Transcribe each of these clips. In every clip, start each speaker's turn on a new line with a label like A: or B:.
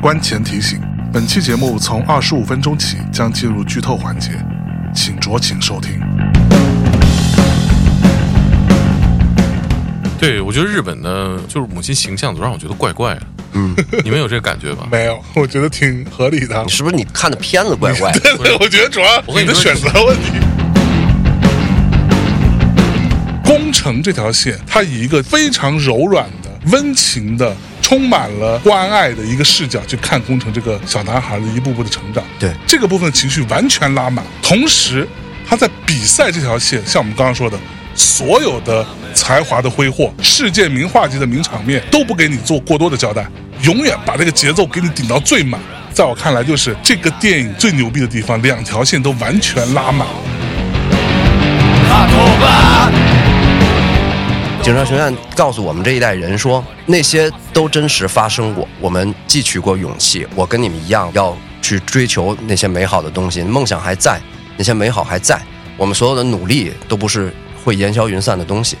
A: 观前提醒：本期节目从二十五分钟起将进入剧透环节，请酌情收听。
B: 对，我觉得日本的就是母亲形象总让我觉得怪怪的。
C: 嗯，
B: 你们有这个感觉吧？
A: 没有，我觉得挺合理的
C: 你。是不是你看的片子怪 怪？
A: 对 对，我觉得主要
B: 我跟
A: 你
B: 你
A: 的
B: 说
A: 选择问题。宫城这条线，它以一个非常柔软的、温情的、充满了关爱的一个视角去看宫城这个小男孩的一步步的成长。
C: 对
A: 这个部分情绪完全拉满，同时他在比赛这条线，像我们刚刚说的。所有的才华的挥霍，世界名画级的名场面都不给你做过多的交代，永远把这个节奏给你顶到最满。在我看来，就是这个电影最牛逼的地方，两条线都完全拉满。
C: 警察学院告诉我们这一代人说，那些都真实发生过，我们汲取过勇气。我跟你们一样，要去追求那些美好的东西，梦想还在，那些美好还在。我们所有的努力都不是会烟消云散的东西。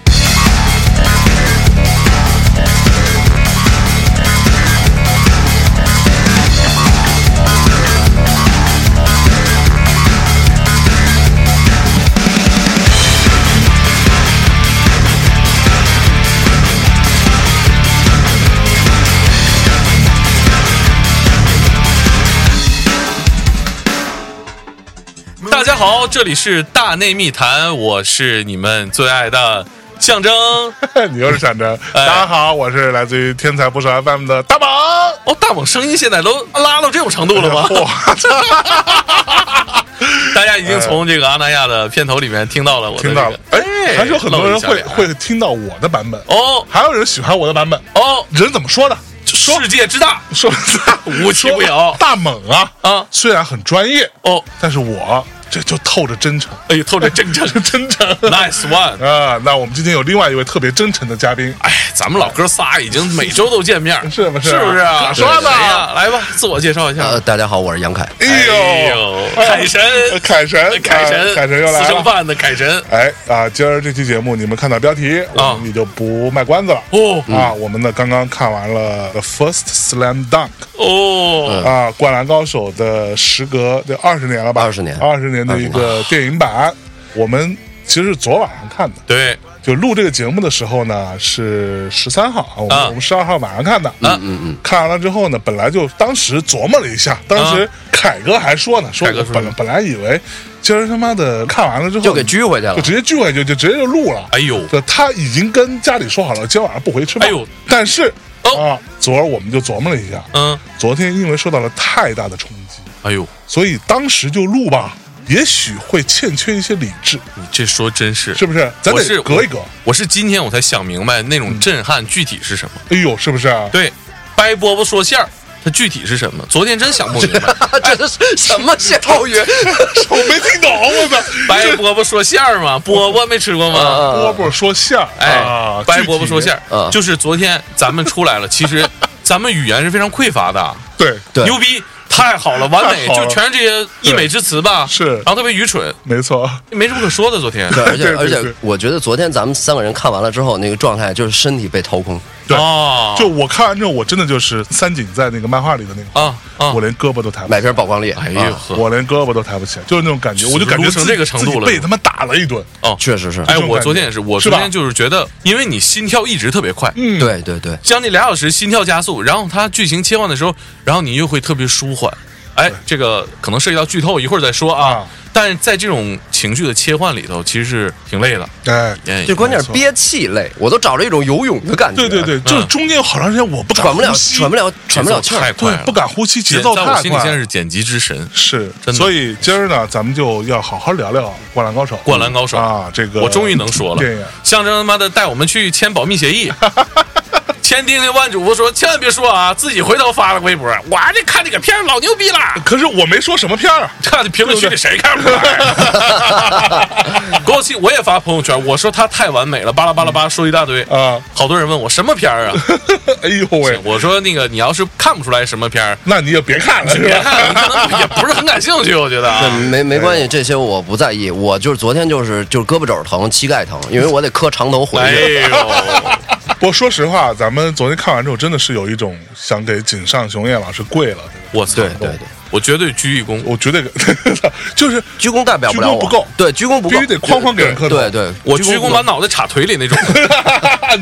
B: 大家好，这里是大内密谈，我是你们最爱的象征。
A: 你又是闪着，大
B: 哎
A: 家好，我是来自于天才不说 FM 的大宝。
B: 哦，大猛声音现在都拉到这种程度了吗？
A: 哇，
B: 大家已经从这个阿那亚的片头里面听到了我的、这
A: 听
B: 个
A: 到了，哎，还是有很多人
B: 露
A: 会
B: 了一下脸啊
A: 会听到我的版本，
B: 哦
A: 啊还有人喜欢我的版本。
B: 哦，
A: 人怎么说的？说
B: 世界之大
A: 说
B: 无奇不有
A: 说大猛啊
B: 啊
A: 虽然很专业，
B: 哦，
A: 但是我这就透着真诚
B: 哎呦，透着真 诚
A: 真诚
B: ，nice one。
A: 啊。那我们今天有另外一位特别真诚的嘉宾，
B: 哎，咱们老哥仨已经每周都见面儿，
A: 是不是
B: 是不是啊？
A: 咋说呢
B: 对谁呀来吧，自我介绍一下。
C: 呃， 大家好，我是杨凯。
A: 哎
B: 哎呦，凯神，
A: 凯神，
B: 凯
A: 哎
B: 神，
A: 凯神又
B: 私
A: 来
B: 生
A: 了。
B: 饭的凯神。
A: 哎啊，今儿这期节目你们看到标题，我
B: 啊
A: 们也就不卖关子了。
B: 哦
A: 啊，我们呢刚刚看完了《The First Slam Dunk》
B: 哦，
A: 啊，《灌篮高手》的时隔这二十年了吧？
C: 20年
A: 二十年的一个电影版。我们其实是昨晚上看的，
B: 对，
A: 就录这个节目的时候呢是十三号，啊我们
B: 啊
A: 我们十二号晚上看的。
B: 嗯
A: 嗯 嗯。看完了之后呢，本来就当时琢磨了一下，当时
B: 啊
A: 凯哥还说呢，说
B: 凯
A: 我
B: 哥说
A: 本
B: 什么
A: 本来以为今儿他妈的看完了之后
C: 就给拘回去了
A: 就直接聚会就就直接就录了。
B: 哎呦，
A: 就他已经跟家里说好了，今晚上不回吃饭。
B: 哎呦，
A: 但是、
B: 哦
A: 啊，昨儿我们就琢磨了一下，
B: 嗯，
A: 昨天因为受到了太大的冲击，
B: 哎呦，
A: 所以当时就录吧，也许会欠缺一些理智，
B: 你这说真是，
A: 是不是？咱
B: 我是
A: 得隔一隔。
B: 我是今天我才想明白那
A: 嗯
B: 种震撼具体是什么。
A: 哎呦，是不是啊？
B: 对，掰饽饽说馅儿，它具体是什么？昨天真想不明 白，
C: 这是什么笑语？
A: 我没听懂，我操！
B: 掰饽饽说馅儿 嘛，饽饽没吃过吗？
A: 饽饽说馅儿，
B: 呃哎
A: 啊，
B: 掰饽饽说馅
A: 儿，
B: 儿，
C: 嗯
B: 就是昨天咱们出来 了，其实咱们语言是非常匮乏的。
A: 对，
C: 对
B: 牛逼，太好了，完美
A: 太，好了
B: 就全是这些溢美之词吧。
A: 是
B: 然后特别愚蠢，
A: 没错，
B: 没什么可说的。昨天，
C: 对，而
A: 对对
C: 且
A: 对
C: 而且，我觉得昨天咱们三个人看完了之后，那个状态就是身体被掏空。
A: 对
B: 哦，
A: 就我看完之后，我真的就是三井在那个漫画里的那个，
B: 啊啊
A: 我，连胳膊都抬不
C: 买
A: 起来，
C: 瓶宝光力，啊
B: 哎呦呵，
A: 我连胳膊都抬不起来，就是那种感觉，
B: 是
A: 我就感觉
B: 撸成
A: 自己
B: 这个程度了
A: 自己被他妈打了一顿，
B: 哦，
C: 确实是。
B: 哎，
A: 这种
B: 我
A: 感
B: 昨
A: 觉
B: 天也是，我
A: 是
B: 昨
A: 吧
B: 天就是觉得，因为你心跳一直特别快，
A: 嗯，
C: 对对对，
B: 将近俩小时心跳加速，然后它剧情切换的时候，然后你又会特别舒缓。哎，这个可能涉及到剧透，一会儿再说啊
A: 啊。
B: 但是在这种情绪的切换里头，其实是挺累的。
A: 哎，
B: 哎
C: 最关键
A: 没
C: 是
A: 错
C: 憋气累，我都找着一种游泳的感觉。
A: 对对
B: 嗯
A: 对，就是中间有好长时间我不敢
C: 喘不了，
A: 呼吸
C: 喘不，了，喘不了气
B: 节奏太
C: 儿。
B: 快了
A: 对，不敢呼吸，节奏
B: 在
A: 太
B: 我
A: 快
B: 心里现在是剪辑之神，
A: 是，
B: 真的
A: 所以今儿呢，咱们就要好好聊聊《灌篮高手》。
B: 灌篮高手
A: 啊，这个
B: 我终于能说
A: 电影
B: 了。象征他妈的带我们去签保密协议，签订那万主播说千万别说啊，自己回头发了微博，我这看这个片儿老牛逼了，
A: 可是我没说什么片儿啊，
B: 看评论区里谁看不出啊来？ 国有期我也发朋友圈，我说他太完美了，巴拉巴拉巴拉说一大堆
A: 啊，
B: 好多人问我什么片儿啊？
A: 哎呦喂，
B: 我说那个你要是看不出来什么片儿，
A: 那你也别看了，是
B: 别
A: 吧？
B: 看了，你可能也不是很感兴趣，我觉得
C: 对，
B: 啊。
C: 嗯没没关系，这些我不在意。我就是昨天就是就是胳膊肘疼，膝盖疼，因为我得磕长头回
B: 哎
C: 去。
B: 呦，
A: 不过说实话，咱们昨天看完之后，真的是有一种想给井上雄彦老师跪了。
B: 我操，
C: 对对对，
B: 我绝对鞠一躬。
A: 我绝对给， 就是
C: 鞠躬代表不了
A: 鞠
C: 我，
A: 躬不够
C: 对，鞠躬不够，
A: 必须得哐哐给人磕头
C: 对对，
B: 我鞠
C: 不
B: 躬
C: 够
B: 把脑袋插腿里 那种，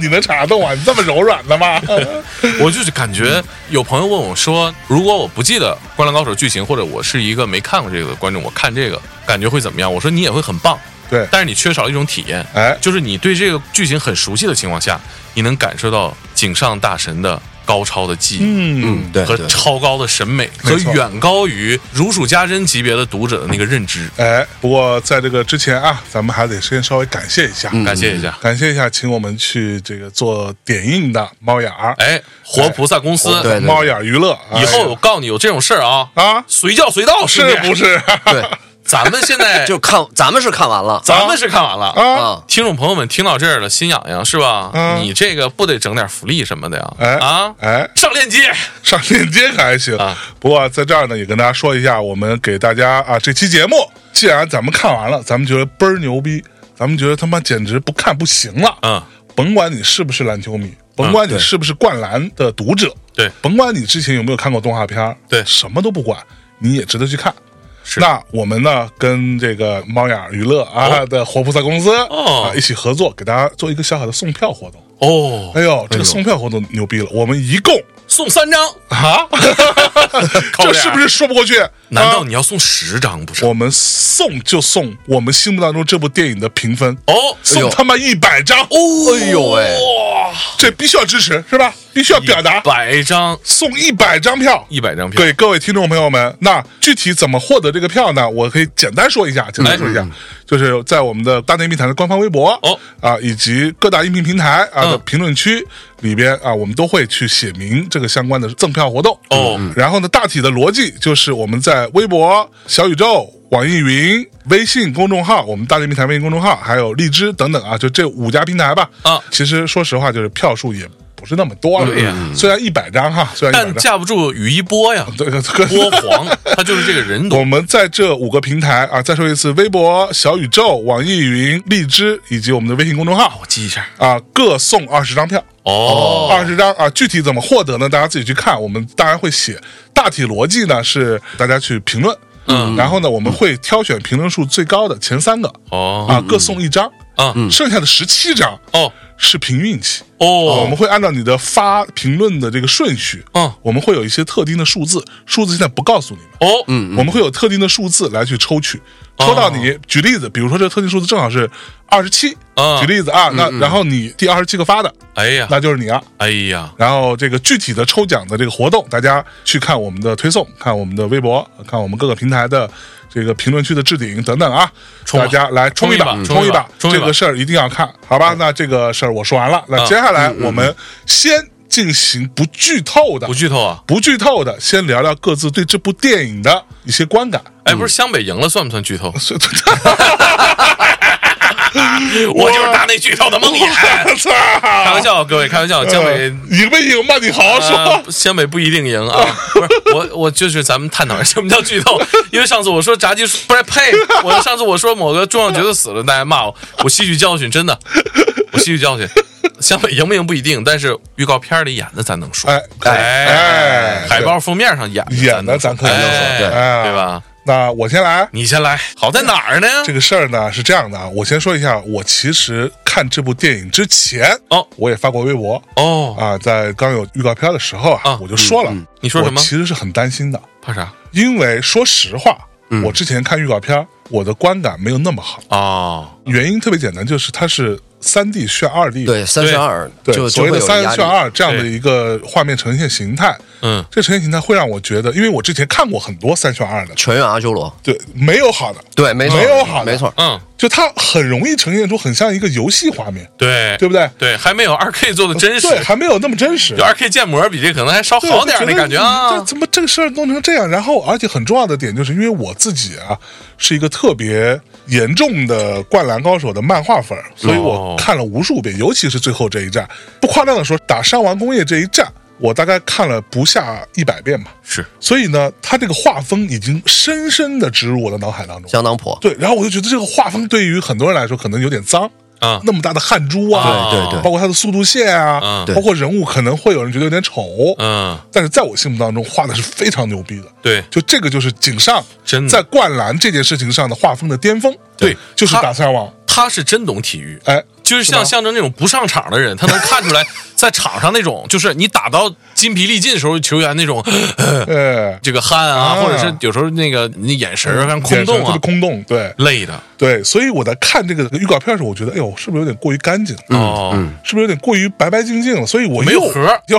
A: 你能查得动啊？你这么柔软的吗？
B: 我就是感觉有朋友问我说，如果我不记得《灌篮高手》剧情，或者我是一个没看过这个的观众，我看这个感觉会怎么样？我说你也会很棒，
A: 对，
B: 但是你缺少一种体验，
A: 哎，
B: 就是你对这个剧情很熟悉的情况下，你能感受到井上大神的高超的技艺。
A: 嗯
C: 嗯，对
B: 和
C: 对，
B: 超高的审美，
A: 没
B: 和
A: 错
B: 远高于如数家珍级别的读者的那个认知，
A: 哎，不过在这个之前啊，咱们还得先稍微感谢一下，
C: 嗯
B: 感谢一下。
A: 感谢一下，请我们去这个做点映的猫眼儿，
B: 哎，活菩萨公司，
C: 哦对对
A: 猫眼儿娱乐，
B: 以
A: 哎
B: 后我告诉你有这种事儿啊，
A: 啊，
B: 随叫随到，
A: 是
B: 兄弟
A: 不？是？
C: 对，
B: 咱们 现在
C: 就看咱们是看完了
B: 咱们是看完了。
A: 啊，
C: 啊，
B: 听众朋友们听到这儿了，心痒痒是吧？
A: 嗯
B: 你这个不得整点福利什么的呀？
A: 哎
B: 啊，
A: 哎，
B: 上链接，
A: 上链接可还行
B: 啊。
A: 不过在这儿呢，也跟大家说一下，我们给大家啊，这期节目既然咱们看完了，咱们觉得倍儿牛逼，咱们觉得他妈简直不看不行了。
B: 嗯，
A: 甭管你是不是篮球迷，甭管你是不是灌篮的读者，
B: 啊对
A: 甭管你之前有没有看过动画片儿，
B: 对
A: 什么都不管，你也值得去看。
B: 是
A: 那我们呢，跟这个猫眼儿娱乐啊、的活菩萨公司、
B: 哦
A: 啊一起合作，给大家做一个小小的送票活动。
B: 哦，
A: 哎呦，这个送票活动牛逼了！我们一 共
B: 送三张，
A: 啊，这是不是说不过去？
B: 啊难道
A: 啊
B: 你要送十张不是？
A: 我们送就送我们心目当中这部电影的评分？
B: 哦，
A: 送他妈一百张，
B: 哦
C: 哎呦喂
B: 哇，
A: 这必须要支持是吧？必须要表达，
B: 百张，
A: 送一百张票。
B: 一百张票，
A: 给各位听众朋友们，那具体怎么获得这个票呢？我可以简单说一下，简单说一下，就是在我们的大内密谈的官方微博
B: 哦
A: 啊，以及各大音频平台啊
B: 嗯
A: 的评论区里边啊，我们都会去写明这个相关的赠票活动
B: 哦嗯。
A: 然后呢，大体的逻辑就是我们在微博、小宇宙、网易云。微信公众号，我们大内密谈微信公众号，还有荔枝等等啊，就这五家平台吧。
B: 啊
A: 其实说实话，就是票数也不是那么多了。
B: 对呀
A: 虽然一百张哈，嗯虽然一百
B: 但
A: 张，
B: 架不住雨一波呀，
A: 对对对
B: 波 黄，他就是这个人多
A: 我。们在这五个平台啊，再说一次，微博、小宇宙、网易云、荔枝以及我们的微信公众号
B: 我记一下
A: 啊，各送二十张票。
B: 哦，
A: 二十张啊，具体怎么获得呢？大家自己去看，我们当然会写。大体逻辑呢是大家去评论，
B: 嗯，
A: 然后呢我们会挑选评论数最高的前三个
B: 哦
A: 啊，各送一张，
B: 啊
A: 剩下的十七张
B: 哦
A: 是凭运气。我们
B: 哦
A: 会按照你的发评论的这个顺序，
B: 嗯
A: 我们会有一些特定的数字，数字现在不告诉你们。
B: 哦，
A: 我们会有特定的数字来去抽取，抽到你。举例子，比如说这个特定数字正好是二十七
B: 啊，
A: 举例子啊，那然后你第二十七个发的，
B: 哎呀
A: 那就是你啊。
B: 哎呀，
A: 然后这个具体的抽奖的这个活动，大家去看我们的推送，看我们的微博，看我们各个平台的这个评论区的置顶等等啊，
B: 冲吧
A: 大家来冲一把，
B: 冲
A: 冲
B: 一
A: 一
B: 把
A: 把，
B: 冲一把嗯
A: 这个事儿一定要看好吧？那这个事儿我说完了，那接下来我们先进行不剧透的
B: 不。剧透啊！
A: 不剧透的，先聊聊各自对这部电影的一些观感。
B: 哎，不是湘北赢了算不算剧 透？
A: 所以
B: 我就是大内剧透的梦魇。
A: 我操！嗯
B: 开
A: 开
B: 玩，笑，各位，开玩笑，啊湘北。
A: 赢没赢吧？你好好
B: 呃
A: 说。，
B: 湘北不一定赢啊！ 不是我，我就是咱们探讨一下什么叫剧透，因为上次我说炸鸡不是 呸，我上次我说某个重要角色死了，大家骂我，我吸取教训，真 的，我吸取教训。湘北赢不赢不一定，但是预告片里演的咱能说，
A: 哎哎
B: 海报封面上演的
A: 演的咱可以
B: 能
A: 能说
B: 说，哎
A: 对哎
B: 对吧？
A: 那我先来。
B: 你先来，好在哪儿呢？
A: 这个事儿呢是这样的啊，我先说一下，我其实看这部电影之前，
B: 哦
A: 我也发过微博
B: 哦，
A: 啊，在刚有预告片的时候啊，
B: 啊
A: 我就说了，
B: 你说什么
A: 我其实是很担心的，
B: 怕啥？
A: 因为说实话，我之前看预告片，我的观感没有那么好，
B: 哦，
A: 原因特别简单，就是它是三 D 炫二 D
C: 对三选二
A: 对，
C: 就
A: 所谓
C: 就会
A: 的
C: 有
A: 三
C: 压
A: 选
C: 力，
A: 二这样的一个画面呈现形态，
B: 嗯，
A: 这呈现形态会让我觉得，因为我之前看过很多三选二的，
C: 全员阿修罗，
A: 对，没有好的，
C: 对，没错，
A: 没有好的
C: 没错，
B: 嗯，
A: 就它很容易呈现出很像一个游戏画面，
B: 对
A: 对不对？
B: 对，还没有二 K 做的真实，
A: 对，还没有那么真实
B: 就。二 K 建模比这可能还稍
A: 对
B: 好点儿那感觉
A: 我就
B: 啊
A: 这。怎么这个事儿弄成这样？然后，而且很重要的点就是，因为我自己啊是一个特别严重的《灌篮高手》的漫画粉儿，所以
B: 哦
A: 我看了无数遍，尤其是最后这一战。不夸张的说，打山王工业这一战，我大概看了不下一百遍吧。
B: 是，
A: 所以呢，他这个画风已经深深的植入我的脑海当中。
C: 相当破，
A: 对，然后我就觉得这个画风对于很多人来说可能有点脏，
B: 啊
A: 那么大的汗珠啊，
C: 对对对
A: 包括它的速度线啊
B: 嗯，
C: 对
A: 包括人物可能会有人觉得有点丑，
B: 嗯，
A: 但是在我心目当中画的是非常牛逼的。
B: 对，
A: 就这个就是井上
B: 真的
A: 在灌篮这件事情上的画风的巅峰，
B: 对
A: 就是
B: 他
A: 打三网，
B: 他是真懂体育，
A: 哎，
B: 就是
A: 是吧
B: 像象征那种不上场的人，他能看 出来在场上那种，就是你打到筋疲力尽的时候，球员那种 呃
A: 呃，
B: 这个汗
A: 啊
B: 啊，或者是有时候那个你眼神儿看空
A: 眼神
B: 洞
A: 特别
B: 啊，
A: 空洞，对
B: 累的
A: 对，所以我在看这个预告片的时候，我觉得，哎呦，是不是有点过于干净？
B: 哦，
A: 是不是有点过于白白净净了？所以我又
B: 没有核儿
A: 又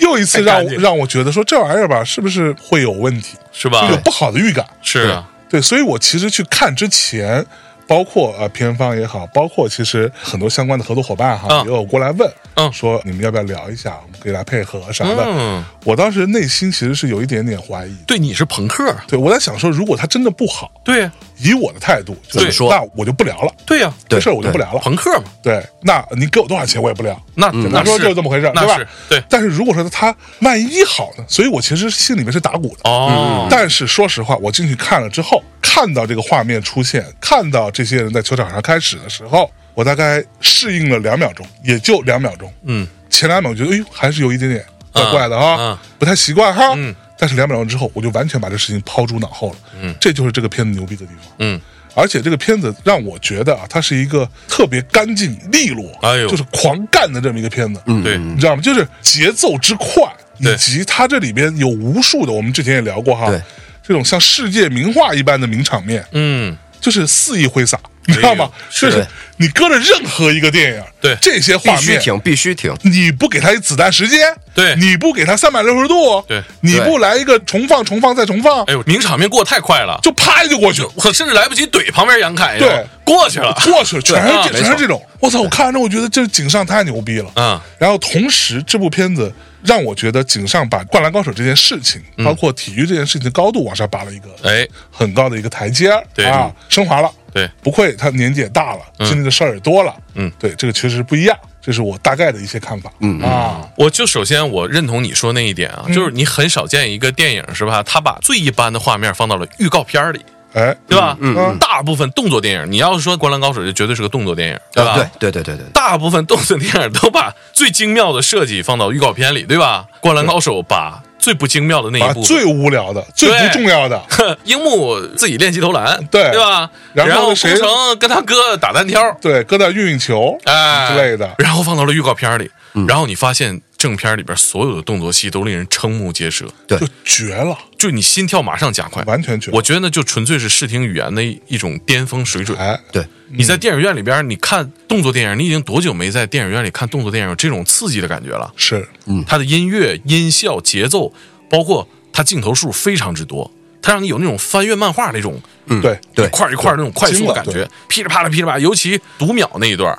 A: 又一次
B: 太
A: 让
B: 干净
A: 让我觉得说这玩意儿吧，是不是会有问题，
B: 是吧
A: 就？有不好的预感。
B: 啊是啊，
A: 对，所以我其实去看之前，包括呃片方也好，包括其实很多相关的合作伙伴哈，
B: 嗯
A: 也有过来问，
B: 嗯
A: 说你们要不要聊一下，我们可以来配合啥的。
B: 嗯，
A: 我当时内心其实是有一点点怀疑，
B: 对，你是朋克，啊
A: 对我在想说，如果他真的不好，
B: 对呀，
A: 以我的态度，就
B: 对
A: 是说那我就不聊了，
B: 对呀，
A: 这
C: 对
A: 事儿我就
C: 对
A: 不聊了。
B: 朋克嘛，
A: 对，那你给我多少钱我也不聊。
B: 那
A: 简
B: 嗯那
A: 单嗯说
B: 是
A: 就是这么回事儿，
B: 那
A: 对吧
B: 是？对，
A: 但是如果说他万一好呢？所以我其实心里面是打鼓的。
B: 哦，
A: 嗯但是说实话，我进去看了之后，看到这个画面出现，看到这些人在球场上开始的时候，我大概适应了两秒钟，也就两秒钟。
B: 嗯，
A: 前两秒我觉得，哎呦，还是有一点点哎怪怪的哈，
B: 嗯嗯
A: 不太习惯哈。
B: 嗯
A: 但是两秒钟之后，我就完全把这事情抛诸脑后了。嗯，这就是这个片子牛逼的地方。
B: 嗯，
A: 而且这个片子让我觉得啊，它是一个特别干净利落，
B: 哎呦
A: 就是狂干的这么一个片子。嗯
B: 对，
A: 你知道吗？就是节奏之快，
B: 对
A: 以及它这里边有无数的，我们之前也聊过哈
C: 对，
A: 这种像世界名画一般的名场面，
B: 嗯，哎
A: 就是肆意挥洒，你知道吗？
B: 是
A: 就是
C: 对
A: 你搁着任何一个电影，
B: 对
A: 这些
C: 必
A: 画
C: 须
A: 面。
C: 停，必须停。
A: 你不给他一子弹时间，
B: 对
A: 你不给他三百六十度，
B: 对
A: 你
C: 对
A: 不来一个重放、重放再重放，
B: 哎呦，名场面过得太快了，
A: 就啪就过去了，
B: 我甚至来不及怼旁边杨凯，
A: 对，
B: 过去了，
A: 过去了，全
B: 啊
A: 是这全
B: 没
A: 是
B: 错
A: 这种。我操！我看完之后，我觉得这井上太牛逼了，
B: 嗯
A: 然后同时，这部片子让我觉得井上把《灌篮高手》这件事情，
B: 嗯
A: 包括体育这件事情的高度往上拔了一个
B: 哎，
A: 很高的一个台阶儿
B: 对
A: 啊，升华了。
B: 对，
A: 不愧他年纪也大了，经历的事儿也多了。
B: 嗯，
A: 对，这个确实不一样，这是我大概的一些看法。嗯啊，
B: 我就首先我认同你说那一点啊，就是
A: 嗯
B: 你很少见一个电影是吧？他把最一般的画面放到了预告片里，
A: 哎，
B: 对吧？
A: 嗯嗯
B: 大部分动作电影，你要是说《灌篮高手》，这绝对是个动作电影，对吧？
C: 啊对对对对对，
B: 大部分动作电影都把最精妙的设计放到预告片里，对吧？《灌篮高手》把最不精妙的那
A: 把
B: 一部分
A: 最无聊的、最
B: 对
A: 不重要的，
B: 樱木自己练击投篮，
A: 对
B: 对吧？
A: 然后
B: 后宫
A: 谁
B: 城跟他哥打单挑，
A: 对，搁点运运球
B: 哎
A: 之类的。
B: 然后放到了预告片里，然后你发现正片里边所有的动作戏都令人瞠目结舌，
C: 对
A: 就绝了，
B: 就你心跳马上加快，
A: 完全绝了。
B: 我觉得那就纯粹是视听语言的一一种巅峰水准。
A: 哎，
C: 对
B: 你在电影院里边，你看动作电影，你已经多久没在电影院里看动作电影有这种刺激的感觉了？
A: 是
B: 它的音乐、音效、节奏，包括它镜头数非常之多，它让你有那种翻阅漫画那种
A: 对
B: 一
C: 对，
B: 块儿一块儿那种快速
A: 惊
B: 的
A: 了
B: 感
A: 对
B: 觉，噼里啪啦噼里啪啦，尤其读秒那一段儿，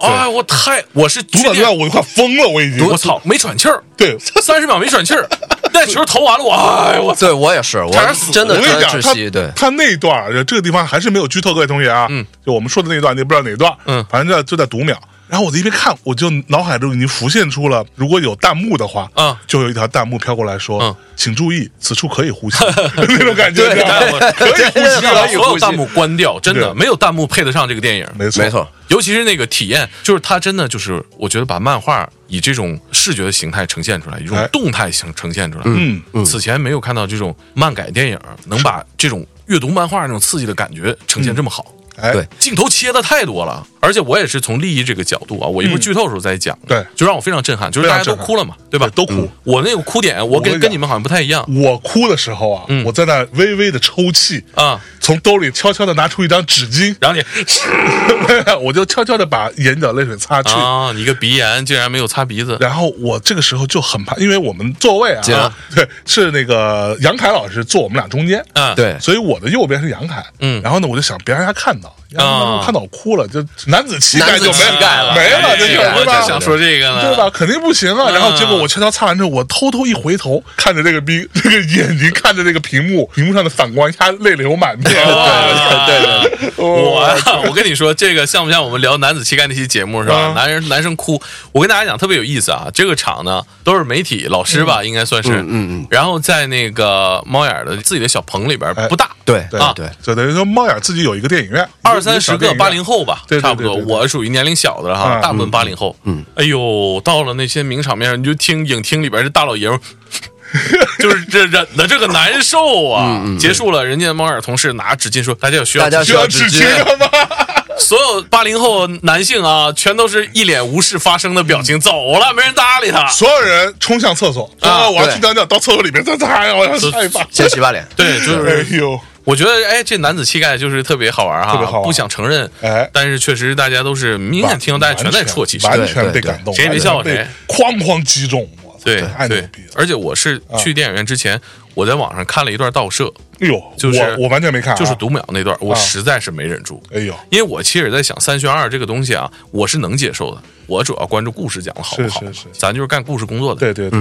B: 哎，我太我是
A: 啊读
B: 去
A: 到这
B: 电
A: 儿我就快疯了，我已经
B: 我，操，没喘气儿，
A: 对，
B: 三十秒没喘气儿， 那球投完了，我哎我操，
C: 对我也是，我
B: 差点死
C: 真的
A: 我跟
C: 真
A: 你
C: 的
A: 讲，
C: 窒息。
A: 他
C: 对，
A: 他那段儿这个地方还是没有剧透，各位同学啊，就我们说的那一段，你也不知道哪段，
B: 嗯
A: 反正就就在读秒。然后我在一边看，我就脑海中已经浮现出了，如果有弹幕的话，
B: 嗯
A: 就有一条弹幕飘过来说，
B: 嗯
A: 请注意，此处可以呼吸，那种感觉，
B: 对
A: 你知道
B: 对
A: 吗可以呼吸
B: 让把
A: 了
C: 对，
B: 所有弹幕关掉，真的
A: 对
B: 没有弹幕配得上这个电影。
A: 没错，
C: 没，错，
B: 尤其是那个体验，就是它真的就是，我觉得把漫画以这种视觉的形态呈现出来，一种
A: 哎
B: 动态形呈现出来。
A: 嗯，
B: 此前没有看到这种漫改电影能把这种阅读漫画那种刺激的感觉呈现这么好。
A: 哎，
C: 对
B: 镜头切的太多了，而且我也是从利益这个角度啊，我一会儿剧透的时候再讲、
A: 嗯对
B: 就让我非常震撼，就是大家
A: 非常震
B: 都
A: 撼
B: 哭了嘛，对吧？
A: 对都哭
B: 嗯我那个哭点，我
A: 跟
B: 跟
A: 你
B: 跟
A: 讲
B: 你们好像不太一样
A: 我哭的时候啊，我在那微微的抽泣，
B: 啊。
A: 从兜里悄悄的拿出一张纸巾，
B: 然后你
A: 我就悄悄的把眼角泪水擦去，
B: 啊，你个鼻炎竟然没有擦鼻子，
A: 然后我这个时候就很怕，因为我们座位
C: 姐
A: 啊，对，是那个杨凯老师坐我们俩中间，
B: 啊，，
C: 对
A: 所以我的右边是杨凯，
B: 嗯
A: 然后呢，我就想别让他看到，让他看到我哭了，就男子气概就
C: 男
A: 没
C: 子气概了
A: 没了，
C: 男
A: 这
C: 子气
A: 就
C: 概
A: 对
B: 哎我
A: 吧
B: 就？想说这个呢，
A: 对吧？肯定不行啊！然后结果我悄悄擦完之后，我偷偷一回头，看着这个逼，这个眼睛看着这个屏幕，屏幕上的反光，一下泪流满 面。
B: 啊
C: 对对对
B: 我啊我跟你说，这个像不像我们聊男子气概那期节目是吧？
A: 嗯
B: 男人男生哭，我跟大家讲特别有意思啊。这个场呢，都是媒体老师吧，应该算是。
C: 嗯嗯嗯
B: 然后在那个猫眼儿的自己的小棚里边儿
A: 哎
B: 不大，
C: 对
A: 对
B: 啊
C: 对，
A: 就等于说猫眼自己有一个电影院，
B: 二三十
A: 一
B: 个
A: 小电影院
B: 八零后吧，
A: 对对对
B: 差不多。
A: 对对对
B: 我属于年龄小的了哈，
A: 嗯
B: 大部分八零后。
C: 嗯，
B: 哎呦，到了那些名场面，你就听影厅里边这大老爷们儿。 就是这忍的这个难受
A: 嗯
B: 啊！结束了，人家猫眼同事拿纸巾说：“大家有需要
C: 大家
B: 纸巾
A: 需要纸
C: 纸
A: 巾
C: 巾
A: 了吗？
B: 所有八零后男性啊，全都是一脸无事发生的表情，走了，没人搭理他。
A: 所有人冲向厕所
B: 啊
A: 啊！我要
C: 对
A: 去尿尿，到厕所里面再擦呀！我要晒一把。
C: 先洗把脸。
B: 对，就
A: 哎
B: 是
A: 呦，
B: 我觉得，哎，这男子气概就是特别好玩哈，
A: 特别好玩
B: 不想承认，
A: 哎
B: 但是确实大家都是明显听到大家全在啜泣，
A: 完
C: 对
A: 全
C: 对
A: 被
C: 对
A: 感动，
B: 谁也别笑话
A: 完全
B: 谁
A: 被哐哐击中，我操
B: 对
A: 太牛
B: 对
A: 逼，了！啊
B: 而且我是去电影院之前，我在网上看了一段倒摄，
A: 哎呦，
B: 就是
A: 我我完全没看啊，
B: 就是读秒那段，我实在是没忍住。
A: 哎呦，
B: 因为我其实也在想三选二这个东西啊，我是能接受的。我主要关注故事讲的好不好，
A: 是是是
B: 咱就是干故事工作的。
A: 对对对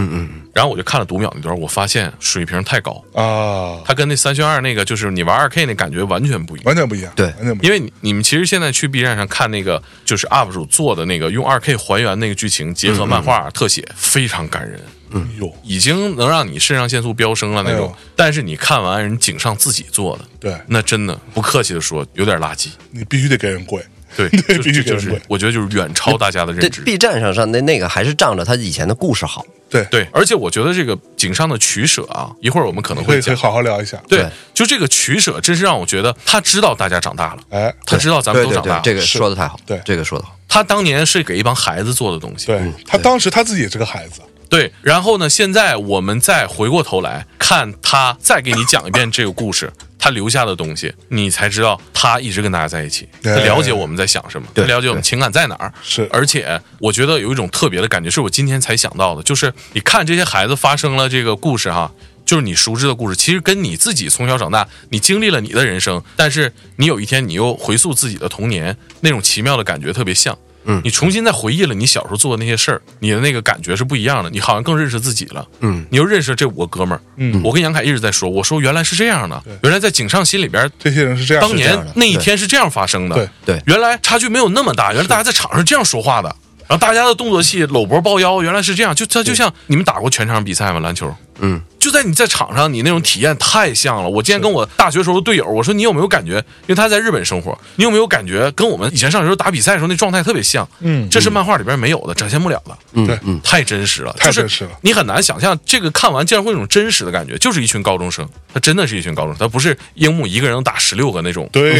B: 然后我就看了读秒那段，我发现水平太高，
A: 啊，
B: 它跟那三选二那个就是你玩二 K 那感觉完全不一样。
A: 完全不一样，
C: 对
A: 完全不一样。
B: 因为你你们其实现在去 B 站上看那个，就是 UP 主做的那个用二 K 还原那个剧情，结合漫画特写，非常感人。
A: 哎呦，
B: 已经能让你肾上腺素飙升了那种
A: 哎呦。
B: 但是你看完人井上自己做的，
A: 对
B: 那真的不客气的说，有点垃圾。
A: 你必须得给人跪，
B: 对，
A: 你
B: 就
A: 必须
B: 就
A: 给
B: 就
A: 人
B: 是
A: 跪，
B: 我觉得就是远超大家的
C: 这
B: 认知。
C: B 站上上那那个还是仗着他以前的故事好，
A: 对
B: 对，而且我觉得这个井上的取舍啊，一会儿我们可能
A: 可
B: 会
A: 以可以
B: 讲。
A: 好好聊一下。
B: 对
C: 对，
B: 就这个取舍，真是让我觉得他知道大家长大了，
A: 哎，
B: 他知道咱们
C: 对
B: 都
C: 对
B: 长大
C: 对
B: 了，。
C: 这个说的太好，
A: 对
C: 这个说的好，
B: 他当年是给一帮孩子做的东西，
A: 对他当时他自己也是个孩子，
B: 对，然后呢，现在我们再回过头来看他，再给你讲一遍这个故事，他留下的东西，你才知道他一直跟大家在一起，他
A: 对
B: 了解我们在想什么，他
C: 对
B: 了解我们情感在哪儿。
A: 是
B: 而且我觉得有一种特别的感觉，是我今天才想到的，就是你看这些孩子发生了这个故事哈。就是你熟知的故事，其实跟你自己从小长大，你经历了你的人生，但是你有一天你又回溯自己的童年，那种奇妙的感觉特别像。嗯，你重新再回忆了你小时候做的那些事儿，你的那个感觉是不一样的。你好像更认识自己了。嗯，你又认识了这五个哥们儿。嗯，我跟杨凯一直在说，我说原来是这样的，原来在井上心里边，
A: 这些人是这样，
B: 当
A: 是这
B: 年
A: 样的
B: 那一天是这样发生的。
A: 对
C: 对
B: 原来差距没有那么大，原来大家在场上这样说话的。然后大家的动作戏、搂脖抱腰，原来是这样，就它就像你们打过全场比赛吗？篮球，
C: 嗯，
B: 就在你在场上，你那种体验太像了。我今天跟我大学时候的队友，我说你有没有感觉？因为他在日本生活，你有没有感觉跟我们以前上学时候打比赛的时候那状态特别像？
A: 嗯
B: 这是漫画里边没有的，展现不了的。嗯，
A: 对
B: 太真实了，
A: 太
B: 就是
A: 真实了
B: 你很难想象这个看完竟然会有一种真实的感觉，就是一群高中生，他真的是一群高中生，他不是樱木一个人能打十六个那种，
A: 对，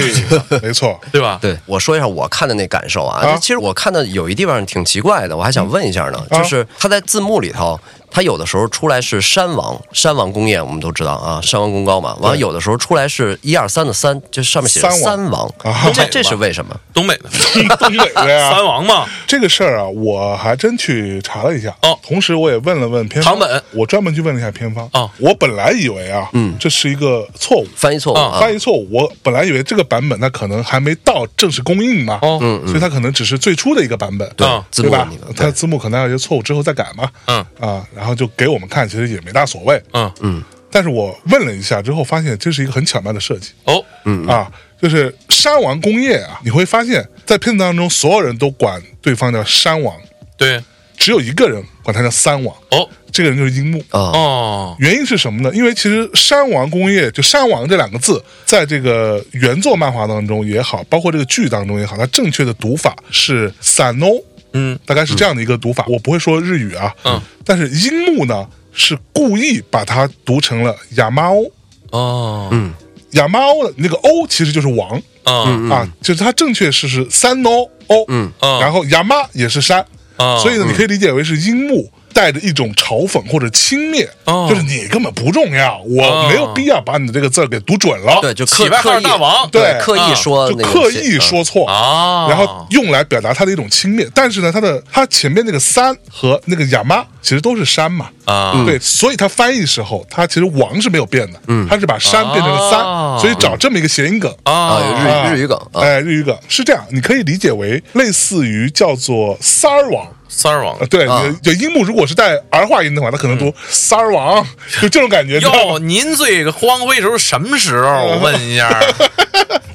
A: 没错，
B: 对吧？
C: 对，我说一下我看的那感受啊，
A: 啊嗯
C: 其实我看到有一地方挺奇怪的，我还想问一下呢，就是他在字幕里头，他有的时候出来是山王，山王工业我们都知道啊，山王工高嘛，完了有的时候出来是一二三的三，就上面写着
A: 三王
C: 三王
A: 啊，
C: 这这是为什么？
B: 东北的
A: 东北的呀
B: 三。王嘛，
A: 这个事儿啊，我还真去查了一下。
B: 哦
A: 同时我也问了问偏方
B: 唐本
A: 我专门去问了一下偏方。
B: 哦
A: 我本来以为啊，嗯，这是一个错误。
C: 翻译错误啊，
A: 翻译错误，我本来以为这个版本它可能还没到正式公映嘛，
B: 哦
A: 嗯，所以它可能只是最初的一个版本，
B: 对
C: 字
A: 对
C: 幕
A: 吧
C: 里头？
A: 它
C: 对
A: 字幕可能还有些错误，之后再改嘛，
B: 嗯
A: 啊，然后就给我们看，其实也没大所谓，
B: 嗯嗯
A: 但是我问了一下之后，发现这是一个很巧妙的设计，
B: 哦，
A: 嗯啊，就是山王工业啊，你会发现在片子当中，所有人都管对方叫山王，
B: 对
A: 只有一个人管他叫三王，
B: 哦
A: 这个人就是樱木。
C: 啊，
B: 哦
A: 原因是什么呢？因为其实“山王工业”就“山王”这两个字，在这个原作漫画当中也好，包括这个剧当中也好，它正确的读法是 “sano”，
B: 嗯
A: 大概是这样的一个读法。我不会说日语啊，
B: 嗯，
A: 但是樱木呢是故意把它读成了亚麻欧，
B: 哦
C: 嗯
A: 亚麻欧的那个欧其实就是王、
B: 嗯
A: 啊，就是它正确是是 “sano” 欧，嗯
B: 嗯
A: 然后亚麻也是山，
B: 啊，
A: 所以呢，你
C: 嗯
A: 可以理解为是樱木带着一种嘲讽或者轻蔑，
B: 哦
A: 就是你根本不重要，
B: 哦
A: 我没有必要把你的这个字儿给读准了，
C: 对，就
B: 起
C: 刻
B: 外
C: 刻
B: 号
C: 意
B: 大王
A: 对
C: 刻意
B: 啊
C: 说
A: 就
C: 那个
A: 刻
C: 写
A: 意
C: 嗯
A: 说错。
B: 啊，
A: 然后用来表达他的一种轻蔑，但是呢，他的他前面那个三和那个亚妈其实都是山嘛，
B: 啊
C: 嗯
A: 对，所以他翻译时候，他其实王是没有变的，嗯，他是把山变成了三，
B: 哦
A: 所以找这么一个谐音梗，
C: 啊，有
B: 啊
A: 啊
C: 日语日语梗啊，
A: 哎，日语梗是这样，你可以理解为类似于叫做三儿王，
B: 三 儿王
A: 啊，。对，
C: 啊
A: 就就樱木如果是带儿化音的话，他可能读三儿王，就这种感觉。你知道吗
B: 哟，您这个荒废时候什么时候？我问一下，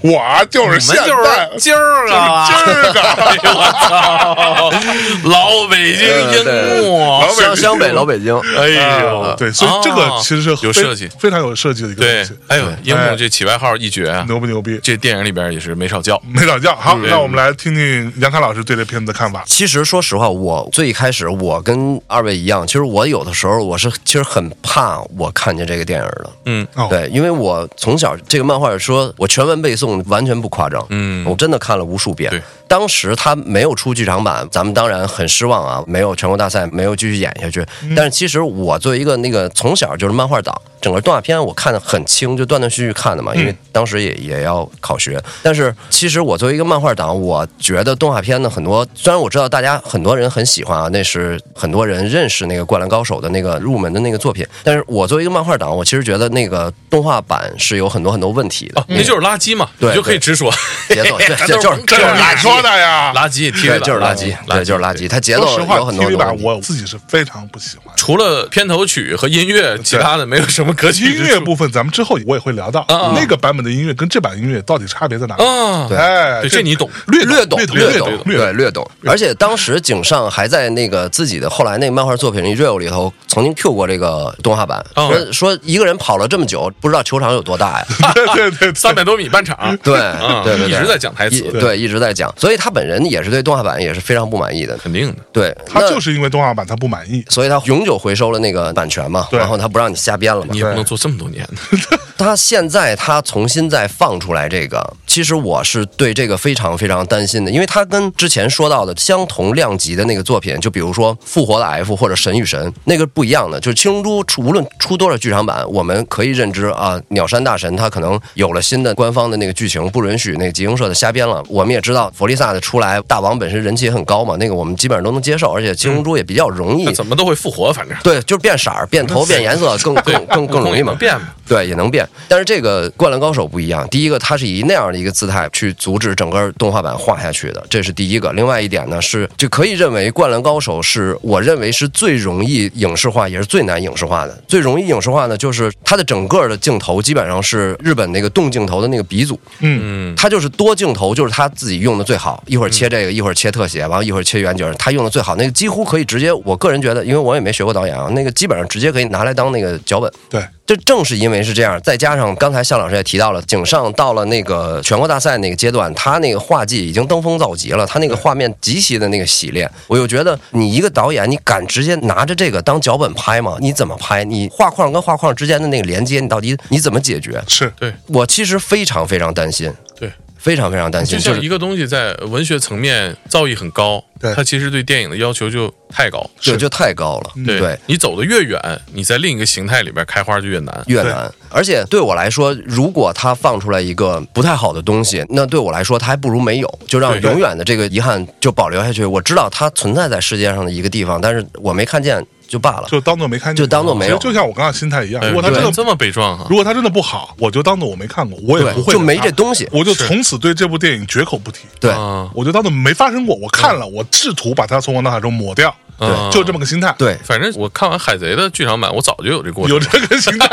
A: 我啊就
B: 我
A: 是
B: 们
A: 现
B: 就是
A: 在，
B: 今儿个啊，
A: 今儿个
B: 哎呦我 操，老北京
C: 对对
B: 樱木，啊
A: 老北
C: 湘湘啊北老北京，
B: 哎
A: 啊
B: 呦，
A: 对，所以这个
B: 啊
A: 其实是
B: 有
A: 非
B: 设计，
A: 非常有设计的一个
B: 对
A: 东西，，
B: 哎呦，樱
A: 哎
B: 木这起外号一绝啊，
A: 牛不牛逼？
B: 这电影里边也是没少叫。
A: 没打架。好，那我们来听听杨凯老师对这片子的看法。
C: 其实说实话，我最开始我跟二位一样，其实我有的时候我是其实很怕我看见这个电影的，
B: 嗯
A: 哦
C: 对，因为我从小这个漫画说，我全文背诵完全不夸张，
B: 嗯
C: 我真的看了无数遍
B: 对。
C: 当时他没有出剧场版，咱们当然很失望啊，没有全国大赛，没有继续演下去。但是其实我作为一个那个从小就是漫画党，整个动画片我看的很清，就断断续续看的嘛，因为当时也也要考学。但是其实我作为一个漫画党，我觉得动画片的很多，虽然我知道大家很多人很喜欢啊，那是很多人认识那个《灌篮高手》的那个入门的那个作品，但是我作为一个漫画党，我其实觉得那个动画版是有很多很多问题的。
B: 哦，那就是垃圾嘛，
C: 对
B: 你就可以直说，
C: 节奏，对，这就是
A: 嗯这
C: 就是
A: 是
C: 垃
A: 你
C: 圾，
A: 说的呀？
B: 垃圾 TV
C: 对，
B: 版
C: 就是垃圾，对，就是垃。圾。它节奏
A: 啊说实话
C: 有很多很
A: ，TV
C: 多
A: 版
C: 问题。
A: 我自己是非常不喜 欢。
B: 除了片头曲和音乐，其他的没有什么歌曲之
A: 音
B: 处。
A: 乐部分咱们之后我也会聊到，
B: 啊
A: 那个版本的音乐跟这版音乐到底差别在哪里？
B: 啊，
A: 哎，
B: 对这你懂
A: 略
C: 略
A: 懂，
C: 懂，
A: 略
C: 略
A: 懂，略
C: 对，略懂。而且当时井上还在那个自己的后来那个漫画作品《Real》里头曾经 Q 过这个动画版，
B: 嗯
C: 说说一个人跑了这么久，不知道球场有 多大呀？
A: 对对对对，
B: 三百多米半场，
C: 对
B: 嗯
C: 对对，
B: 一
C: 对
B: 直在讲台词
C: 一对，一直在讲。所以他本人也是对动画版也是非常不满意的。
B: 肯定的。
C: 对，
A: 他
C: 那
A: 就是因为动画版他不满意，
C: 所以他永久回收了那个版权嘛，
A: 对
C: 然后他不让你瞎编了嘛
B: 你。也不能做这么多年呢。
C: 他现在他重新再放出来这个，其实我是对这个非常非常担心的，因为他跟之前说到的相同量级的那个作品，就比如说《复活的 F》或者《神与神》，那个不一样的，就是《七龙珠》出无论出多少剧场版，我们可以认知啊，鸟山大神他可能有了新的官方的那个剧情，不允许那个集英社的瞎编了。我们也知道弗利萨的出来，大王本身人气也很高嘛，那个我们基本上都能接受，而且《七龙珠》也比较容易。
B: 他怎么都会复活，反正
C: 对，就是变色儿、变头、变颜色更更更更容易嘛。
B: 变嘛。
C: 对，也能变。但是这个《灌篮高手》不一样，第一个它是以那样的一个姿态去阻止整个动画版画下去的，这是第一个。另外一点呢是，就可以认为《灌篮高手》是我认为是最容易影视化，也是最难影视化的。最容易影视化呢，就是它的整个的镜头基本上是日本那个动镜头的那个鼻祖，
B: 嗯，
C: 他就是多镜头，就是他自己用的最好。一会儿切这个，一会儿切特写，完了一会儿切远景，他用的最好。那个几乎可以直接，我个人觉得，因为我也没学过导演啊，那个基本上直接可以拿来当那个脚本。
A: 对，
C: 这正是因为是这样，再加上刚才向老师也提到了，井上到了那个全国大赛那个阶段，他那个画技已经登峰造极了，他那个画面极其的那个洗练。我又觉得，你一个导演，你敢直接拿着这个当脚本拍吗？你怎么拍？你画框跟画框之间的那个连接，你到底你怎么解决？
A: 是
B: 对
C: 我其实非常非常担心，
B: 对，
C: 非常非常担心，
B: 就
C: 就
B: 像
C: 是
B: 一个东西在文学层面造诣很高
A: 对，
B: 它其实对电影的要求就太高。
C: 就就太高了，
A: 嗯
C: 对。
B: 你走得越远，你在另一个形态里边开花就越难。
C: 越难，而且对我来说，如果他放出来一个不太好的东西，那对我来说，他还不如没有，就让
B: 对
C: 永远的这个遗憾就保留下去。我知道它存在在世界上的一个地方，但是我没看见就罢了。
A: 就当做没看见，
C: 就当作没有
A: 其实就像我刚刚心态一样，
B: 哎
A: 如果他
B: 你
A: 真的
B: 这么悲壮啊
A: 如，果他真的不好，我就当做我没看过，我也
C: 对
A: 不会啊
C: 就
A: 给
C: 没
A: 他
C: 这东西
A: 我就是从此对这部电影绝口不提。
C: 对，
B: 啊，
A: 我就当做没发生过，我看了，我试图把它从我脑海中抹掉，
B: 对
A: 就这么个心态。，
C: 嗯对，
B: 反正我看完《海贼》的剧场版，我早就有这过程
A: 有。这个 心态，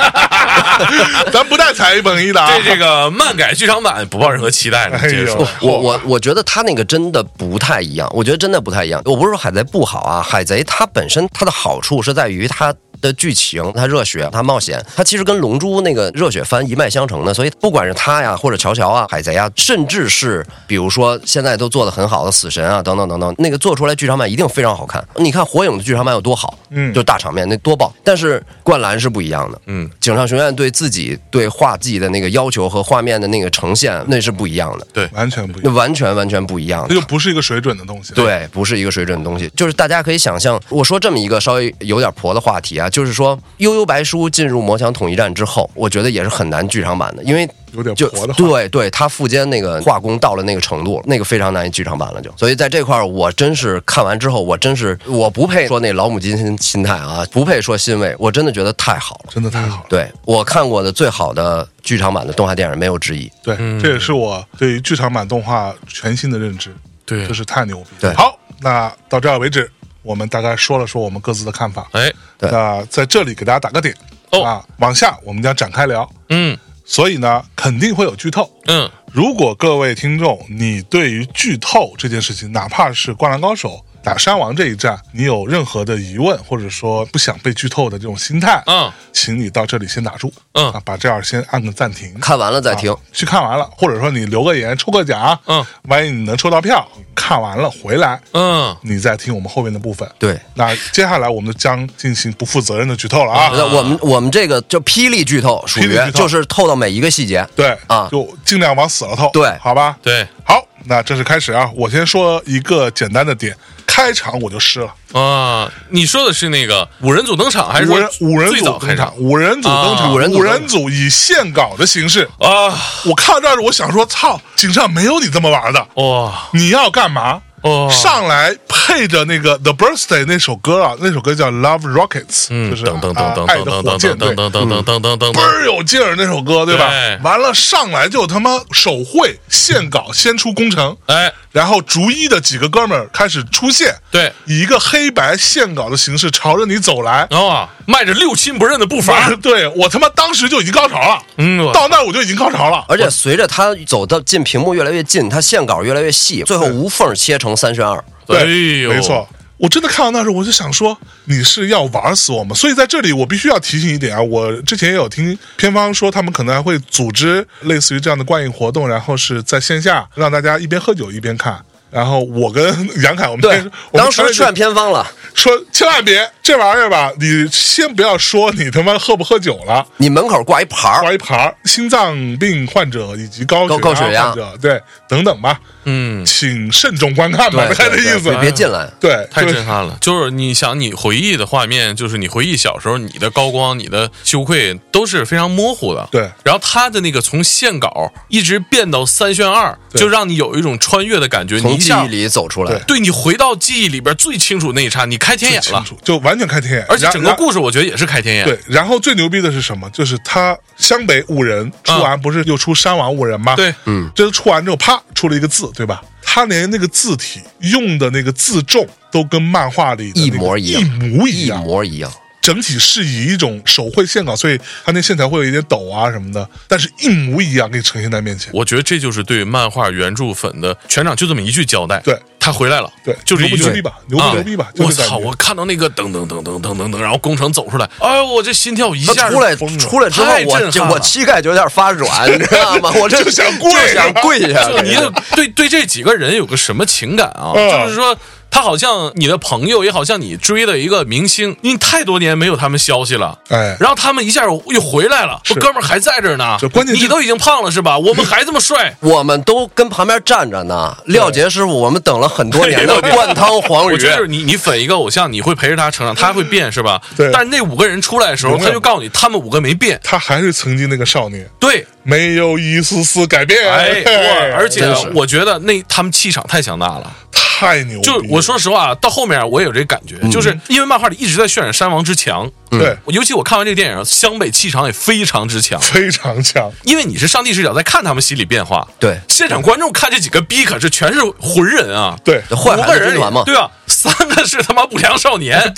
A: 咱不带踩一捧一的啊
B: 对。这个漫改剧场版不抱任何期待 了，
A: 哎呦
B: 接着说。
C: 我我我觉得他那个真的不太一样，我觉得真的不太一样。我不是说海贼不好啊，海贼它本身它的好处是在于它。的剧情，它热血，它冒险，它其实跟《龙珠》那个热血番一脉相承的，所以不管是它呀，或者乔乔啊、海贼啊，甚至是比如说现在都做的很好的《死神》啊，等等等等，那个做出来剧场版一定非常好看。你看《火影》的剧场版有多好，
A: 嗯
C: 就大场面那多棒。但是《灌篮》是不一样的，
B: 嗯，
C: 井上雄彦对自己对画技的那个要求和画面的那个呈现，那是不一样的。
A: 完全不一
C: 那
A: 样，
C: 完全完全不一样
A: 这。就不是一个水准的东西。，
C: 对，不是一个水准的东西。就是大家可以想象，我说这么一个稍微有点婆的话题啊，就是说《悠悠白书》进入魔墙统一战之后，我觉得也是很难剧场版的，因为
A: 有点
C: 就
A: 婆的话，
C: 对对，他富坚那个画工到了那个程度，那个非常难以剧场版了就。所以在这块儿，我真是看完之后，我真是我不配说那老母鸡心心态啊，不配说欣慰，我真的觉得太好了。
A: 真的太好了。
C: 对我看过的最好的剧场版的动画电影没有之一。
A: 对，
B: 嗯
A: 这也是我对于剧场版动画全新的认知，
B: 对
A: 就是太牛逼。
C: 对
A: 好，那到这儿为止。我们大概说了说我们各自的看法。
B: 哎，
C: 对
A: 那在这里给大家打个点
B: 哦
A: 啊，往下我们将展开聊。
B: 嗯
A: 所以呢，肯定会有剧透。
B: 嗯，
A: 如果各位听众你对于剧透这件事情，哪怕是《灌篮高手》打《山王》这一战，你有任何的疑问，或者说不想被剧透的这种心态，
B: 嗯，
A: 请你到这里先打住，
B: 嗯
A: 啊，把这儿先按个暂停，
C: 看完了再听
A: 啊。去看完了，或者说你留个言，抽个奖，
B: 嗯，
A: 万一你能抽到票，看完了回来，
B: 嗯，
A: 你再听我们后面的部分。
C: 对，
A: 那接下来我们将进行不负责任的剧透了啊！
C: 那我们我们这个就霹雳剧透，属
A: 霹雳
C: 于
A: 剧透
C: 就是透到每一个细节。
A: 对
C: 啊
A: 就尽量往死了透，
C: 对
A: 好吧，
B: 对，
A: 好，那正式开始啊！我先说一个简单的点，开场我就湿了。
B: 啊，你说的是那个五人组登场，还是
A: 五
B: 说
A: 人五人
B: 最
A: 组
B: 早
A: 登
B: 开
A: 场
B: 场，
A: 五人组登场，
C: 啊五人组
A: 五人组以线稿的形式。
B: 啊？
A: 我看到这儿，我想说，操，井上没有你这么玩的，
B: 哇
A: 你要干嘛？
B: 哦，
A: 上来配着那个 The Birthday 那首歌啊，那首歌叫 Love Rockets，、
B: 嗯，
A: 就是
B: 等等
A: 啊
B: 等等
A: 爱
B: 等
A: 的
B: 等
A: 火
B: 等
A: 箭
B: 等
A: 队嗯
B: 等，等等等等等
A: 倍
B: 等，
A: 儿有劲儿那首歌，对吧？
B: 对
A: 完了上来就他妈手绘线稿，先出工程，
B: 哎，
A: 然后逐一的几个哥们儿开始出现，
B: 对
A: 以一个黑白线稿的形式朝着你走来。
B: 然后啊，迈着六亲不认的步伐
A: 反，正对我他妈当时就已经高潮了，
B: 嗯我
A: 到那儿我就已经高潮了。
C: 而且随着他走到近屏幕越来越近，他线稿越来越细，最后无缝切成三选 二。
A: 对，
B: 哎呦
A: 没错。我真的看到那时候，我就想说，你是要玩死我吗？所以在这里，我必须要提醒一点啊，我之前也有听片方说，他们可能还会组织类似于这样的观影活动，然后是在线下让大家一边喝酒一边看。然后我跟杨凯，我们
C: 对，
A: 我们
C: 当时
A: 团队就
C: 劝片方了，
A: 说千万别这玩意儿吧，你先不要说你他妈喝不喝酒了，
C: 你门口挂一牌儿，
A: 挂一盘儿心脏病患者以及高
C: 高高
A: 血
C: 血压
A: 患者，对等等吧，
B: 嗯，
A: 请慎重观看吧，
C: 对
A: 大概的
C: 对
A: 意
C: 对
A: 思啊
C: 别。别进来。
A: 对，
B: 太
A: 就
B: 震撼了！就是你想，你回忆的画面，就是你回忆小时候你的高光、你的羞愧，都是非常模糊的。
A: 对
B: 然后他的那个从线稿一直变到三选二，
A: 对
B: 就让你有一种穿越的感觉。你一
C: 从记
B: 下
C: 忆，里走出来
A: 对，
B: 对你回到记忆里边最清楚那一刹，你开天
A: 最
B: 眼
A: 清
B: 了，
A: 楚，就完全开天眼，
B: 而且
A: 然
B: 整个
A: 然
B: 故事我觉得也是开天眼。
A: 对，然后最牛逼的是什么？就是他湘北五人出完，不是又出山王五人吗？
B: 对，
A: 嗯，这出完之后，啪出了一个字，对吧？他连那个字体用的那个字重都跟漫画里的那
C: 一
A: 个
C: 模一样，
A: 一模一
C: 一
A: 样，
C: 模一样。
A: 整体是以一种手绘线稿，所以它那线条会有一点抖啊什么的，但是一模一样给你呈现在面前。
B: 我觉得这就是对漫画原著粉的全场就这么一句交代。
A: 对，
B: 他回来了，
A: 对，
B: 就这
A: 牛
B: 一
A: 不
B: 句
A: 牛逼吧？牛不
B: 啊
A: 牛逼吧？就
B: 我
A: 这感
B: 操！
A: 觉
B: 我看到那个噔噔噔噔噔噔噔，然后工程走出来，哎呦，我这心跳一
C: 他
B: 下
C: 出来
A: 疯了
C: 出来之后
B: 太，震
C: 我
B: 撼
C: 这
B: 了
C: 我膝盖就有点 发软，你知道吗？我这
A: 就想跪
C: 就想跪下
B: 就。你
C: 给
B: 有
C: 他。
B: 对对这几个人有个什么情感啊？
A: 嗯
B: 就是说，他好像你的朋友，也好像你追的一个明星，你太多年没有他们消息了。
A: 哎，
B: 然后他们一下又回来了，
A: 是
B: 说哥们儿还在这儿呢
A: 这。关键是
B: 你都已经胖了是吧？我们还这么帅
C: 我们都跟旁边站着呢，廖杰师傅，我们等了很多 年的灌汤黄
B: 我
C: 鱼
B: 觉，得就是你，你粉一个偶像，你会陪着他成长，他会变是吧？
A: 对
B: 但是那五个人出来的时候，
A: 永远
B: 他就告诉你，他们五个没变。
A: 他还是曾经那个少年，
B: 对，
A: 没有一丝丝改变。
B: 哎，
A: 嘿
B: 哇！而且
C: 真是
B: 我觉得那他们气场太强大了。
A: 太牛逼
B: 就
A: 了！
B: 是我说实话，到后面我也有这感觉，就是因为漫画里一直在渲染山王之强，
A: 对，
B: 尤其我看完这个电影，湘北气场也非常之强，
A: 非常强，
B: 因为你是上帝视角在看他们心理变化，
C: 对
B: 现场观众看这几个逼可是全是浑人啊，
A: 对，
C: 坏
B: 五
C: 孩
B: 个
C: 子
B: 人
C: 军
B: 里
C: 团嘛，
B: 对吧？三个是他妈不良少年，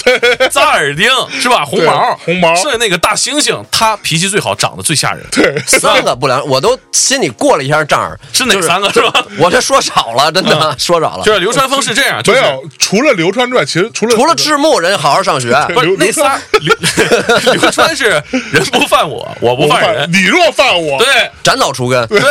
B: 扎耳钉是吧？红毛，
A: 对红毛
B: 剩下那个大猩猩，他脾气最好，长得最吓人，
A: 对，
C: 三个不良，我都心里过了一下账儿。
B: 是哪三个是吧？
C: 我这说少了，真的 说少了
B: 就。是流川枫是这样，就
A: 没
B: 是
A: 有除了流川之外，其实除了
C: 除了赤木，人好好上学。
A: 对
B: 不是
A: 流
B: 那仨， 流流川是人不犯我，我不
A: 我
B: 犯人，
A: 你若犯我，
B: 对。
C: 斩草除根，
B: 对，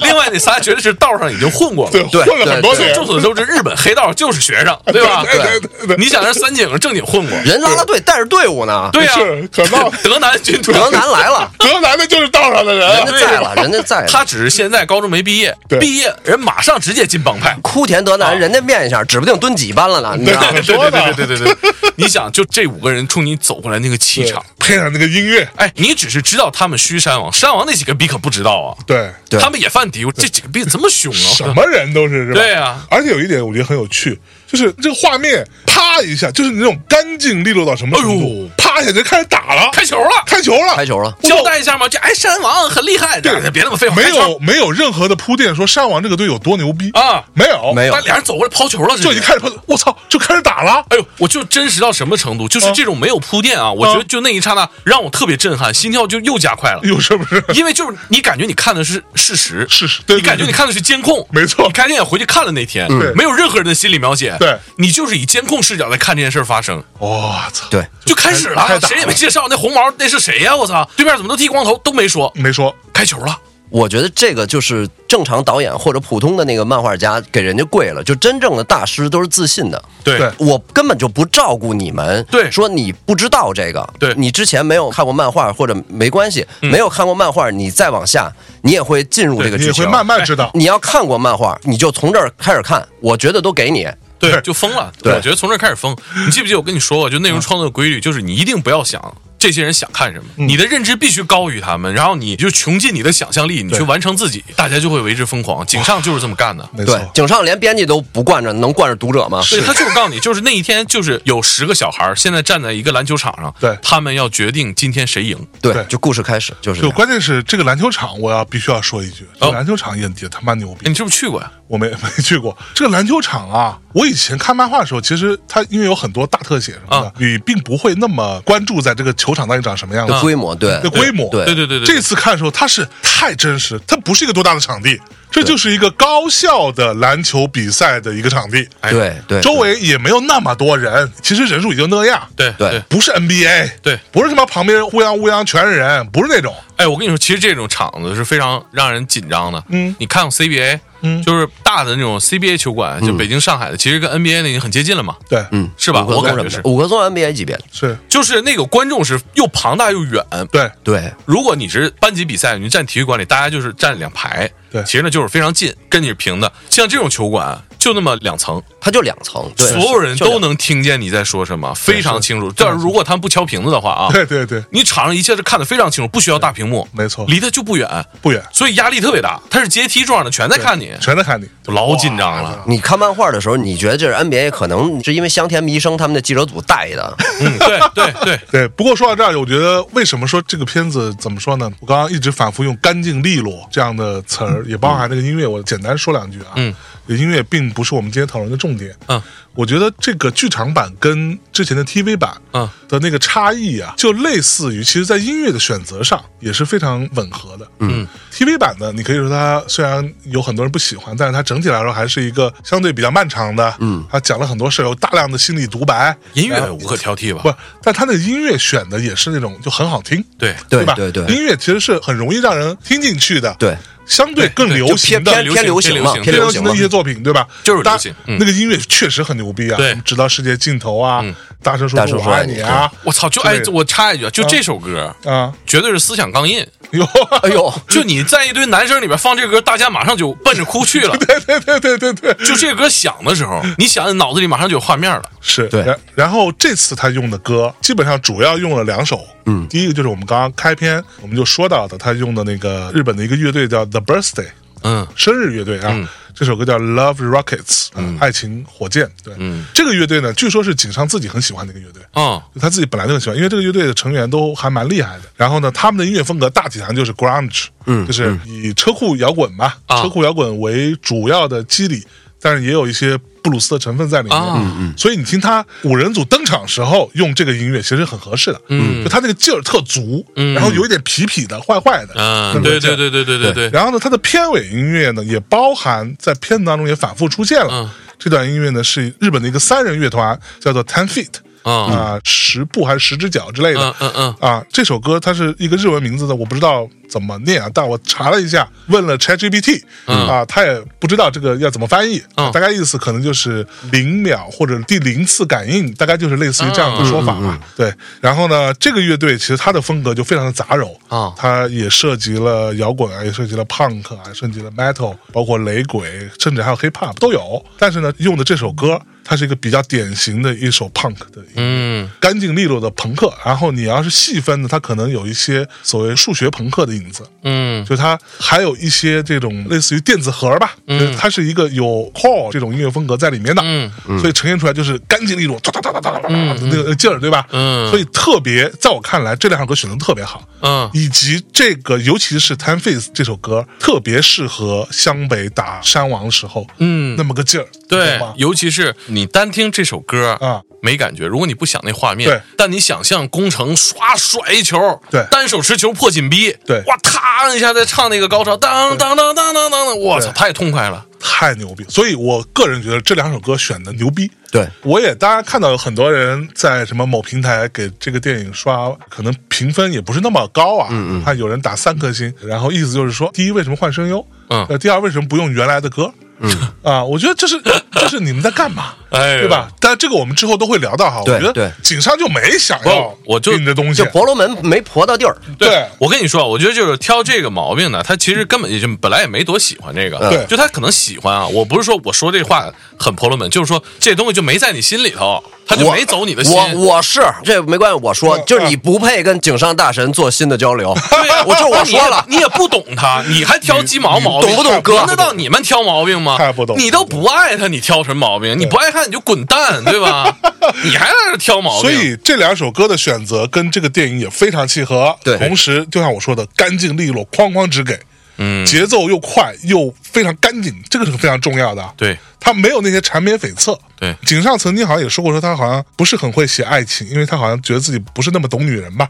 B: 另外那仨绝对是道上已经混过了。
C: 对
A: 混了很多
C: 对
A: 年，
B: 众所周知，日本黑道就是学生，对吧？
A: 对对对对
B: 你想让三井正经混过，
C: 人拉拉队带着队伍呢。
B: 对呀、
A: 是可闹
B: 德南军团，
C: 德南来了，
A: 德南的就是道上的
C: 人
A: 人，
C: 家在了，人家在了。
B: 他只是现在高中没毕业
A: 对，
B: 毕业人马上直接进帮派。
C: 哭田德南，人家面一下，指不定蹲几班了呢，你知道吗
A: 对？
B: 啊对
A: 说
B: 对
A: 呢
B: 对对对对，你想，就这五个人冲你走过来那个气
A: 对
B: 场，
A: 配上那个音乐，
B: 哎，你只是知道他们虚山王，山王那几个逼可不知道啊，
A: 对，
C: 对
B: 他们也犯嘀咕，这几个逼怎么这么凶啊？
A: 什么人都是，是吧？
B: 对啊
A: 而且有一点我觉得很有趣，就是这个画面啪一下，就是你那种干净利落到什么程
B: 哎
A: 度
B: 呦，
A: 啪拉起来就开始打了，
B: 开球了，
A: 开球了，
C: 开球了，
A: 我
B: 交代一下嘛，这哎山王很厉害，对，别那么废话，
A: 没
B: 开球
A: 有没有任何的铺垫说山王这个队有多牛逼，
B: 啊，
A: 没有
C: 没有
B: 但俩人走过来抛球了，这
A: 就已经开始喷，我操，就开始打了。
B: 哎呦，我就真实到什么程度？
A: 嗯
B: 就是这种没有铺垫啊，我觉得就那一刹那让我特别震撼，心跳就又加快了，
A: 有是不是？
B: 因为就是你感觉你看的是事实，
A: 事实对对
B: 你感觉你看的是监控，
A: 没错
B: 你开电影回去看了那天，
A: 对
B: 没有任何人的心理描写，
A: 对
B: 你就是以监控视角在看这件事儿发生，
A: 我操，
C: 对，
B: 就开始
A: 开打
B: 了，
A: 了
B: 谁也没介绍那红毛那是谁呀？我操，对面怎么都剃光头都没说，
A: 没说
B: 开球了，
C: 我觉得这个就是正常导演或者普通的那个漫画家给人家跪了，就真正的大师都是自信的。
A: 对
C: 我根本就不照顾你们，
B: 对
C: 说你不知道这个，
B: 对
C: 你之前没有看过漫画或者没关系，没有看过漫画，你再往下，你也会进入这个
A: 你
C: 剧
A: 会
C: 情。
A: 慢
B: 哎
A: 慢知道。
C: 你要看过漫画，你就从这儿开始看，我觉得都给你。
B: 对，
A: 对
B: 就疯了。
C: 对
B: 我觉得从这儿开始疯。你记不记得我跟你说过，就内容创作的规律，就是你一定不要想这些人想看什么，你的认知必须高于他们，然后你就穷尽你的想象力，你去完成自己，大家就会为之疯狂。井上就是这么干的。
A: 没
C: 对
A: 错，，
C: 井上连编辑都不惯着，能惯着读者吗？
B: 对他就是告诉你，就是那一天，就是有十个小孩儿现在站在一个篮球场上，
A: 对
B: 他们要决定今天谁赢。
C: 对，
A: 对
C: 就故事开始就是这
A: 就
C: 样。
A: 关键是这个篮球场，我要必须要说一句，这
B: 哦
A: 篮球场也也他妈牛
B: 哎
A: 逼，
B: 你是不是去过呀？
A: 我没 没去过这个篮球场啊。我以前看漫画的时候，其实它因为有很多大特写什么的
B: 啊，
A: 你并不会那么关注在这个球场到底长什么样子
C: 的，规模，对
A: 这规模。
C: 对
B: 对对对对，
A: 这次看的时候，它是太真实，它不是一个多大的场地，这就是一个高效的篮球比赛的一个场地，
B: 哎
C: 对对，
A: 周围也没有那么多人，其实人数也就那样，
B: 对
C: 对
B: 对
A: 不是 NBA，
B: 对，
A: 不是他妈旁边乌泱乌泱全是人，不是那种，
B: 哎，我跟你说，其实这种场子是非常让人紧张的。
A: 嗯
B: 你看过 CBA，
A: 嗯
B: 就是大的那种 CBA 球馆，就北京、上海的，其实跟 NBA 那已经很接近了嘛，
A: 对，
C: 嗯，
B: 是吧？
C: 五棵
B: 我
C: 松
B: 感
C: 什
B: 觉
C: 么
B: 是
C: 的，，五棵松 NBA 级别的，
A: 是
B: 就是那个观众是又庞大又远。
A: 对，
C: 对
B: 如果你是班级比赛，你站体育馆里，大家就是站两排，
A: 对
B: 其实呢就是非常近，跟你是平的。像这种球馆就那么两层，
C: 它就两层，对，
B: 所有人
C: 就两
B: 都能听见你在说什么，非常清楚。但是如果他们不敲瓶子的话啊，
A: 对对对，
B: 你场上一切是看得非常清楚，不需要大屏幕，
A: 没错
B: 离他就不远，
A: 不远，
B: 所以压力特别大。它是阶梯状的，全在看你，
A: 全在看你，
B: 就老紧张了。
C: 你看漫画的时候，你觉得这是 NBA，可能是因为香田弥生他们的记者组带的，
B: 嗯，对对 对，
A: 对，不过说到这儿，我觉得为什么说这个片子怎么说呢？我刚刚一直反复用“干净利落”这样的词儿，也包含那个音乐。我简单说两句啊，
B: 嗯，
A: 音乐并不是我们今天讨论的重点。
B: 嗯，
A: 我觉得这个剧场版跟之前的 TV 版，
B: 嗯
A: 的那个差异啊，就类似于，其实，在音乐的选择上也是非常吻合的。
B: 嗯
A: ，TV 版呢，你可以说它虽然有很多人不喜欢，但是它整体来说还是一个相对比较漫长的。嗯，它讲了很多事儿，有大量的心理独白。
B: 音
A: 然
B: 乐
A: 后
B: 无可挑剔吧？
A: 不，但他的音乐选的也是那种就很好听，
B: 对，
C: 对
A: 吧？
C: 对对
A: 音乐其实是很容易让人听进去的，
C: 对，
A: 相对更流行的
C: 偏
B: 流行
C: 流行嘛
B: 偏
A: 偏
C: 偏
A: 流
C: 流
A: 行
C: 行
A: 的
C: 嘛
A: 一些作品，对吧？
B: 就是
A: 大
B: 流行嗯
A: 那个音乐确实很牛逼啊，
B: 对
A: 什么直到世界尽头啊，大声说
C: 大
A: 出
C: 声
A: 我
C: 说
A: 爱
C: 爱
A: 你
C: 你
A: 啊
B: 我操！就
A: 之类
B: 哎
A: 的，
B: 我插一句，
A: 嗯
B: 就这首歌，
A: 啊，
B: 绝对是思想钢印。
A: 哟，
C: 哎呦，
B: 就你在一堆男生里边放这歌，大家马上就奔着哭去 了。
A: 对对对对对对，
B: 就这歌响的 时候，你想脑子里马上就有画面了。
A: 是
C: 对
A: 然然后这次他用的歌基本上主要用了两首，嗯，第一个就是我们刚刚开篇我们就说到的，他用的那个日本的一个乐队叫 The Birthday，
B: 嗯，嗯
A: 生日乐队啊，这首歌叫《Love Rockets》，爱情火箭。对，这个乐队呢，据说是井上自己很喜欢的一个乐队。
B: 哦，
A: 就他自己本来就很喜欢，因为这个乐队的成员都还蛮厉害的。然后呢，他们的音乐风格大体上就是 grunge，嗯，就是以车库摇滚吧，
B: 啊
A: 车库摇滚为主要的基底，但是也有一些布鲁斯的成分在里面。
B: 啊嗯
A: 所以你听他五人组登场时候用这个音乐，其实很合适的。嗯，就他那个劲儿特足，嗯、然后有一点痞痞的、坏坏的，
B: 嗯，
A: 那种
B: 对
A: 劲
B: 对
A: 儿
B: 对对对对对，
A: 然后呢，它的片尾音乐呢，也包含在片子当中也反复出现了。
B: 嗯
A: 这段音乐呢是日本的一个三人乐团，叫做 Ten Feet 啊、
B: 嗯
A: 十步还是十只脚之类的。
B: 嗯嗯嗯，
A: 啊，这首歌它是一个日文名字的，我不知道怎么念啊，但我查了一下，问了 ChatGPT，、啊，他也不知道这个要怎么翻译，
B: 嗯
A: 大概意思可能就是零秒或者第零次感应，大概就是类似于这样的说法
B: 嗯
A: 吧。对，然后呢，这个乐队其实它的风格就非常的杂糅
B: 啊
A: 它也涉及了摇滚啊，也涉及了 punk 啊，涉及了 metal，包括雷鬼，甚至还有 hip hop 都有。但是呢，用的这首歌，它是一个比较典型的一首 punk 的音乐
B: 嗯
A: 干净利落的朋克，然后你要是细分呢，它可能有一些所谓数学朋克的影子，
B: 嗯
A: 就它还有一些这种类似于电子盒吧，嗯，它是一个有 core 这种音乐风格在里面的，
B: 嗯
A: 所以呈现出来就是干净利落，哒哒哒哒哒哒哒哒那个劲儿，对吧？
B: 嗯
A: 所以特别，在我看来，这两首歌选的特别好，
B: 嗯
A: 以及这个，尤其是《Time Face》这首歌，特别适合湘北打山王的时候，
B: 嗯，
A: 那么个劲儿，
B: 对
A: 懂吗，
B: 尤其是你单听这首歌
A: 啊，
B: 没感觉。如果你不想那画
A: 对
B: 面，但你想象工程唰甩一球，
A: 对
B: 单手持球破紧逼，
A: 对
B: 哇，嗒一下在唱那个高潮，当当当当当当当，我操，
A: 对
B: 太痛快了。
A: 太牛逼！所以我个人觉得这两首歌选的牛逼。
C: 对，
A: 我也当然看到有很多人在什么某平台给这个电影刷，可能评分也不是那么高啊。嗯嗯，看有人打三颗星，然后意思就是说，第一为什么换声优？
B: 嗯
A: 呃，第二为什么不用原来的歌？嗯 啊，我觉得这是 这是你们在干嘛？
B: 哎呦
A: 对吧？但这个我们之后都会聊到哈。我
C: 对
A: 觉得
C: 对
A: 井上就没想要
B: 不我就
A: 给你的东西
C: 就，婆罗门没婆到地儿，
B: 嗯
A: 对
B: 我跟你说，我觉得就是挑这个毛病呢，他其实根本也就本来也没多喜欢这个，
A: 对
B: 就他可能喜欢啊。我不是说我说这话很婆罗门，就是说这东西就没在你心里头，他就
C: 我
B: 没走你的心。
C: 我我是这没关系，我说
A: 嗯
C: 就是你不配跟井上大神做新的交流，
B: 对啊呀
C: 啊我就我说了，
B: 你也你也不懂他，你还挑鸡毛毛病，
C: 你懂不懂哥
B: 轮得到你们挑毛病吗？
A: 太不懂
B: 你都不爱他，你挑什么毛病？你不爱看你就滚蛋，对吧？你还在这挑毛病，
A: 所以这两首歌的选择跟这个电影也非常契合。
C: 对
A: 同时就像我说的，干净利落，哐哐直给，
B: 嗯，
A: 节奏又快又非常干净，这个是非常重要的啊。
B: 对
A: 他没有那些缠绵悱恻。
B: 对
A: 井上曾经好像也说过，说他好像不是很会写爱情，因为他好像觉得自己不是那么懂女人 吧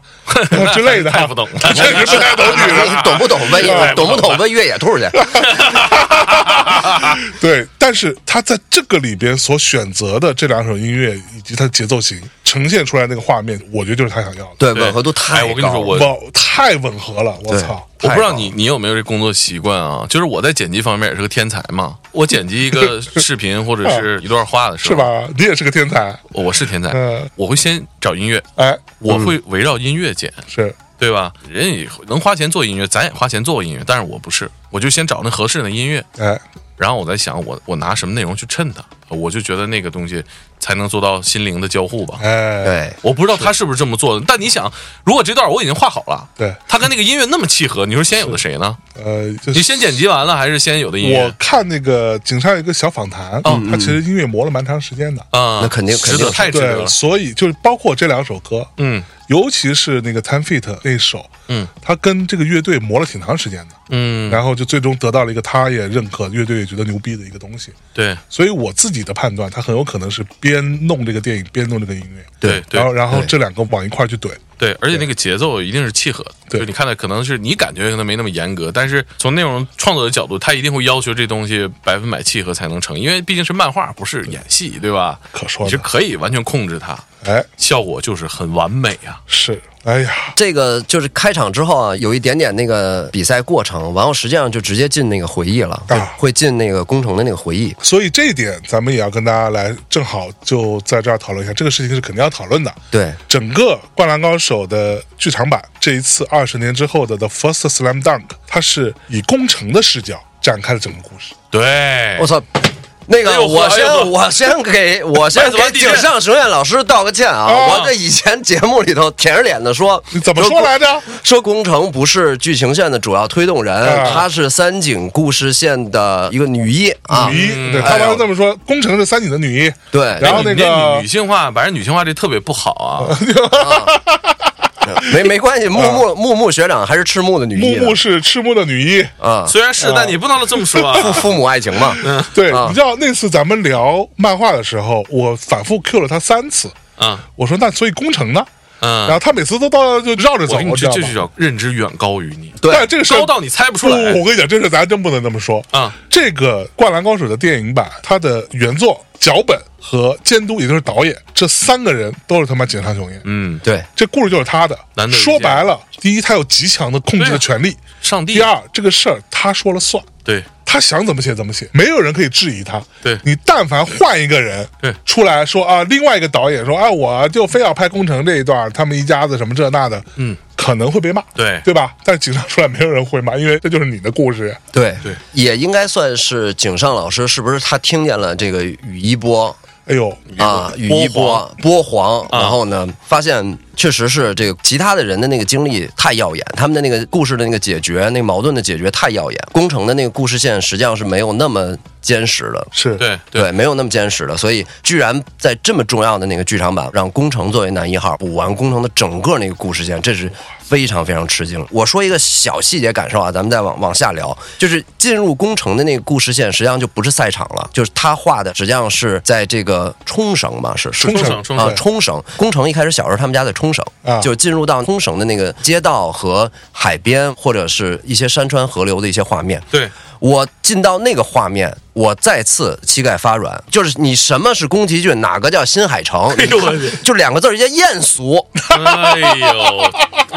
A: 之类的啊。
B: 太不懂了
A: 确实不太懂女人。
C: 懂不懂问
B: 对
C: 懂不懂问越野兔去，
A: 对，但是他在这个里边所选择的这两首音乐以及他的节奏型呈现出来那个画面，我觉得就是他想要的。
C: 对吻合度
B: 哎
C: 太高了，
B: 我跟你说我
A: 吻太吻合了，我
C: 对
A: 操！
B: 我不知道
C: 太高
B: 你你有没有这工作习惯啊？就是我在剪辑方面也是个天才嘛。我剪辑一个视频或者是一段话的时
A: 是
B: 候，？
A: 吧？你也是个天才，
B: 我是天才
A: 嗯，
B: 我会先找音乐，
A: 哎，
B: 我会围绕音乐剪，
A: 是
B: 对吧？人也能花钱做音乐，咱也花钱做音乐，但是我不是，我就先找那合适的音乐，
A: 哎，
B: 然后我在想我我拿什么内容去衬它，我就觉得那个东西才能做到心灵的交互吧。
A: 哎，
C: 对
B: 我不知道他是不是这么做的，但你想，如果这段我已经画好了，
A: 对
B: 他跟那个音乐那么契合，你说先有的谁呢？
A: 呃，就
B: 你
A: 是
B: 先剪辑完了，还是先有的音
A: 我
B: 乐？
A: 看那个井上有一个小访谈，他其实音乐磨了蛮长时间的，
B: 啊，
C: 那肯定
B: 值
C: 肯定
B: 得，
C: 是
B: 太值得
A: 对，
B: 了。
A: 所以就是包括这两首歌，
B: 嗯
A: 尤其是那个 Ten Feet 那首，
B: 嗯，
A: 他跟这个乐队磨了挺长时间的，
B: 嗯，
A: 然后就最终得到了一个他也认可，乐队也觉得牛逼的一个东西。
B: 对
A: 所以我自己的判断，他很有可能是边弄这个电影边弄这个音乐，
B: 对
A: 然后
B: 对
A: 然后
C: 对
A: 这两个往一块儿去怼，
B: 对，而且那个节奏一定是契合的。
A: 对
B: 就你看的可能是你感觉可能没那么严格，但是从内容创作的角度，他一定会要求这东西百分百契合才能成，因为毕竟是漫画，不是演戏，对吧？
A: 可说
B: 你是
A: 呢，
B: 可以完全控制它，
A: 哎，
B: 效果就是很完美啊。
A: 是，哎呀，
C: 这个就是开场之后啊，有一点点那个比赛过程，然后实际上就直接进那个回忆了，
A: 啊
C: 会进那个工程的那个回忆。
A: 所以这一点咱们也要跟大家来，正好就在这儿讨论一下，这个事情是肯定要讨论的。
C: 对，
A: 整个《灌篮高手》的剧场版，这一次二十年之后的《The First Slam Dunk》，它是以工程的视角展开了整个故事。哎
B: 对
C: 我，操，那
B: 哎
C: 个
B: 呦
C: 我
B: 哎呦
C: 先我先给我 先
B: 麦子王弟
C: 给
B: 弟
C: 井上雄彦老师道个歉啊，
A: 啊
C: 我这以前节目里头舔着脸的说，
A: 你怎么说来着？
C: 说工程不是剧情线的主要推动人，
A: 啊
C: 她是三井故事线的一个女一啊。
A: 女一，对，他
C: 哎
A: 们
C: 呦
A: 这么说，工程是三井的女一，
C: 对
A: 然后那
B: 哎你女
A: 个
B: 女性化，反正女性化这特别不好啊。
C: 没没关系，木木木木学长还是赤木的女
A: 木
C: 一的
A: 啊木是赤木的女一。
C: 啊，
B: 虽然是，但你不能这么说
C: 父
B: 啊。
C: 父母爱情嘛，
A: 对，
C: 啊
A: 你知道那次咱们聊漫画的时候，我反复 Q 了他三次，
B: 嗯
A: 我说那所以工程呢？然
B: 嗯，
C: 啊
A: 后他每次都到就绕着走，
B: 我跟你
A: 知
B: 说，
A: 道
B: 这
A: 吗
B: 就？叫认知远高于你，
C: 对
A: 但这个事儿
B: 高到你猜不出来
A: 不，我跟你讲，这事咱真不能这么说
B: 啊！
A: 这个《灌篮高手》的电影版，它的原作、脚本和监督，也就是导演，这三个人都是他妈井上雄彦。
B: 嗯，
C: 对
A: 这故事就是他的
B: 难得。一见
A: 说白了，第一，他有极强的控制
B: 对
A: 的
B: 啊
A: 权利；
B: 上帝
A: 第，二，这个事儿他说了算，
B: 对
A: 他想怎么写怎么写，没有人可以质疑他。
B: 对
A: 你，但凡换一个人，
B: 对
A: 出来说啊，另外一个导演说啊，我就非要拍工程这一段，他们一家子什么这那的，
B: 嗯，
A: 可能会被骂，
B: 对
A: 对吧？但警察出来，没有人会骂，因为这就是你的故事。
C: 对
B: 对，
C: 也应该算是井上老师是不是他听见了这个雨衣波
A: 哎呦，
C: 啊啊，雨衣波波黄，然后呢，发现确实是这个其他的人的那个经历太耀眼，他们的那个故事的那个解决，那个矛盾的解决太耀眼。工程的那个故事线实际上是没有那么坚实的，
A: 是
B: 对对
C: 对，没有那么坚实的，所以居然在这么重要的那个剧场版，让工程作为男一号补完工程的整个那个故事线，这是非常非常吃惊。我说一个小细节感受啊，咱们再往往下聊，就是进入工程的那个故事线，实际上就不是赛场了，就是他画的实际上是在这个冲绳嘛，是是
A: 冲
B: 绳
A: 绳
B: 冲绳
C: 啊，冲绳。工程一开始小时候他们家在冲绳，
A: 啊
C: 就进入到冲绳的那个街道和海边，或者是一些山川河流的一些画面。
B: 对，
C: 我进到那个画面，我再次膝盖发软。就是你什么是宫崎骏，哪个叫新海诚？
B: 哎呦我的
C: 就两个字儿，人家艳俗，
B: 哎呦，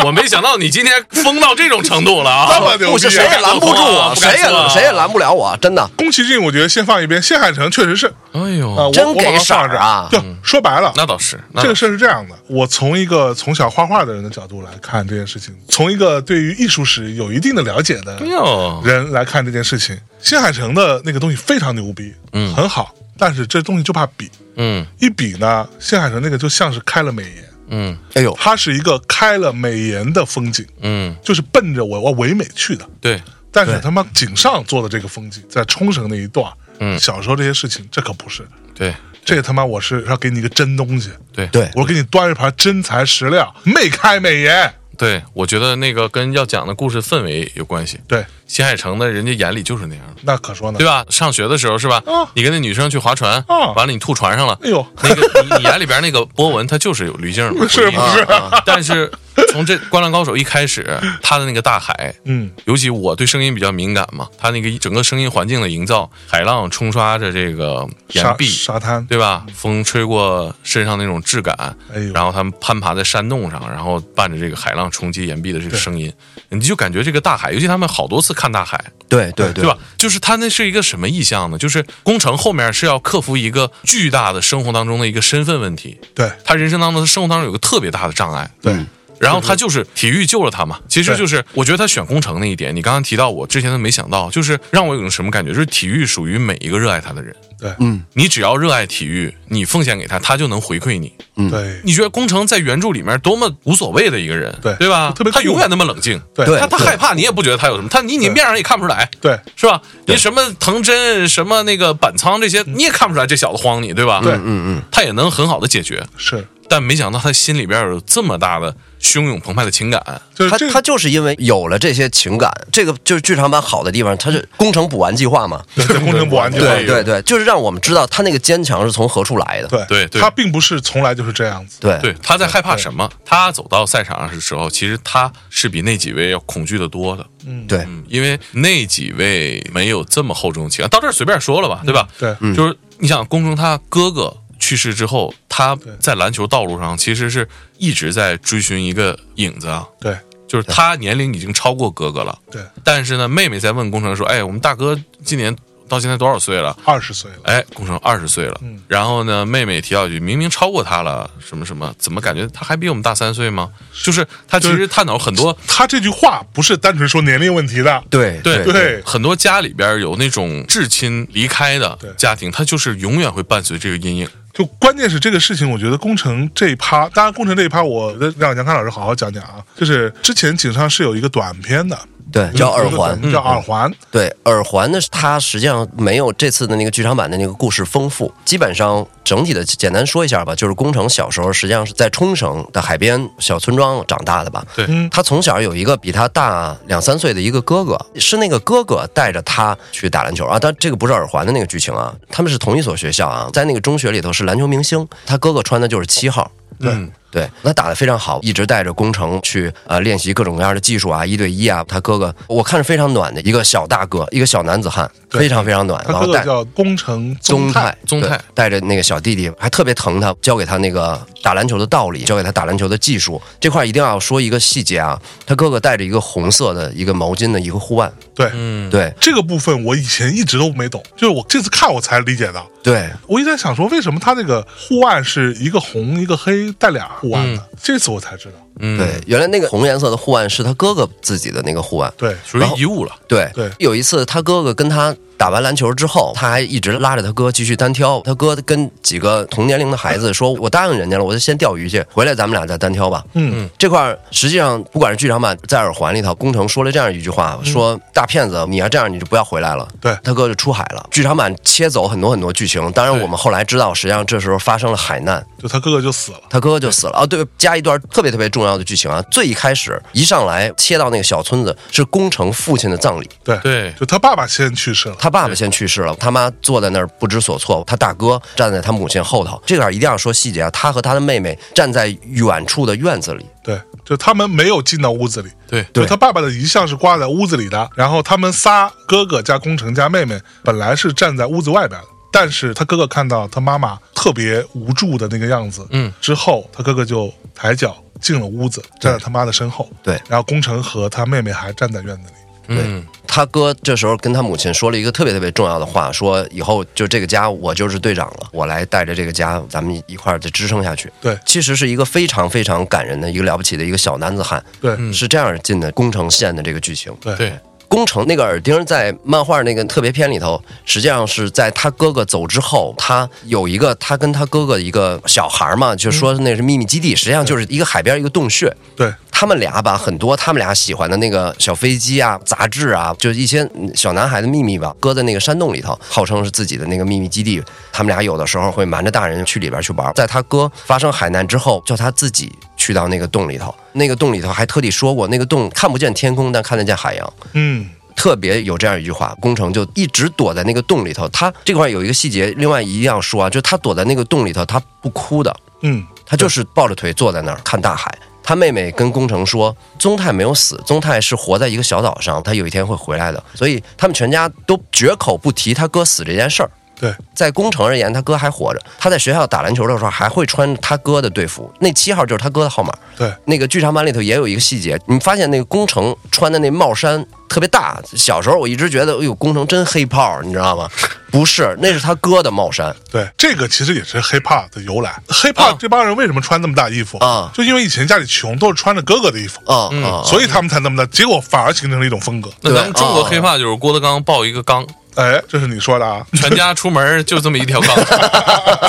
B: 我没想到你今天疯到这种程度了
A: 这
B: 啊！
A: 么牛
C: 不
A: 逼
C: 是
A: 啊！
C: 谁也拦不住我，
B: 不
C: 谁
B: 敢
C: 也
B: 说啊
C: 谁也拦不了我，真的。
A: 宫崎骏我觉得先放一边，新海诚确实是
B: 哎
A: 啊，
B: 呦，
A: 我
C: 真
A: 我
C: 给
A: 往上
C: 色儿
A: 放着
C: 啊
A: 就说白了，
B: 嗯那倒是，那
A: 这
B: 倒
A: 个
B: 是
A: 事儿是这样的，我从一个从小画画的人的角度来看这件事情，从一个对于艺术史有一定的了解的
B: 哎呦，
A: 人来看这件事情，新海诚的那个东西非常牛逼，嗯，很好，但是这东西就怕比，
B: 嗯
A: 一比呢，新海诚那个就像是开了美颜，
B: 嗯
C: 哎呦，
A: 它是一个开了美颜的风景，
B: 嗯，
A: 就是奔着我我唯美去的，
B: 对，
A: 但是他妈井上做的这个风景，在冲绳那一段，
B: 嗯
A: 小时候这些事情，这可不是，
B: 对
A: 这他妈我是要给你一个真东西，
B: 对
C: 对
A: 我给你端一盘真材实料，没开美颜。
B: 对，我觉得那个跟要讲的故事氛围有关系。
A: 对，
B: 新海诚的人家眼里就是那样的，
A: 那可说呢
B: 对。吧？上学的时候是吧
A: 啊？
B: 你跟那女生去划船，
A: 啊
B: 完了你吐船 上了，
A: 哎呦，
B: 那个你你眼里边那个波纹，它就是有滤镜的，
A: 是
B: 不一
A: 不
B: 样
A: 是？
C: 啊
B: 但是啊从这《灌篮高手》一开始，他的那个大海，
A: 嗯，
B: 尤其我对声音比较敏感嘛，他那个整个声音环境的营造，海浪冲刷着这个岩
A: 沙
B: 壁，
A: 沙滩，
B: 对吧？风吹过身上那种质感，
A: 哎呦
B: 然后他们攀爬在山洞上，然后伴着这个海浪冲击岩壁的这个声音，你就感觉这个大海，尤其他们好多次看大海，
C: 对对
B: 对吧？就是它那是一个什么意象呢？就是工程后面是要克服一个巨大的生活当中的一个身份问题，
A: 对
B: 他人生当中生活当中有个特别大的障碍，
A: 对，
B: 然后他就是体育救了他嘛，其实
A: 对
B: 就是我觉得他选工程那一点，你刚刚提到我之前都没想到，就是让我有种什么感觉，就是体育属于每一个热爱他的人，
A: 对，
C: 嗯
B: 你只要热爱体育，你奉献给他，他就能回馈你。
A: 对，
B: 你觉得工程在原著里面多么无所谓的一个人，
A: 对
B: 对吧
A: 就特别？
B: 他
A: 酷
B: 永远那么冷静，
A: 对
C: 对
B: 他他害怕你也不觉得他有什么，他你你面上也看不出来，
A: 对，嗯
B: 是吧？你什么藤真什么那个板仓这些，你也看不出来这小子慌你，对吧？
A: 对
C: 嗯嗯，
B: 他也能很好的解决，
A: 是，
B: 但没想到他心里边有这么大的汹涌澎湃的情感。
A: 就是
C: 他
A: 这
C: 他
A: 个，
C: 就是因为有了这些情感，这个就是剧场版好的地方，它是工程补完计划嘛。
A: 对工程不完就
B: 对
A: 完
C: 对对对，就是让我们知道他那个坚强是从何处来的。
A: 对
B: 对对
A: 他并不是从来就是这样子。
C: 对
B: 对，他在害怕什么？他走到赛场上的时候，其实他是比那几位要恐惧的多的。
C: 对
B: 嗯，因为那几位没有这么厚重情感。到这儿随便说了吧，对吧？
A: 对
B: 就是你想，宫城他哥哥去世之后，他在篮球道路上其实是一直在追寻一个影子啊，
A: 对
B: 就是他年龄已经超过哥哥了，
A: 对，
B: 但是呢，妹妹在问宫城说：“哎，我们大哥今年到现在多少岁了？”
A: 二十岁了，
B: 哎，宫城二十岁了，然后呢，妹妹也提到一句，明明超过他了，什么什么，怎么感觉他还比我们大三岁吗？就是他其
A: 就是
B: 实探讨很多
A: 他这句话不是单纯说年龄问题的，
C: 对
B: 对
A: 对
B: 很多家里边有那种至亲离开的
A: 对
B: 家庭，他就是永远会伴随这个阴影。
A: 就关键是这个事情，我觉得工程这一趴，当然工程这一趴，我得让杨康老师好好讲讲啊。就是之前井上是有一个短片的，
C: 对，叫耳环。
A: 叫耳环，
C: 对，耳环呢，它实际上没有这次的那个剧场版的那个故事丰富。基本上整体的简单说一下吧，就是宫城小时候实际上是在冲绳的海边小村庄长大的吧。
B: 对
A: 嗯
C: 他从小有一个比他大两三岁的一个哥哥，是那个哥哥带着他去打篮球啊。但这个不是耳环的那个剧情啊，他们是同一所学校啊，在那个中学里头是篮球明星，他哥哥穿的就是七号。
B: 嗯
A: 对
C: 对，他打得非常好，一直带着工程去呃练习各种各样的技术啊，一对一啊。他哥哥我看着非常暖的一个小大哥，一个小男子汉，
A: 对
C: 非常非常暖。
A: 他
C: 然
A: 哥
C: 后
A: 哥
C: 带
A: 叫工程
C: 宗
A: 泰，
B: 宗
C: 对
B: 泰
C: 带着那个小弟弟，还特别疼他，教给他那个打篮球的道理，教给他打篮球的技术。这块儿一定要说一个细节啊，他哥哥带着一个红色的一个毛巾的一个护腕，
A: 对。
B: 嗯，
C: 对
A: 这个部分我以前一直都没懂，就是我这次看我才理解到。
C: 对
A: 我一直在想说，为什么他那个护腕是一个红一个黑带俩护腕的？这次我才知道，
B: 嗯，
C: 对，，原来那个红颜色的护腕是他哥哥自己的那个护腕。
A: 对，
B: 属于遗物了。
C: 对，
A: 对
C: 有一次他哥哥跟他打完篮球之后，他还一直拉着他哥继续单挑。他哥跟几个同年龄的孩子说：“我答应人家了，我就先钓鱼去，回来咱们俩再单挑吧。”
A: 嗯，
C: 这块儿实际上不管是剧场版在耳环里头，工程说了这样一句话，说大骗子，你要这样你就不要回来了。
A: 对
C: 他哥就出海了。剧场版切走很多很多剧情，当然
B: 对
C: 我们后来知道，实际上这时候发生了海难，
A: 就他哥哥就死了。
C: 他哥哥就死了啊。对，加一段特别特别重要的剧情啊，最一开始一上来切到那个小村子是工程父亲的葬礼。
A: 对
B: 对
A: 就他爸爸先去世了。
C: 他爸爸先去世了，他妈坐在那儿不知所措，他大哥站在他母亲后头。这点儿一定要说细节啊，他和他的妹妹站在远处的院子里，
A: 对，就他们没有进到屋子里。
B: 对
A: 就他爸爸的遗像是挂在屋子里的，然后他们仨哥哥加工程加妹妹本来是站在屋子外边的，但是他哥哥看到他妈妈特别无助的那个样子，
B: 嗯，
A: 之后他哥哥就抬脚进了屋子，站在他妈的身后，
C: 对
A: 然后工程和他妹妹还站在院子里，
B: 嗯，
C: 他哥这时候跟他母亲说了一个特别特别重要的话，说以后就这个家我就是队长了，我来带着这个家，咱们一块儿再支撑下去。
A: 对
C: 其实是一个非常非常感人的一个了不起的一个小男子汉，
A: 对、
B: 嗯
C: 是这样进的宫城县的这个剧情。
A: 对
B: 对，
C: 宫城那个耳钉在漫画那个特别篇里头，实际上是在他哥哥走之后，他有一个他跟他哥哥一个小孩儿嘛，就说那是秘密基地，实际上就是一个海边一个洞穴。
A: 对
C: 他们俩把很多他们俩喜欢的那个小飞机啊、杂志啊，就是一些嗯小男孩的秘密吧，搁在那个山洞里头，号称是自己的那个秘密基地。他们俩有的时候会瞒着大人去里边去玩。在他哥发生海难之后，叫他自己去到那个洞里头，那个洞里头还特地说过，那个洞看不见天空，但看得见海洋。
A: 嗯，
C: 特别有这样一句话，工程就一直躲在那个洞里头。他这块有一个细节，另外一定要说啊，就他躲在那个洞里头，他不哭的，
A: 嗯，
C: 他就是抱着腿坐在那儿看大海。他妹妹跟工程说，宗泰没有死，宗泰是活在一个小岛上，他有一天会回来的。所以他们全家都绝口不提他哥死这件事儿。
A: 对
C: 在工程而言，他哥还活着。他在学校打篮球的时候，还会穿他哥的队服，那七号就是他哥的号码。
A: 对
C: 那个剧场版里头也有一个细节，你发现那个工程穿的那帽衫特别大。小时候我一直觉得，哎呦，工程真黑炮，你知道吗？不是，那是他哥的帽衫。
A: 对，这个其实也是 hiphop 的由来。hiphop
B: 啊
A: 这帮人为什么穿那么大衣服
C: 啊
A: 就因为以前家里穷，都是穿着哥哥的衣服。嗯
C: 啊、啊！
A: 所以他们才那么大，结果反而形成了一种风格。
B: 嗯那咱们中国
C: 对哦
B: 黑怕就是郭德纲抱一个缸，
A: 哎，这是你说的啊？
B: 全家出门就这么一条缸，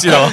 B: 记得吗？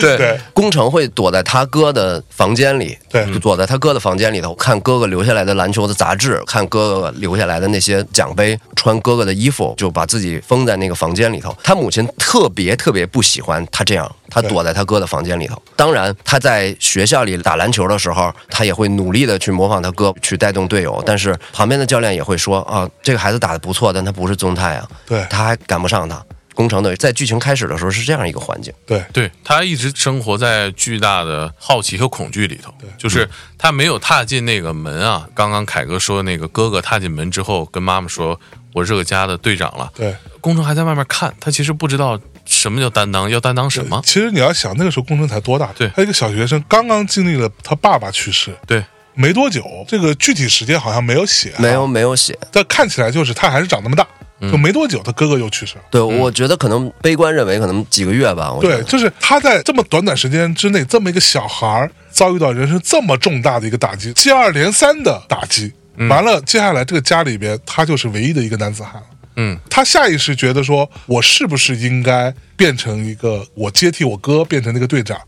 C: 对
A: 对
C: 工程会躲在他哥的房间里，
A: 对
C: 就躲在他哥的房间里头，看哥哥留下来的篮球的杂志，看哥哥留下来的那些奖杯，穿哥哥的衣服，就把自己封在那个房间里头。他母亲特别特别不喜欢他这样，他躲在他哥的房间里头。当然，他在学校里打篮球的时候，他也会努力的去模仿他哥，去带动队友。但是旁边的教练也会说啊，这个孩子打得不错，但他不是宗泰啊，
A: 对
C: 他还赶不上他。工程的在剧情开始的时候是这样一个环境，
A: 对
B: 对他一直生活在巨大的好奇和恐惧里头，就是他没有踏进那个门啊。刚刚凯哥说那个哥哥踏进门之后，跟妈妈说：“我是这个家的队长了。”
A: 对，
B: 工程还在外面看，他其实不知道什么叫担当，要担当什么。
A: 其实你要想，那个时候工程才多大？
B: 啊对
A: 他一个小学生，刚刚经历了他爸爸去世
B: 对，
A: 没多久，这个具体时间好像没有写，
C: 没有，没有写。
A: 但看起来就是他还是长那么大，就没多久，他哥哥又去世了。
B: 嗯
C: 对，我觉得可能悲观认为可能几个月吧。我觉
A: 对，
C: 得
A: 就是他在这么短短时间之内，这么一个小孩儿遭遇到人生这么重大的一个打击，接二连三的打击，完了，接下来这个家里边他就是唯一的一个男子汉了。
B: 嗯，
A: 他下意识觉得说，我是不是应该变成一个，我接替我哥变成那个队长？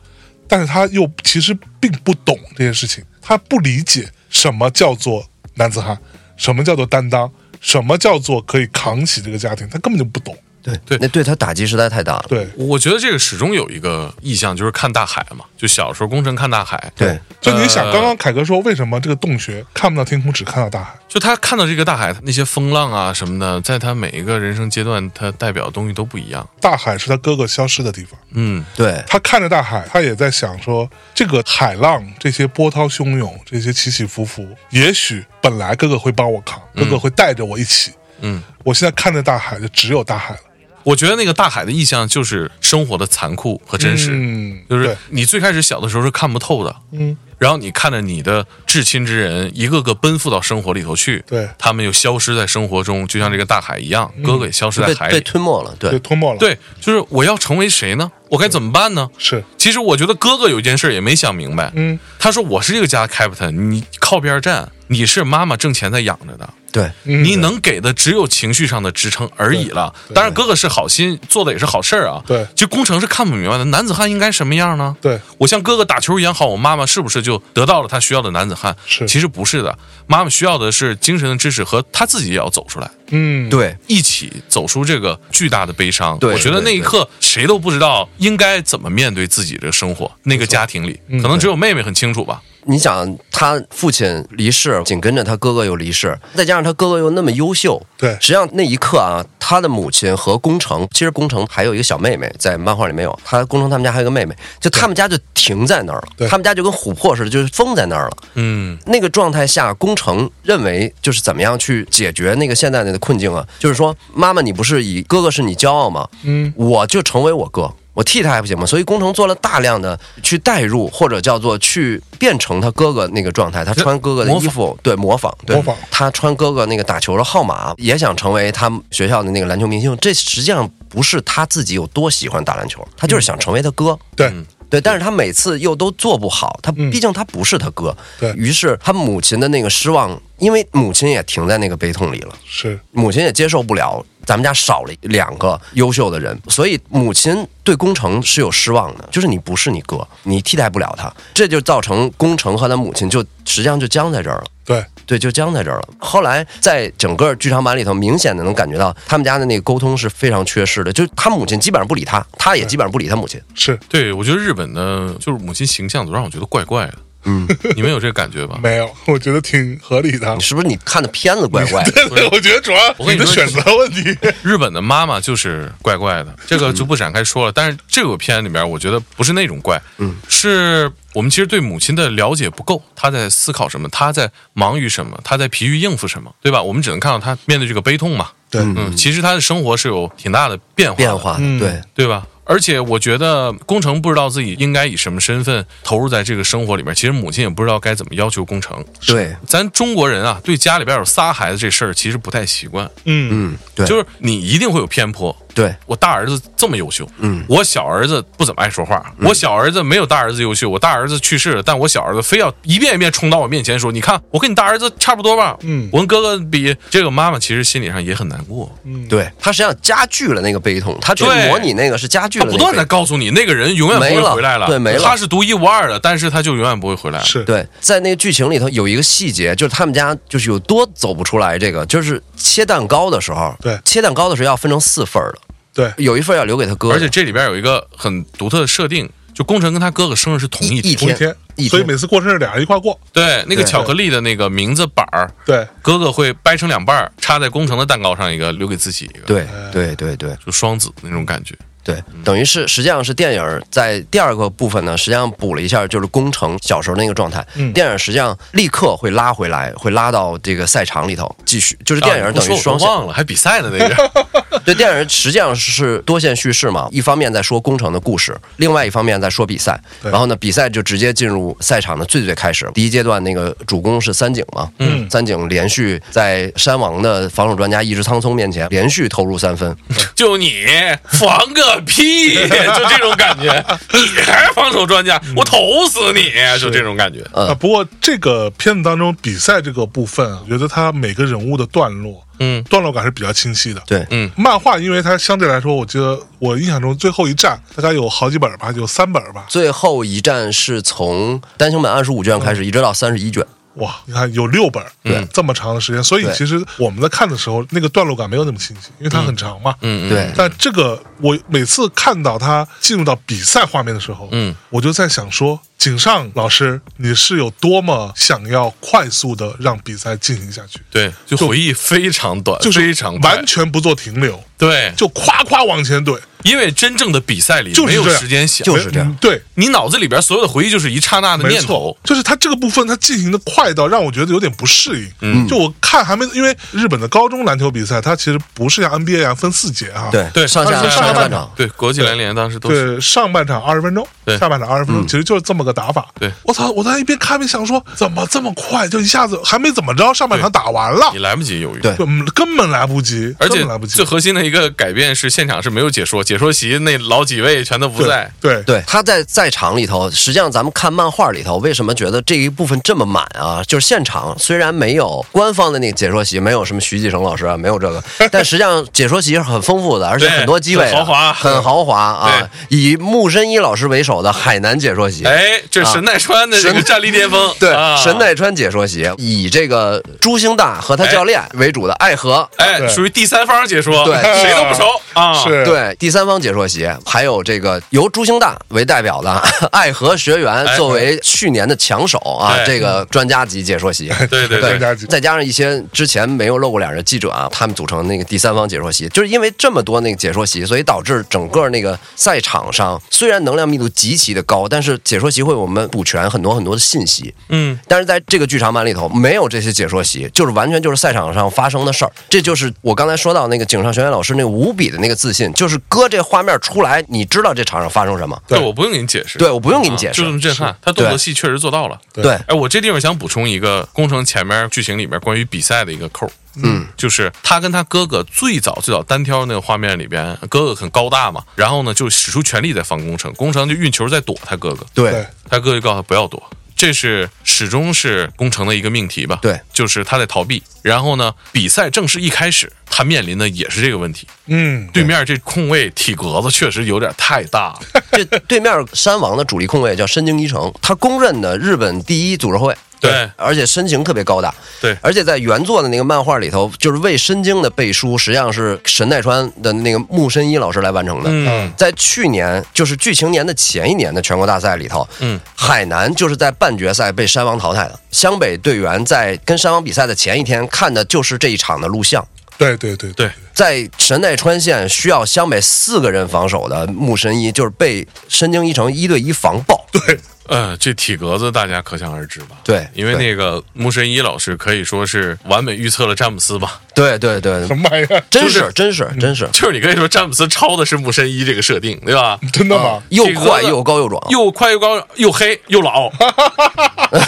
A: 但是他又其实并不懂这件事情，他不理解什么叫做男子汉，什么叫做担当，什么叫做可以扛起这个家庭，他根本就不懂。
C: 对
B: 对
C: 那对他打击实在太大了。
A: 对，
B: 我觉得这个始终有一个意向，就是看大海嘛。就小时候工程看大海，
C: 对
A: 就你想，
B: 呃
A: 刚刚凯哥说，为什么这个洞穴看不到天空，只看到大海？
B: 就他看到这个大海那些风浪啊什么的，在他每一个人生阶段，他代表的东西都不一样。
A: 大海是他哥哥消失的地方。
B: 嗯，
C: 对
A: 他看着大海，他也在想说，这个海浪，这些波涛汹涌，这些起起伏伏，也许本来哥哥会帮我扛，哥哥会带着我一起。
B: 嗯，
A: 我现在看着大海，就只有大海了。
B: 我觉得那个大海的意象就是生活的残酷和真实，
A: 嗯，
B: 就是
A: 对
B: 你最开始小的时候是看不透的，
A: 嗯，
B: 然后你看着你的至亲之人一个个奔赴到生活里头去，
A: 对嗯
B: 他们又消失在生活中，就像这个大海一样，哥哥也消失在
C: 被
B: 海
C: 被
B: 里。
C: 吞没了，
A: 被
C: 对，
A: 吞没了。，
B: 对，就是我要成为谁呢？我该怎么办呢？
A: 是，
B: 其实我觉得哥哥有一件事儿也没想明白，
A: 嗯，
B: 他说我是这个家的 captain，你靠边站，你是妈妈挣钱在养着的，
C: 对，
A: 嗯
B: 你能给的只有情绪上的支撑而已了。当然，哥哥是好心，做的也是好事儿啊。
A: 对
B: 就工程是看不明白的，男子汉应该什么样呢？
A: 对，
B: 我像哥哥打球一样好，我妈妈是不是就得到了她需要的男子汉？
A: 是
B: 其实不是的，妈妈需要的是精神的支持和她自己也要走出来。
A: 嗯，
C: 对，
B: 一起走出这个巨大的悲伤。
C: 对
B: 我觉得
C: 对
B: 那一刻谁都不知道应该怎么面对自己的生活，那个家庭里，可能只有妹妹很清楚吧。
C: 你想，他父亲离世，紧跟着他哥哥又离世，再加上他哥哥又那么优秀，
A: 对
C: 实际上那一刻啊，他的母亲和宫城，其实宫城还有一个小妹妹，在漫画里没有，他宫城他们家还有一个妹妹，就他们家就停在那儿
A: 对
C: 了，他们家就跟琥珀似的，就是封在那儿了。
B: 嗯，
C: 那个状态下，宫城认为就是怎么样去解决那个现在的困境啊？就是说，妈妈，你不是以哥哥是你骄傲吗？
A: 嗯，
C: 我就成为我哥，我替他还不行吗？所以宫城做了大量的去代入，或者叫做去变成他哥哥那个状态，他穿哥哥的
B: 模仿
C: 衣服，对，模仿，对，
A: 模仿
C: 他穿哥哥那个打球的号码，也想成为他们学校的那个篮球明星。这实际上不是他自己有多喜欢打篮球，他就是想成为他哥。
A: 对，
B: 嗯
C: 对，但是他每次又都做不好，他
A: 嗯
C: 毕竟他不是他哥，
A: 对
C: 于是他母亲的那个失望，因为母亲也停在那个悲痛里了，
A: 是，
C: 母亲也接受不了咱们家少了两个优秀的人，所以母亲对工程是有失望的，就是你不是你哥，你替代不了他，这就造成工程和他母亲就实际上就僵在这儿了。
A: 对，
C: 对，就僵在这儿了。后来在整个剧场版里头，明显的能感觉到他们家的那个沟通是非常缺失的，就是他母亲基本上不理他，他也基本上不理他母亲。
A: 是
B: 对，我觉得日本的就是母亲形象总让我觉得怪怪的。
C: 嗯，
B: 你们有这个感觉吧？
A: 没有，我觉得挺合理的
C: 你。是不是你看的片子怪 怪的？
A: 对 对，我觉得主要
B: 我跟
A: 你
B: 你
A: 的
B: 说嗯
A: 选择问题。
B: 日本的妈妈就是怪怪的，这个就不展开说了。但是这个片里面，我觉得不是那种怪，嗯，是我们其实对母亲的了解不够，她在思考什么，她在忙于什么，她在疲于应付什么，对吧？我们只能看到她面对这个悲痛嘛。
A: 对，
B: 嗯，其实她的生活是有挺大的变化的，
C: 变化的，
A: 嗯
C: 对，
B: 对吧？而且我觉得工程不知道自己应该以什么身份投入在这个生活里面，其实母亲也不知道该怎么要求工程。
C: 对，
B: 咱中国人啊，对家里边有仨孩子这事儿其实不太习惯，
A: 嗯，
C: 嗯，对，
B: 就是你一定会有偏颇。
C: 对，
B: 我大儿子这么优秀，
C: 嗯，
B: 我小儿子不怎么爱说话，我小儿子没有大儿子优秀，我大儿子去世了，但我小儿子非要一遍一遍冲到我面前说：“你看，我跟你大儿子差不多吧，
A: 嗯
B: 我跟哥哥比。”这个妈妈其实心理上也很难过，
C: 对，他实际上加剧了那个悲痛，他去
B: 对
C: 模拟那个是加剧
B: 他
C: 了
B: 不
C: 那个
B: 断
C: 悲
B: 的
C: 痛。
B: 告诉你，那个人永远不
C: 没了
B: 会回来
C: 对没了
B: 他是独一无二的，但是他就永远不会回来。
A: 是，
C: 对，在那个剧情里头有一个细节，就是他们家就是有多走不出来这个，就是切蛋糕的时候，
A: 对
C: 切蛋糕的时候要分成四份儿的，
A: 对，
C: 有一份儿要留给他哥的，
B: 而且这里边有一个很独特的设定，就工程跟他哥哥生日是同一
C: 一
B: 天，
A: 同一天
C: 天，一
A: 所以
C: 天
A: 每次过生日俩人一块过。
B: 对，那个
C: 对
B: 巧克力的那个名字板儿，
A: 对，
B: 哥哥会掰成两半儿，插在工程的蛋糕上一个，留给自己一个，，
C: 对对对对
B: 就双子那种感觉。
C: 对，
B: 嗯
C: 等于是实际上是电影儿在第二个部分呢，实际上补了一下就是工程小时候那个状态。
A: 嗯
C: 电影实际上立刻会拉回来，会拉到这个赛场里头继续，就是电影
B: 啊
C: 儿
B: 你不
C: 等于
B: 说
C: 双
B: 我
C: 线
B: 都忘了，还比赛的那个，
C: 对，电影实际上是多线叙 事嘛，一方面在说工程的故事，另外一方面在说比赛。
A: 对
C: 然后呢，比赛就直接进入赛场的最最开始。第一阶段那个主攻是三井嘛，
A: 嗯
C: 三井连续在山王的防守专家一直苍松面前连续投入三分，
B: 就你防个 屁，就这种感觉。你还是防守专家，
C: 嗯
B: 我投死你，就这种感觉。
A: 啊，不过这个片子当中比赛这个部分啊，我觉得他每个人物的段落，
B: 嗯
A: 段落感是比较清晰的。
C: 对，
B: 嗯
A: 漫画，因为它相对来说，我记得我印象中最后一站大概有好几本吧，有三本吧。
C: 最后一站是从单行本二十五卷开始，一直到三十一卷。
A: 哇，你看有六本，
B: 对
A: 这么长的时间，所以
C: 对
A: 其实我们在看的时候，那个段落感没有那么清晰，因为它很长嘛。
B: 嗯，嗯，
C: 对，
A: 但这个我每次看到他进入到比赛画面的时候，
B: 嗯，
A: 我就在想说，井上老师，你是有多么想要快速的让比赛进行下去，
B: 对，就回忆非常短，
A: 就是
B: 非常快
A: 完全不做停留，
B: 对，
A: 就夸夸往前怼。
B: 因为真正的比赛里
A: 就是
B: 没有
A: 这样
B: 时间想，
C: 就是这样
A: 嗯对，
B: 你脑子里边所有的回忆就是一刹那的
A: 没
B: 念
A: 错
B: 头，，
A: 就是他这个部分他进行的快到让我觉得有点不适应。嗯，就我看还没，因为日本的高中篮球比赛，它其实不是像 NBA 一样分四节啊。
C: 对
B: 对，
C: 上下
A: 而且上
C: 上下
A: 下
C: 半
A: 半
C: 场
A: 场，
B: 对，国际篮联当时都是
A: 对，上半场二十分钟
B: 对，嗯
A: 下半场二十分钟，其实就是这么个打法。
B: 对
A: 我操！我在一边看，边想说，怎么这么快，就一下子还没怎么着，上半场打完了
B: 你，来不及犹豫。
C: 对
A: 就嗯根本来不及，
B: 而
A: 根
B: 且
A: 本来不及。
B: 最核心的一个改变是，现场是没有解说，解说席那老几位全都不在。
A: 对
C: 对，他在赛场里头，实际上咱们看漫画里头，为什么觉得这一部分这么满啊？就是现场虽然没有官方的那个解说席，没有什么徐继成老师啊，没有这 个，但实际上解说席是很丰富的，而且
B: 对
C: 很多机位啊、
B: 很豪华
C: 很豪华啊。以木申一老师为首的海南解说席，
B: 哎，这
C: 啊
B: 神奈川的这个
C: 神
B: 战力巅峰，
C: 对，
B: 啊
C: 神，奈川解说席以这个朱星大和他教练为主的爱河。
B: 哎，
A: 对
B: 属于第三方解说，
C: 对
B: 谁都不熟啊。
A: 是，
C: 对第三方解说席，还有这个由朱星大为代表的爱河学员
B: 哎
C: 作为去年的强手啊，
B: 对
C: 这个专家级解说席，
B: 对对
A: 专
B: 对，
A: 家级。
C: 再加上一些之前没有露过脸的记者啊，他们组成那个第三方解说席，就是因为这么多那个解说席，所以导致整个那个赛场上虽然能量密度极其的高，但是解说席会我们补全很多很多的信息。
B: 嗯，
C: 但是在这个剧场版里头没有这些解说席，就是完全就是赛场上发生的事儿。这就是我刚才说到那个井上学院老师那无比的那个自信，就是搁这画面出来，你知道这场上发生什么。
B: 对
A: 对
B: 我不用给你解释，
C: 对，我不用给你
B: 啊
C: 解释
B: 就这。么震撼。他动作
C: 对
B: 戏确实做到了。
A: 对
C: 对，
B: 哎，我这地方想补充一个工程前面剧情里面关于比赛的一个扣，嗯，就是他跟他哥哥最早最早单挑那个画面里边，哥哥很高大嘛，然后呢就使出全力在防工程，工程就运球在躲他哥哥，
C: 对
A: 对，
B: 他哥就告诉他不要躲，这是始终是工程的一个命题吧？
C: 对，
B: 就是他在逃避。然后呢，比赛正式一开始，他面临的也是这个问题。
A: 嗯，
B: 对面这控卫体格子确实有点太大 了，
C: 这对面山王的主力控卫叫深井一成，他公认的日本第一组织后卫。
B: 对
C: 而且身形特别高大。
B: 对
C: 而且在原作的那个漫画里头，就是为深京的背书，实际上是神奈川的那个木深一老师来完成的。
B: 嗯，
C: 在去年，就是剧情年的前一年的全国大赛里头，
B: 嗯，
C: 海南就是在半决赛被山王淘汰的。湘北队员在跟山王比赛的前一天看的就是这一场的录像。
A: 对对对
B: 对，
C: 在神奈川县需要湘北四个人防守的木神一，就是被深京一成一对一防爆。
A: 对，
B: 呃，这体格子大家可想而知吧？
C: 对
B: 因为那个木神一老师可以说是完美预测了詹姆斯吧，
C: 对对对，
A: 什么玩意儿？
C: 真是真是真是，
B: 就是你可以说詹姆斯抄的是木神一这个设定，对吧？
A: 真的吗？
C: 又
B: 这个
C: 快又高又壮，
B: 又快又高又黑又 老，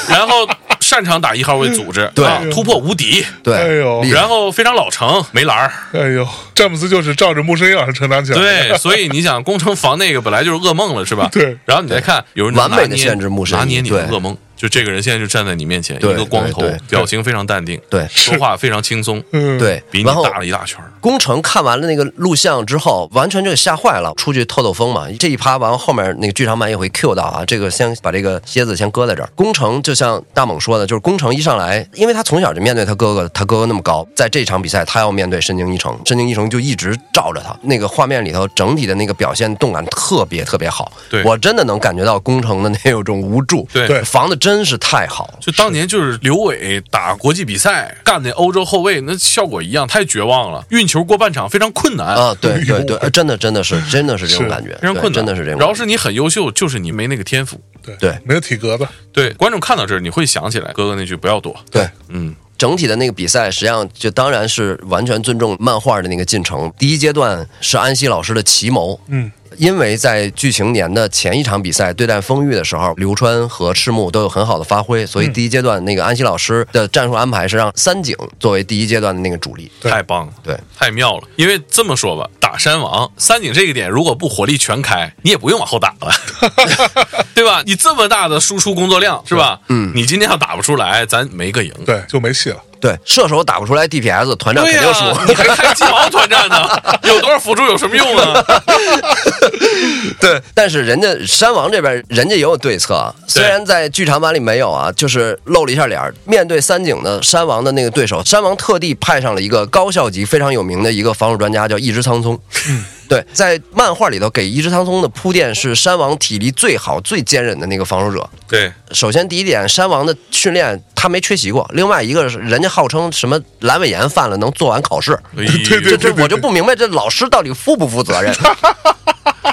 B: 然后擅长打一号位组织，
C: 对
B: 啊突破无敌，
A: 哎呦
C: 对，厉害
B: 然后非常老成，没篮儿。
A: 哎呦，詹姆斯就是照着木生一老师成长起来的。
B: 对，所以你想工程防那个本来就是噩梦了，是吧？
A: 对
B: 然后你再看有人能
C: 完美地
B: 拿捏
C: 限制穆神
B: 拿捏你
C: 对
B: 的噩梦，就这个人现在就站在你面前，一
C: 对
B: 个光头
C: 对对，
B: 表情非常淡定，
C: 对
B: 说话非常轻松，
A: 嗯，
C: 对
B: 比，你
C: 然后
B: 大了一大圈儿。
C: 工程看完了那个录像之后，完全就吓坏了，出去透透风嘛。这一趴完后面那个剧场版也会 Q 到啊，这个先把这个蝎子先搁在这儿。工程就像大猛说的，就是工程一上来，因为他从小就面对他哥哥，他哥哥那么高，在这场比赛他要面对深井一成，深井一成就一直罩着他。那个画面里头整体的那个表现动感特别特别好，
B: 对
C: 我真的能感觉到工程的那种无助，
B: 对
A: 对
C: 防的真是太好了。
B: 就当年就是刘伟打国际比赛干那欧洲后卫，那效果一样，太绝望了，运球过半场非常困难
C: 啊，对
A: 哎呦
C: 对对，呃真的真的是真的是这种
A: 是
C: 感觉，
B: 非常
C: 对
B: 困难，
C: 真的是这种
B: 然后
C: 感觉。
B: 是你很优秀，就是你没那个天赋。
A: 对
C: 对
A: 没有体格子，
B: 对，观众看到这儿，你会想起来哥哥那句“不要躲
C: 对，”。
B: 嗯，
C: 整体的那个比赛，实际上就当然是完全尊重漫画的那个进程。第一阶段是安西老师的奇谋，
A: 嗯，
C: 因为在剧情年的前一场比赛对战丰裕的时候，刘川和赤木都有很好的发挥，
B: 嗯
C: 所以第一阶段那个安西老师的战术安排是让三井作为第一阶段的那个主力。
A: 对
B: 太棒了，
C: 对，
B: 太妙了。因为这么说吧，打山王三井这个点，如果不火力全开，你也不用往后打了， 对吧？你这么大的输出工作量是吧？嗯，你今天要打不出来，咱没个赢。
A: 对，就没戏了。
C: 对，射手打不出来 DPS，团战肯
B: 对呀、
C: 定输。
B: 你还开鸡毛团战呢？有多少辅助有什么用啊？
C: 对，但是人家山王这边人家也有对策，啊，虽然在剧场版里没有啊，就是露了一下脸儿。面对三井的山王的那个对手，山王特地派上了一个高校级非常有名的一个防守专家，叫一之苍松。对，在漫画里头给一只苍松的铺垫是山王体力最好、最坚韧的那个防守者。
B: 对，
C: 首先第一点，山王的训练他没缺席过；另外一个是人家号称什么阑尾炎犯了能做完考试，
B: 对
A: 对对
C: 这这我就不明白这老师到底负不负责任？，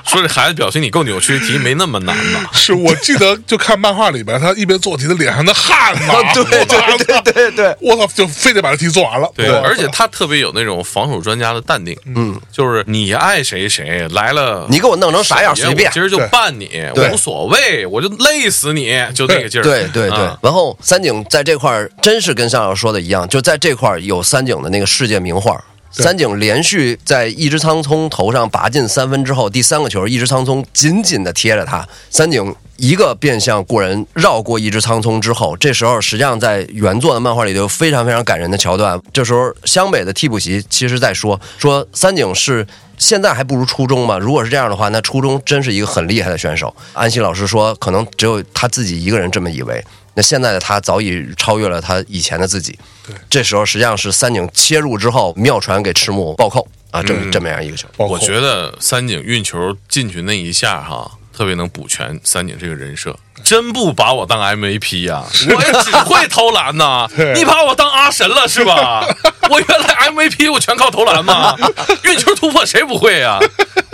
B: 说这孩子表情你够扭曲，题没那么难吧？
A: 是我记得就看漫画里边，他一边做题，他脸上的汗呐
C: 对对对对对对
A: 我操，就非得把这题做完了。
B: 对，
A: 我操
B: 而且他特别有那种防守专家的淡定，嗯，就是你爱谁谁来了，
C: 你给我弄成啥样
B: 谁
C: 随便
B: 我。今儿就
A: 对
B: 办你，
C: 对
B: 无所谓，我就累死你，就那个劲儿。
C: 对对对
B: 啊，
C: 然后三井在这块儿真是跟上校说的一样，就在这块儿有三井的那个世界名画。
A: 对
C: 三井连续在一只苍葱头上拔进三分之后，第三个球一只苍葱紧紧的贴着他，三井一个变向过人绕过一只苍葱之后，这时候实际上在原作的漫画里头有非常非常感人的桥段。这时候湘北的替补席其实在说说三井是现在还不如初中嘛。如果是这样的话，那初中真是一个很厉害的选手。安西老师说，可能只有他自己一个人这么以为。那现在的他早已超越了他以前的自己。
A: 对，
C: 这时候实际上是三井切入之后，妙传给赤木暴扣啊，这么、这么样一个球。
A: 包括
B: 我觉得三井运球进去那一下哈，特别能补全三井这个人设。真不把我当 MVP 呀、我也只会投篮呐、
A: 对
B: 你把我当阿神了 是吧？我原来 MVP 我全靠投篮嘛，运球突破谁不会啊？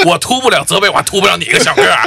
B: 我突不了泽北，我还突不了你一个小个儿，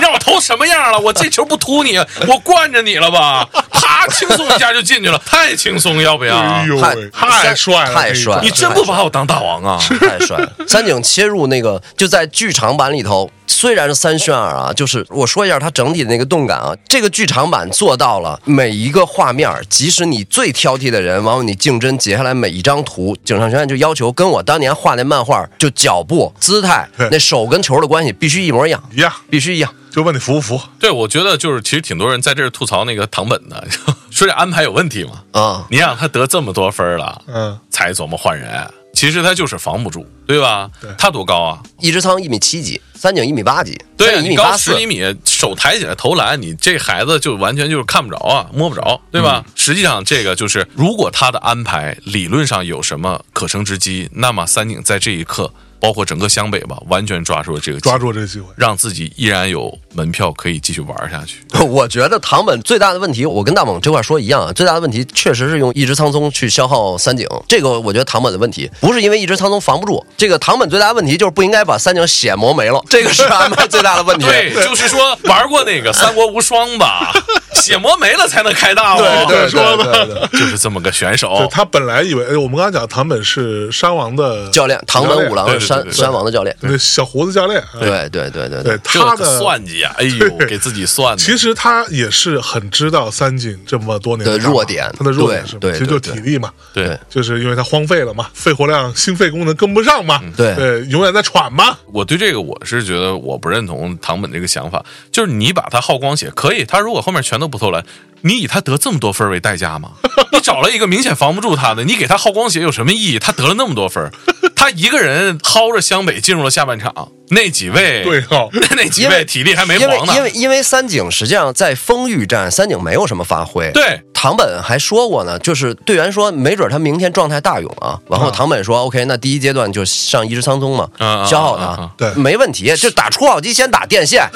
B: 让我投什么样了？我这球不突你，我惯着你了吧？啪，轻松一下就进去了，太轻松，要不要？
A: 哎呦喂，
C: 太
A: 太帅了，
C: 太帅了
B: 你真不把我当大王啊？
C: 太帅了！三井切入那个就在剧场版里头，虽然是三选二啊，就是我说一下它整体的那个动感啊，这个剧场版做到了每一个画面，即使你最挑剔的人，往往你竞争截下来每一张图，井上学院就要求跟我当年画那漫画，就脚步、姿态
A: 对、
C: 那手跟球的关系必须一模一样，
A: 一样，
C: 必须一样。
A: 就问你服不服？
B: 对，我觉得就是其实挺多人在这儿吐槽那个唐本的， 说这安排有问题嘛。
C: 啊、
B: 你让他得这么多分儿了，
A: 嗯，
B: 才琢磨换人，其实他就是防不住，对吧？
A: 对
B: 他多高啊？
C: 一只仓一米七几，三井一米八几，
B: 对啊，
C: 三井一
B: 你
C: 米
B: 高
C: 八
B: 十
C: 四，
B: 厘米，手抬起来投篮，你这孩子就完全就是看不着啊，摸不着，对吧？实际上，这个就是如果他的安排理论上有什么可乘之机，那么三井在这一刻，包括整个湘北吧，完全抓住了这个机
A: 抓，
B: 会
A: 住这个机会，
B: 让自己依然有门票可以继续玩下去。
C: 我觉得唐本最大的问题，我跟大猛这块说一样啊，最大的问题确实是用一只苍松去消耗三井，这个我觉得唐本的问题不是因为一只苍松防不住，这个唐本最大的问题就是不应该把三井血磨没了，这个是安排最大的问题。
B: 对，就是说玩过那个《三国无双》 吧，血磨没了才能开大哦，
A: 对说的
C: 对对，
B: 就是这么个选
C: 哦
A: 对
B: 手。
A: 他本来以为，哎我们刚才讲唐本是山王的
C: 教练唐本五
B: 对
C: 郎
B: 对对
C: 山
B: 对
C: 山王的教练，
A: 对小胡子教练，哎
C: 对对对对
A: 对
C: 对，
B: 这
A: 他
B: 个
A: 的
B: 算计呀、哎呦，
A: 对
B: 给自己算的。
A: 其实他也是很知道三井这么多年
C: 的
A: 干嘛
C: 弱点
A: 他的弱点是什么？
C: 对对
A: 其实就
C: 对
A: 体力嘛，
B: 对
A: 就是因为他荒废了嘛，肺活量、心肺功能跟不上嘛，
C: 嗯对
A: 对，永远在喘嘛，
B: 我对这个我是觉得我不认同唐本这个想法，就是你把他耗光血可以，他如果后面全都不投篮，你以他得这么多分为代 价吗？你找了一个明显防不住他的，你给他耗光血有什么意义？他得了那么多分，他一个人薅着湘北进入了下半场，那几位
A: 对哦
B: 那几
C: 因为
B: 位体力还没
C: 因为
B: 黄呢，
C: 因为因为三井实际上在丰裕战，三井没有什么发挥，
B: 对
C: 唐本还说过呢，就是队员说，没准他明天状态大勇啊。然后唐本说、o k 那第一阶段就上一只苍松嘛，
B: 嗯嗯
C: 消耗他，
B: 嗯嗯
A: 对
C: 没问题，就打出号机先打电线，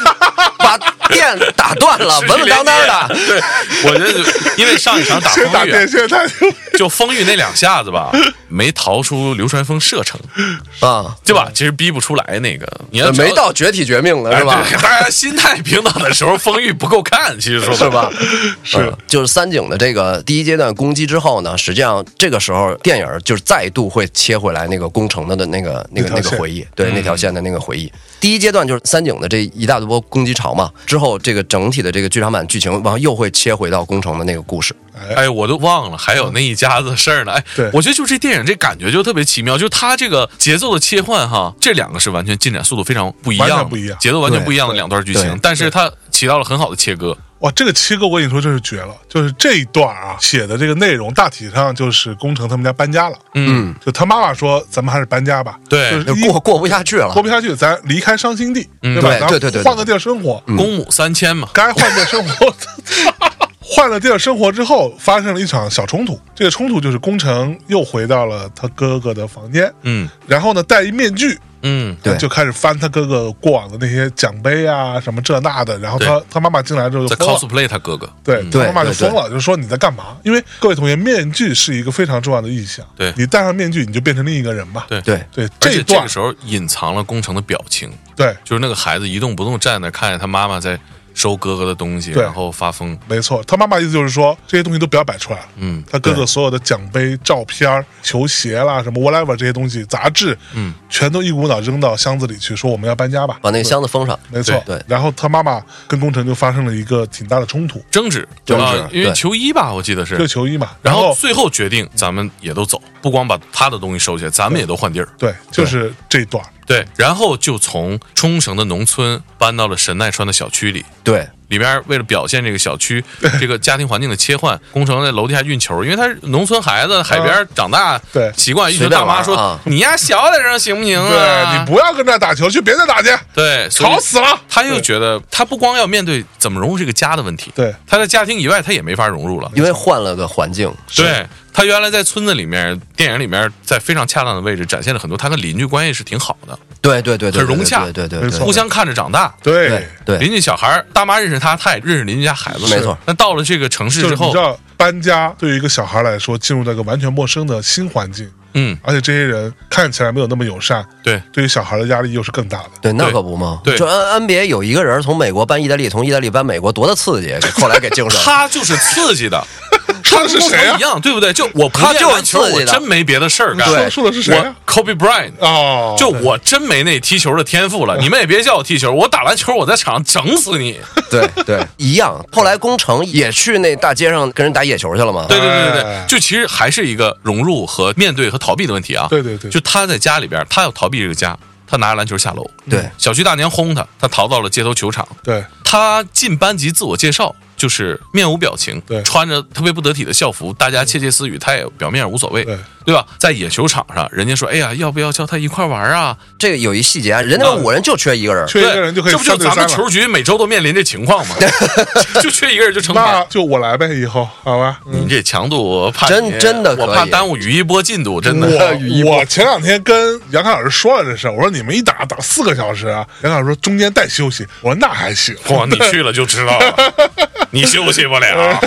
C: 把电打断了，
B: 是
C: 稳稳当当的。
B: 对，我觉得就因为上一场打
A: 先打
B: 丰
A: 电
B: 裕，
A: 线，他
B: 就丰裕那两下子吧，没逃出流川枫射程，
C: 啊，
B: 对吧？其实逼不出来那个，你要
C: 呃没到绝体绝命了
B: 哎
C: 是吧？
B: 对大家心态平等的时候，丰裕不够看，其实说
C: 是吧？
A: 是
C: 嗯就是三井的这个第一阶段攻击之后呢，实际上这个时候电影就是再度会切回来那个工程的的那个那个
A: 那条
C: 那
A: 线
C: 个回忆，对那条线的那个回忆。第一阶段就是三井的这一大波攻击潮嘛，之后这个整体的这个剧场版剧情，然后又会切回到工程的那个故事。
B: 哎，我都忘了还有那一家子事儿呢。哎
A: 对，
B: 我觉得就这电影这感觉就特别奇妙，就是它这个节奏的切换哈，这两个是完全进展速度非常不一样的，
A: 完全不一样
B: 节奏完全不一样的两段剧
C: 对
B: 情
C: 对，
B: 但是它起到了很好的切割。
A: 哇，这个七哥我跟你说真是绝了，就是这一段啊写的这个内容大体上就是工程他们家搬家了，
B: 嗯，
A: 就他妈妈说咱们还是搬家吧，
B: 对
A: 就是
C: 就
A: 一
C: 过过不下去了
A: 活。不下去，咱离开伤心地，对吧？
C: 对
A: 咱
C: 对对对对
B: 嗯
A: 换个地儿生活，
B: 公母三千嘛，
A: 该换地儿生活，换了地儿生活之后，发生了一场小冲突。这个冲突就是宫城又回到了他哥哥的房间，
B: 嗯
A: 然后呢戴一面具，
B: 嗯
C: 对
A: 就开始翻他哥哥过往的那些奖杯啊什么这那的。然后他他妈妈进来之后就
B: 在
A: 疯了，
B: cosplay 他哥哥，
A: 对，
B: 嗯
A: 他妈妈就
C: 对对
A: 疯了，就说你在干嘛？因为各位同学，面具是一个非常重要的意象，
B: 对
A: 你戴上面具你就变成另一个人嘛。
B: 对
C: 对
A: 对，
B: 而且这
A: 段
B: 个时候隐藏了宫城的表情，
A: 对，
B: 就是那个孩子一动不动站在那看着他妈妈在收哥哥的东西，
A: 对
B: 然后发疯。
A: 没错，他妈妈意思就是说这些东西都不要摆出来了。
B: 嗯，
A: 他哥哥所有的奖杯、照片儿、球鞋啦，什么 whatever 这些东西、杂志，
B: 嗯，
A: 全都一股脑扔到箱子里去，说我们要搬家吧。
C: 把那个箱子封上。
A: 没错，
C: 对对
A: 然后他妈妈跟工程就发生了一个挺大的冲突，
B: 争执，
C: 争执
B: 啊因为
C: 对
B: 球衣吧，我记得。
A: 就是球衣嘛。
B: 然
A: 后
B: 后最后决定，咱们也都走，不光把他的东西收起来，咱们也都换地儿。
A: 对，就是这一段儿。
B: 对，然后就从冲绳的农村搬到了神奈川的小区里。
C: 对
B: 里边为了表现这个小 区这个家庭环境的切换，工程在楼底下运球，因为他是农村孩子，海边长大，
A: 啊对
B: 习惯一群
C: 随便
B: 大妈
C: 玩
B: 说：“
C: 啊
B: 你丫小点声行不行
A: 对
B: 啊
A: 你？”不要跟这儿打球，去别的打去，
B: 对，所以
A: 吵死了。
B: 他又
A: 对
B: 觉得他不光要面对怎么融入这个家的问题，
A: 对
B: 他在家庭以外他也没法融入了。
C: 因为换了个环境，
B: 对他原来在村子里面，电影里面在非常恰当的位置展现了很多他跟邻居关系是挺好的，
C: 对对对对，
B: 很融洽
C: 对对对
A: 没
C: 对，
A: 错
B: 互相看着长大。
A: 对
C: 对对
B: 邻居小孩儿大妈认识他，他也认识邻居家孩子。
C: 没错。
B: 那到了这个城市
A: 就是
B: 之
A: 你
B: 后
A: 知，道，搬家对于一个小孩来说，进入到一个完全陌生的新环境，
B: 嗯，
A: 而且这些人看起来没有那么友善，
B: 对
A: 对于小孩的压力又是更大的。
C: 对，那
B: 对
C: 可不嘛。
B: 对
C: 就 N NBA 有一个人从美国搬意大利，从意大利搬美国，多大刺激！后来给精神，
B: 他就是刺激 的，
A: 说的是谁
B: 跟我
A: 啊
B: 一？样，对不对？就我不
C: 他
B: 练
C: 就是
B: 篮球，
C: 刺
B: 我
C: 激的
B: 真没别的事儿干。
A: 说说的是谁啊
B: 我？Kobe Bryant，
A: 哦，嗯
B: 就我真没那踢球的天赋了。你们也别叫我踢球，我打篮球我在场上整死你。
A: 哎
C: 对对，一样。后来工程也去那大街上跟人打野球去了嘛。
B: 对对对对
A: 哎
B: 对，就其实还是一个融入和面对和逃避的问题啊。
A: 对对对
B: 就他在家里边，他要逃避这个家，他拿着篮球下楼。
C: 对
B: 小区大娘轰他，他逃到了街头球场。
A: 对
B: 他进班级自我介绍，就是面无表情，
A: 对
B: 穿着特别不得体的校服，大家窃窃私语，他也表面上无所谓，
A: 对
B: 吧？在野球场上，人家说，哎呀，要不要叫他一块玩啊？
C: 这个有一细节啊，人家五个人就缺一个人，
A: 缺一个人就可以
B: 这不就
A: 三
B: 是
A: 对
B: 咱
A: 三
B: 们
A: 了。
B: 球局每周都面临这情况 吗？就缺一个人就成嗯
A: 那
B: 团。
A: 就我来呗，以后好吧？
B: 你这强度，我怕
C: 真
B: 你
C: 真的可以
B: 我怕耽误于一波进度，真的。
A: 我我前两天跟杨康老师说了这事儿，我说你们一打打四个小时啊，杨康老师说中间带休息，我说那还行。
B: 哇，你去了就知 道了，你休息不了。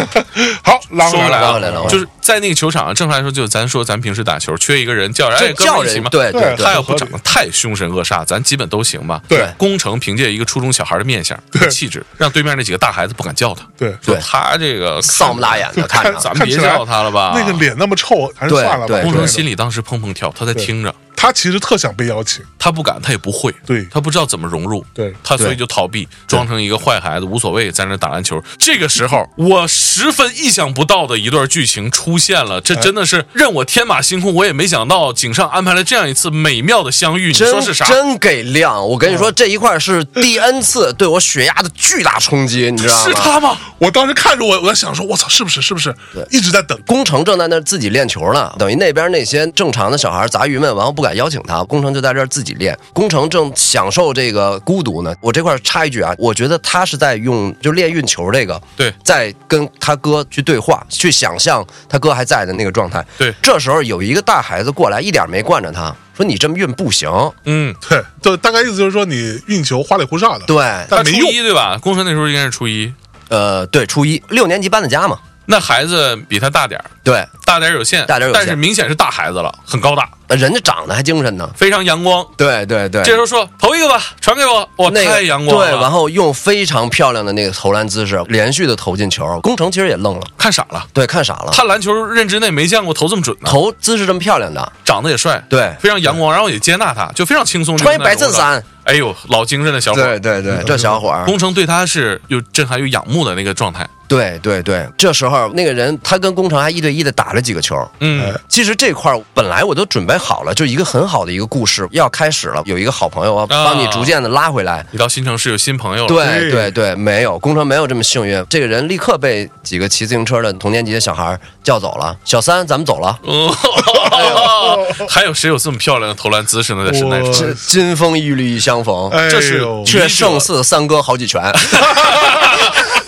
A: 好，拉回
B: 说
A: 来
B: 回来
A: 了，
C: 回来了
B: 了，就是在那个球场上，正常来说，就是咱说咱平时打球缺一个人叫人，哎，
C: 就
B: 哥们
C: 叫
B: 儿一起
C: 人
B: 嘛。
C: 对
A: 对
B: 他
C: 对，
B: 要不长得太凶神恶煞，咱基本都行吧。
A: 对
B: 工程凭借一个初中小孩的面相、和气质，让对面那几个大孩子不敢叫他。
A: 对，
B: 说
C: 对
B: 他这个
C: 丧不拉眼 的看着，
B: 咱们别叫他了吧
A: 那个脸那么臭，还是
C: 对
A: 算了吧。
C: 对
B: 工
A: 对
B: 程心里当时砰砰跳，他在听着，
A: 他其实特想被邀请，
B: 他不敢，他也不会，
A: 对
B: 他不知道怎么融入，
A: 对
B: 他所以就逃避，装成一个坏孩子，无所谓，在那打篮球。这个时候，我十分意想不到的一段剧情出现了，
A: 哎
B: 这真的是任我天马行空，我也没想到井上安排了这样一次美妙的相遇。你说
C: 真
B: 是啥？嗯
C: 真给量。我跟你说，这一块是第 N 次对我血压的巨大冲击，你知道
B: 是
C: 吗？
B: 他吗？
A: 我当时看着我，我在想说，我操，是不是是不是？一直在等。
C: 工程正在那儿自己练球呢，等于那边那些正常的小孩杂鱼们，然后不敢邀请他，工程就在这儿自己练。工程正享受这个孤独呢。我这块儿插一句啊，我觉得他是在用就练运球这个，
B: 对
C: 在跟他哥去对话，去想象他哥还在的那个状态。
B: 对
C: 这时候有一个大孩子过来，一点没惯着他，说你这么运不行。
B: 嗯，
A: 对，就大概意思就是说，你运球花里胡哨的，
C: 对，
A: 但
B: 他
A: 没
B: 初
A: 用
B: 一对吧？工程那时候应该是初一，
C: 呃，对，初一六年级搬的家嘛，
B: 那孩子比他大点儿，
C: 对，
B: 大点儿有限，
C: 大点儿有限
B: 但是明显是大孩子了，很高大，
C: 人家长得还精神呢。
B: 非常阳光。
C: 对对对，
B: 这时候说投一个吧，传给我，我
C: 那个
B: 太阳光了，
C: 对，然后用非常漂亮的那个投篮姿势，连续的投进球。工程其实也愣了，
B: 看傻了。
C: 对，看傻了，
B: 他篮球认知内没见过投这么准的，
C: 投姿势这么漂亮的，
B: 长得也帅，
C: 对
B: 非常阳光，然后也接纳他，就非常轻松。
C: 穿一
B: 就跟他
C: 白衬衫
B: 融入了，哎呦，老精神的小伙儿
C: 对。对对，这小伙儿，
B: 工程对他是又震撼又仰慕的那个状态，
C: 对对对，这时候那个人他跟工程还一对一的打了几个球。
A: 哎
B: 嗯，
C: 其实这块儿本来我都准备好了，就一个很好的一个故事要开始了，有一个好朋友啊，帮你逐渐的拉回来。
B: 你到新城市有新朋友了，
C: 对
A: 对
C: 对对，没有工程没有这么幸运，这个人立刻被几个骑自行车的同年级的小孩儿叫走了。小三，咱们走了。
B: 哦， 还有谁有这么漂亮的投篮姿势呢？在室内
A: 我
C: 这
B: 哎
C: 金风玉绿一相逢，
A: 哎呦，
B: 这是
C: 却胜似三哥好几拳。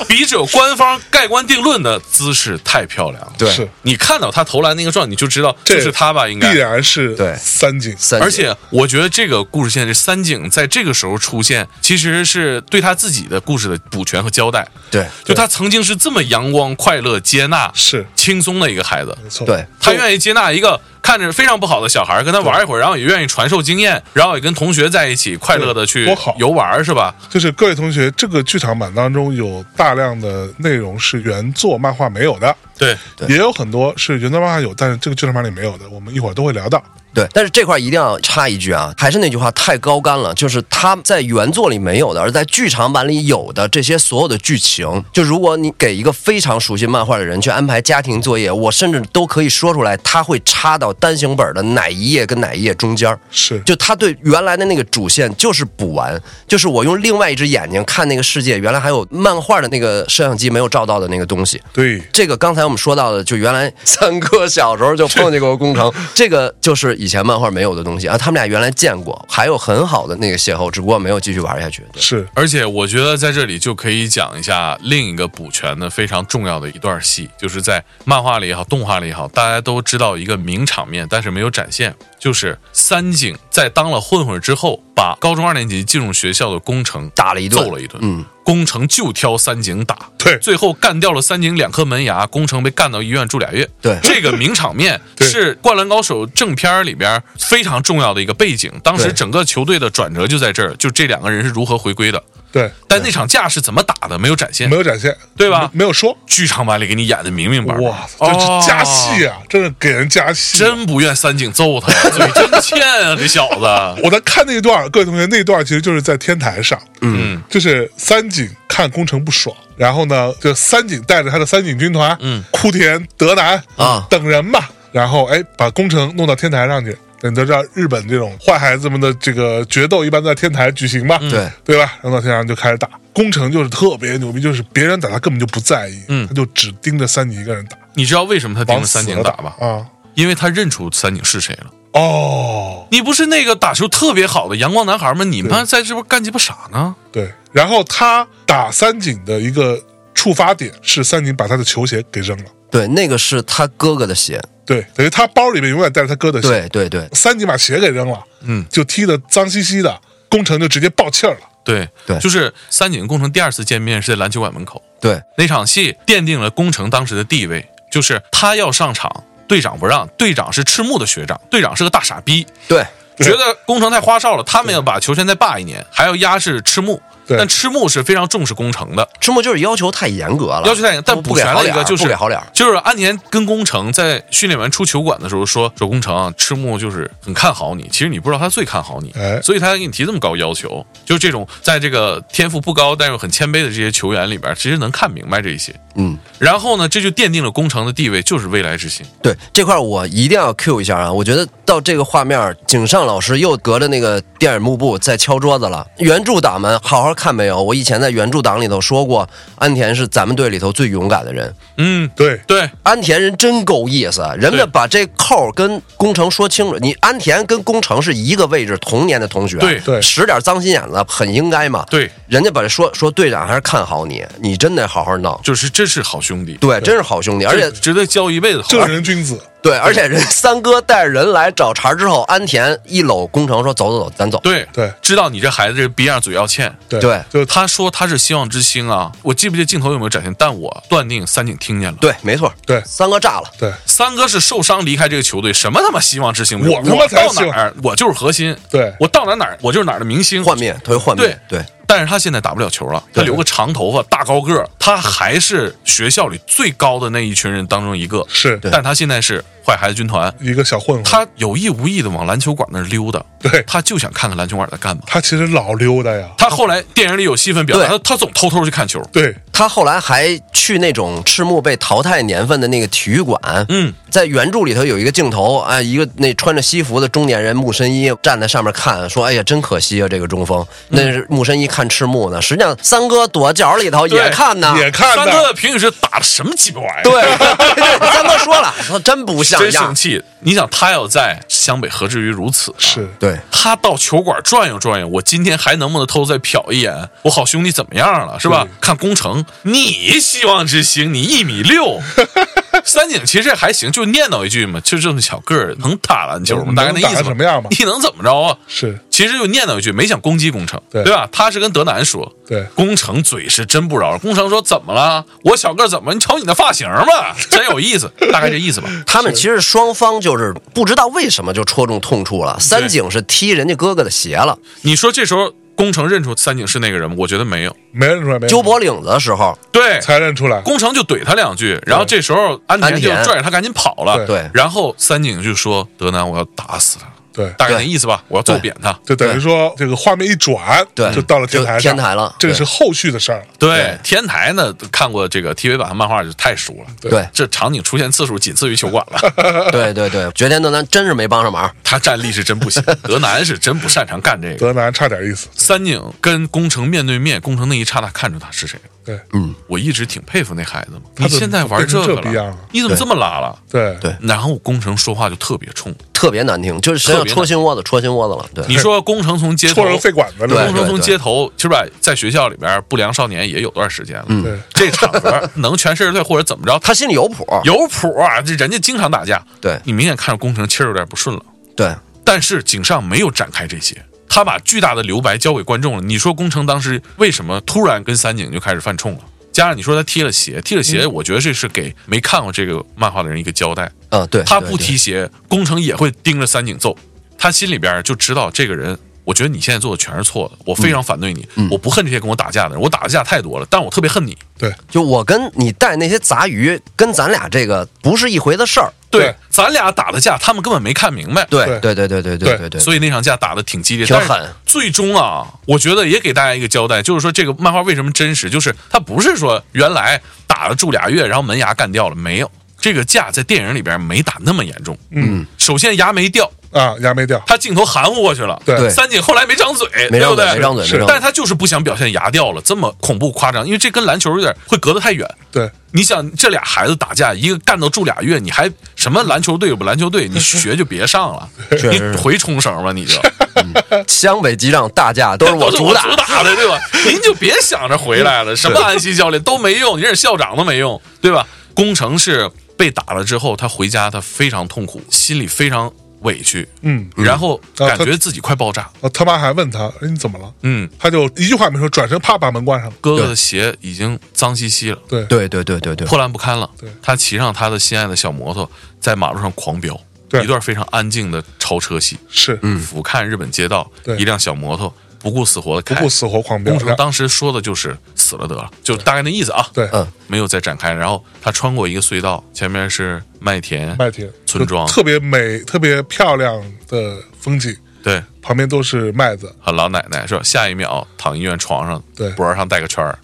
B: 笔者官方盖棺定论的姿势太漂亮了。
C: 对
A: 是
B: 你看到他投篮那个状态，你就知道
A: 这
B: 就是他吧，应该
A: 必。然是
C: 对
A: 三井，
C: 三姐
B: 而且我觉得这个故事线是三井在这个时候出现，其实是对他自己的故事的补全和交代。
C: 对
B: 就他曾经是这么阳光、快乐、接纳、
A: 是
B: 轻松的一个孩子，
A: 没错，
C: 对
B: 他愿意接纳一个看着非常不好的小孩，跟他玩一会儿，然后也愿意传授经验，然后也跟同学在一起快乐的去
A: 多好
B: 游玩，是吧？
A: 就是各位同学，这个剧场版当中有大量的内容是原作漫画没有的，
B: 对，
C: 对
A: 也有很多是原作漫画有，但是这个剧场版里没有的，我们一会儿都会聊到。
C: 对，但是这块儿一定要插一句啊，还是那句话，太高干了，就是他在原作里没有的，而在剧场版里有的这些所有的剧情，就如果你给一个非常熟悉漫画的人去安排家庭作业，我甚至都可以说出来，他会插到单行本的哪一页跟哪一页中
B: 嗯
C: 间儿。
A: 是
C: 就他对原来的那个主线就是补完，就是我用另外一只眼睛看那个世界，原来还有漫画的那个摄像机没有照到的那个东西。
A: 对，
C: 这个刚才我们说到的，就 原来三哥小时候就碰见过工程，这个就是以前漫画没有的东西啊。他们俩原来见过，还有很好的那个邂逅，只不过没有继续玩下去。对
A: 是
B: 而且我觉得在这里就可以讲一下另一个补全的非常重要的一段戏，就是在漫画里也好，动画里也好，大家都知道一个名场面，但是没有展现，就是三井在当了混混之后，把高中二年级进入学校的宫城
C: 打了一顿
B: 揍了一顿，
C: 嗯，
B: 宫城就挑三井打，
A: 对
B: 最后干掉了三井两颗门牙，宫城被干到医院住俩月。
C: 对
B: 这个名场面
A: 对
B: 是《灌篮高手》正片儿里边非常重要的一个背景。当时
C: 对
B: 整个球队的转折就在这儿，就这两个人是如何回归的。
A: 对，
B: 但那场架是怎么打的没有展现
A: 没，有展现，
B: 对吧
A: 没没有说，
B: 剧场版里给你演的明明白白。
A: 哇，这
B: 哦
A: 是加戏啊，真是给人加戏。啊
B: 真不怨三井 揍他，呀，嘴真欠啊，这小子。
A: 我在看那一段，各位同学，那一段其实就是在天台上，
B: 嗯，
A: 就是三井看宫城不爽，然后呢，就三井带着他的三井军团，
B: 嗯，
A: 枯田、德南
C: 啊
A: 等人吧，然后哎，把宫城弄到天台上去。你都知道日本这种坏孩子们的这个决斗一般都在天台举行吧？
B: 嗯
C: 对
A: 对吧？然后到天台上就开始打，宫城就是特别牛逼，就是别人打他根本就不在意，
B: 嗯
A: 他就只盯着三井一个人打，
B: 你知道为什么他盯
A: 往
B: 着
A: 死
B: 三井
A: 了
B: 打吧？
A: 啊！
B: 因为他认出三井是谁了。
A: 哦，
B: 你不是那个打球特别好的阳光男孩吗？你妈在这边干鸡巴啥呢？
A: 对，然后他打三井的一个触发点是三井把他的球鞋给扔了，
C: 对，那个是他哥哥的鞋，
A: 对，等于他包里面永远带着他哥的鞋，
C: 对对对
A: 三井把鞋给扔了，
B: 嗯，
A: 就踢得脏兮兮的，宫城就直接爆气儿了。
B: 对
C: 对
B: 就是三井宫城第二次见面是在篮球馆门口
C: 对
B: 那场戏，奠定了宫城当时的地位，就是他要上场，队长不让，队长是赤木的学长，队长是个大傻逼，
C: 对
B: 觉得宫城太花哨了，他们要把球权再霸一年，还要压制赤木。
A: 对
B: 但赤木是非常重视宫城的，
C: 赤木就是要求太严格了，
B: 要求太严但
C: 不
B: 补
C: 给
B: 全
C: 好
B: 了一
C: 脸儿，
B: 个就是
C: 不给好脸儿。
B: 就是安田跟宫城在训练完出球馆的时候说说宫城啊赤木就是很看好你，其实你不知道他最看好你，
A: 哎
B: 所以他给你提这么高要求，就是这种在这个天赋不高但又很谦卑的这些球员里边，其实能看明白这一些。
C: 嗯，
B: 然后呢，这就奠定了宫城的地位，就是未来之星。
C: 对这块儿我一定要 Q 一下啊！我觉得到这个画面儿，井上老师又隔着那个电影幕布在敲桌子了。原著党们好好看没有？我以前在原著党里头说过，安田是咱们队里头最勇敢的人。
B: 嗯，
A: 对，
B: 对，
C: 安田人真够意思，啊人
B: 对
C: 家把这扣儿跟工程说清楚。你安田跟工程是一个位置，同年的同学，
B: 对
A: 对
C: 使点脏心眼子很应该嘛。
B: 对，
C: 人家把这说说队长还是看好你，你真得好好闹。
B: 就是这是好兄弟，
C: 对，真是好兄弟，而且
B: 这值得交一辈子好
A: 正人君子，
C: 对，而且人三哥带着人来找茬儿之后，安田一搂工程说：“走走走，咱走。
B: 对
A: 对
B: 知道你这孩子这逼样，嘴要欠。
A: 对
C: 对
A: 就
B: 他说他是希望之星啊，我记不记得镜头有没有展现？但我断定三井听见了。
C: 对”没错，
A: 对
C: 三哥炸了。
A: 对
B: 三哥是受伤离开这个球队，什么他妈希望之星没有？
A: 我他妈才
B: 到
A: 希望
B: 哪儿我就是核心，
A: 对
B: 我到哪儿哪儿我就是哪儿的明星。
C: 幻灭，他会幻灭，对
B: 但是他现在打不了球了，他
A: 对
B: 留个长头发、大高个儿，他还是学校里最高的那一群人当中一个。
A: 是
C: 对
B: 但他现在是坏孩子军团，
A: 一个小混混。
B: 他有意无意的往篮球馆那儿溜达，
A: 对
B: 他就想看看篮球馆在干嘛。
A: 他其实老溜达呀，
B: 他后来电影里有戏份表达，他
C: 对
B: 他总偷偷去看球。
A: 对
C: 他后来还去那种赤木被淘汰年份的那个体育馆，
B: 嗯，
C: 在原著里头有一个镜头啊，一个那穿着
B: 嗯
C: 西服的中年人木深一站在上面看，说：“哎呀，真可惜啊，这个中锋。”那是木深一看赤木呢，实际上三哥躲角里头也
B: 对
C: 看呢。
A: 也看
B: 三哥
A: 的
B: 的评语是打的什么鸡巴玩意儿？
C: 对， 三哥说了，说真不像
B: 真
C: 样
B: 生。气！你想他要在湘北，何至于如此？
A: 是
C: 对，
B: 他到球馆转悠转悠，我今天还能不能偷偷再瞟一眼我好兄弟怎么样了，是吧？看工程，你希望之星，你一 米六，三井其实还行，就念叨一句嘛，就这么小个儿能打篮球吗？
A: 能
B: 大概那
A: 能打
B: 意思
A: 成
B: 吧
A: 什么样吧
B: 你能怎么着啊？
A: 是，
B: 其实就念叨一句，没想攻击工程，
A: 对
B: 吧？他是跟德南说，
A: 对
B: 工程嘴是真不饶。工程说怎么了？我小个儿怎么？你瞅你那发型 吧，真有意思，大概这意思吧。
C: 他们其实双方就是不知道为什么就戳中痛处了。三井是踢人家哥哥的鞋了，
B: 你说这时候工程认出三井是那个人吗？我觉得没有，
A: 没认出来，没认出
C: 揪
A: 来
C: 脖领子的 时候，
B: 对，
A: 才认出来，
B: 工程就怼他两句，然后这时候安
C: 安
B: 田就
C: 田
B: 拽着他赶紧跑了。
A: 对
C: 对
B: 然后三井就说：“德南，我要打死他，
A: 对，
B: 大概那意思吧，我要揍扁他。
A: 就等于说这个画面一转，
C: 对
A: 就到了天台上
C: 就天台了
A: 这个是后续的事儿了。”
B: 对，天台呢看过这个 TV 版的漫画就太熟了，
A: 对
C: 对
B: 这场景出现次数仅次于球馆了。
C: 对对对，绝田德南真是没帮上忙。
B: 他战力是真 不行，德南是真不擅长干这个。
A: 德南差点意思，
B: 三井跟工程面对面，工程那一刹那看出他是谁了。啊
A: 对
B: 我一直挺佩服那孩子嘛，
A: 他
B: 你
A: 怎么
B: 现在玩
A: 变成
B: 个
A: 这逼样
B: 了
A: 了，
B: 你怎么这么拉了？
A: 对
C: 对
B: 然后工程说话就特别冲，
C: 特别难听，就是谁要
B: 特别难
C: 戳心窝子，戳心窝子了。对，
B: 你说工程从街头
A: 戳人肺管子
B: 工
A: 了
C: 对，
B: 程从街头，是吧？在学校里边，不良少年也有段时间了。
A: 对，
B: 这场合 能全身而退，或者怎么着，他
C: 他心里有谱。
B: 有谱啊！这人家经常打架，
C: 对
B: 你明显看着工程气儿有点不顺了。
C: 对，
B: 但是井上没有展开这些，他把巨大的留白交给观众了。你说工程当时为什么突然跟三井就开始犯冲了？加上你说他踢了鞋，踢了鞋，我觉得这是给没看过这个漫画的人一个交代。
C: 嗯，对，
B: 他
C: 对
B: 不踢，鞋，工程也会盯着三井揍。他心里边就知道这个人，我觉得你现在做的全是错的，我非常反对你。我不恨这些跟我打架的人，我打的架太多了，但我特别恨你。
A: 对，
C: 对就我跟你带那些杂鱼，跟咱俩这个不是一回的事儿。
A: 对
B: 咱俩打的架，他们根本没看明白。
C: 对
A: 对
C: 对对对对
A: 对
C: 对对，
B: 所以那场架打得挺激烈，
C: 挺
B: 但是
C: 狠
B: 最终啊，我觉得也给大家一个交代，就是说这个漫画为什么真实，就是它不是说原来打了住俩月，然后门牙干掉了，没有这个架在电影里边没打那么严重。嗯，首先牙没掉，
A: 啊，牙没掉，
B: 他镜头含糊过去了。
A: 对
B: 三井后来没张嘴，
C: 没张
B: 对
C: 嘴
B: 不对
C: 没张嘴
B: 是
C: 没张嘴
B: 但是他就是不想表现牙掉了这么恐怖夸张，因为这跟篮球有点会隔得太远。
A: 对，
B: 你想，这俩孩子打架，一个干到住俩月，你还什么篮球队不篮球队，你学就别上了，
C: 确实是
B: 你回冲绳吧，你就
C: 湘北几场大 架都是我主
B: 主
C: 打。
B: 打的， 对吧？您就别想着回来了，什么安西教练都没用，你是校长都没用，对吧？工程是被打了之后，他回家他非常痛苦，心里非常委屈，
A: 嗯，
B: 然后
A: 啊
B: 感
A: 他
B: 觉自己快爆炸，
A: 啊他妈还问他，哎，你怎么了？
B: 嗯，
A: 他就一句话没说，转身啪把门关上了。
B: 哥哥的鞋已经脏兮兮了，
A: 对
C: 对对对对对，
B: 破烂不堪了
A: 对。
B: 他骑上他的心爱的小摩托，在马路上狂飙，
A: 对
B: 一段非常安静的超车戏，
A: 是
B: 俯瞰日本街道
A: 对，
B: 一辆小摩托不顾死活的
A: 不
B: 开。
A: 顾死活狂飙
B: 工，程当时说的就是死了得了，就大概那意思啊。
A: 对，
C: 嗯，
B: 没有再展开。然后他穿过一个隧道，前面是麦田，
A: 麦田
B: 村庄
A: 就特别美、特别漂亮的风景，
B: 对，
A: 旁边都是麦子，
B: 和老奶奶说，下一秒躺医院床上，
A: 对
B: 脖上带个圈儿。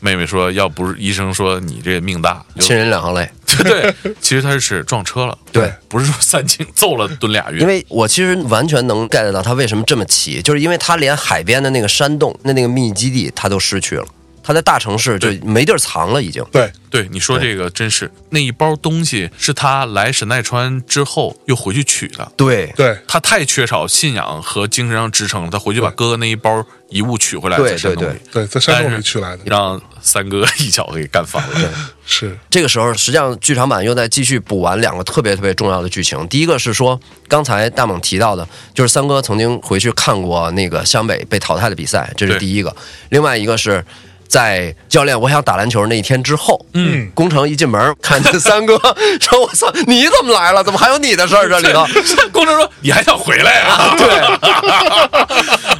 B: 妹妹说，要不是医生说你这命大，就
C: 亲人两行泪。
B: 对，其实他是撞车了，
C: 对，
B: 不是说三井揍了蹲俩
C: 因
B: 月，
C: 为我其实完全能 get 到他为什么这么气，就是因为他连海边的那个山洞、那那个秘密基地他都失去了，他在大城市就
B: 对
C: 没地儿藏了，已经。
A: 对，
B: 对你说这个真是那一包东西是他来神奈川之后又回去取的。
C: 对
A: 对，
B: 他太缺少信仰和精神上支撑了，他回去把哥哥那一包遗物取回来，
C: 对
B: 在山洞
C: 对
B: 里
A: 对，在山洞
B: 但
A: 里
B: 是
A: 取来的，
B: 让三哥 一脚给干翻了。
A: 是
C: 这个时候，实际上剧场版又在继续补完两个特别特别重要的剧情。第一个是说，刚才大猛提到的，就是三哥曾经回去看过那个湘北被淘汰的比赛，这是
B: 对
C: 第一个。另外一个是在教练我想打篮球那一天之后，嗯， 工程一进门看见三哥， 说：“我操，你怎么来了？怎么还有你的事儿这里头？”
B: 工程说：“你还想回来啊？” 对，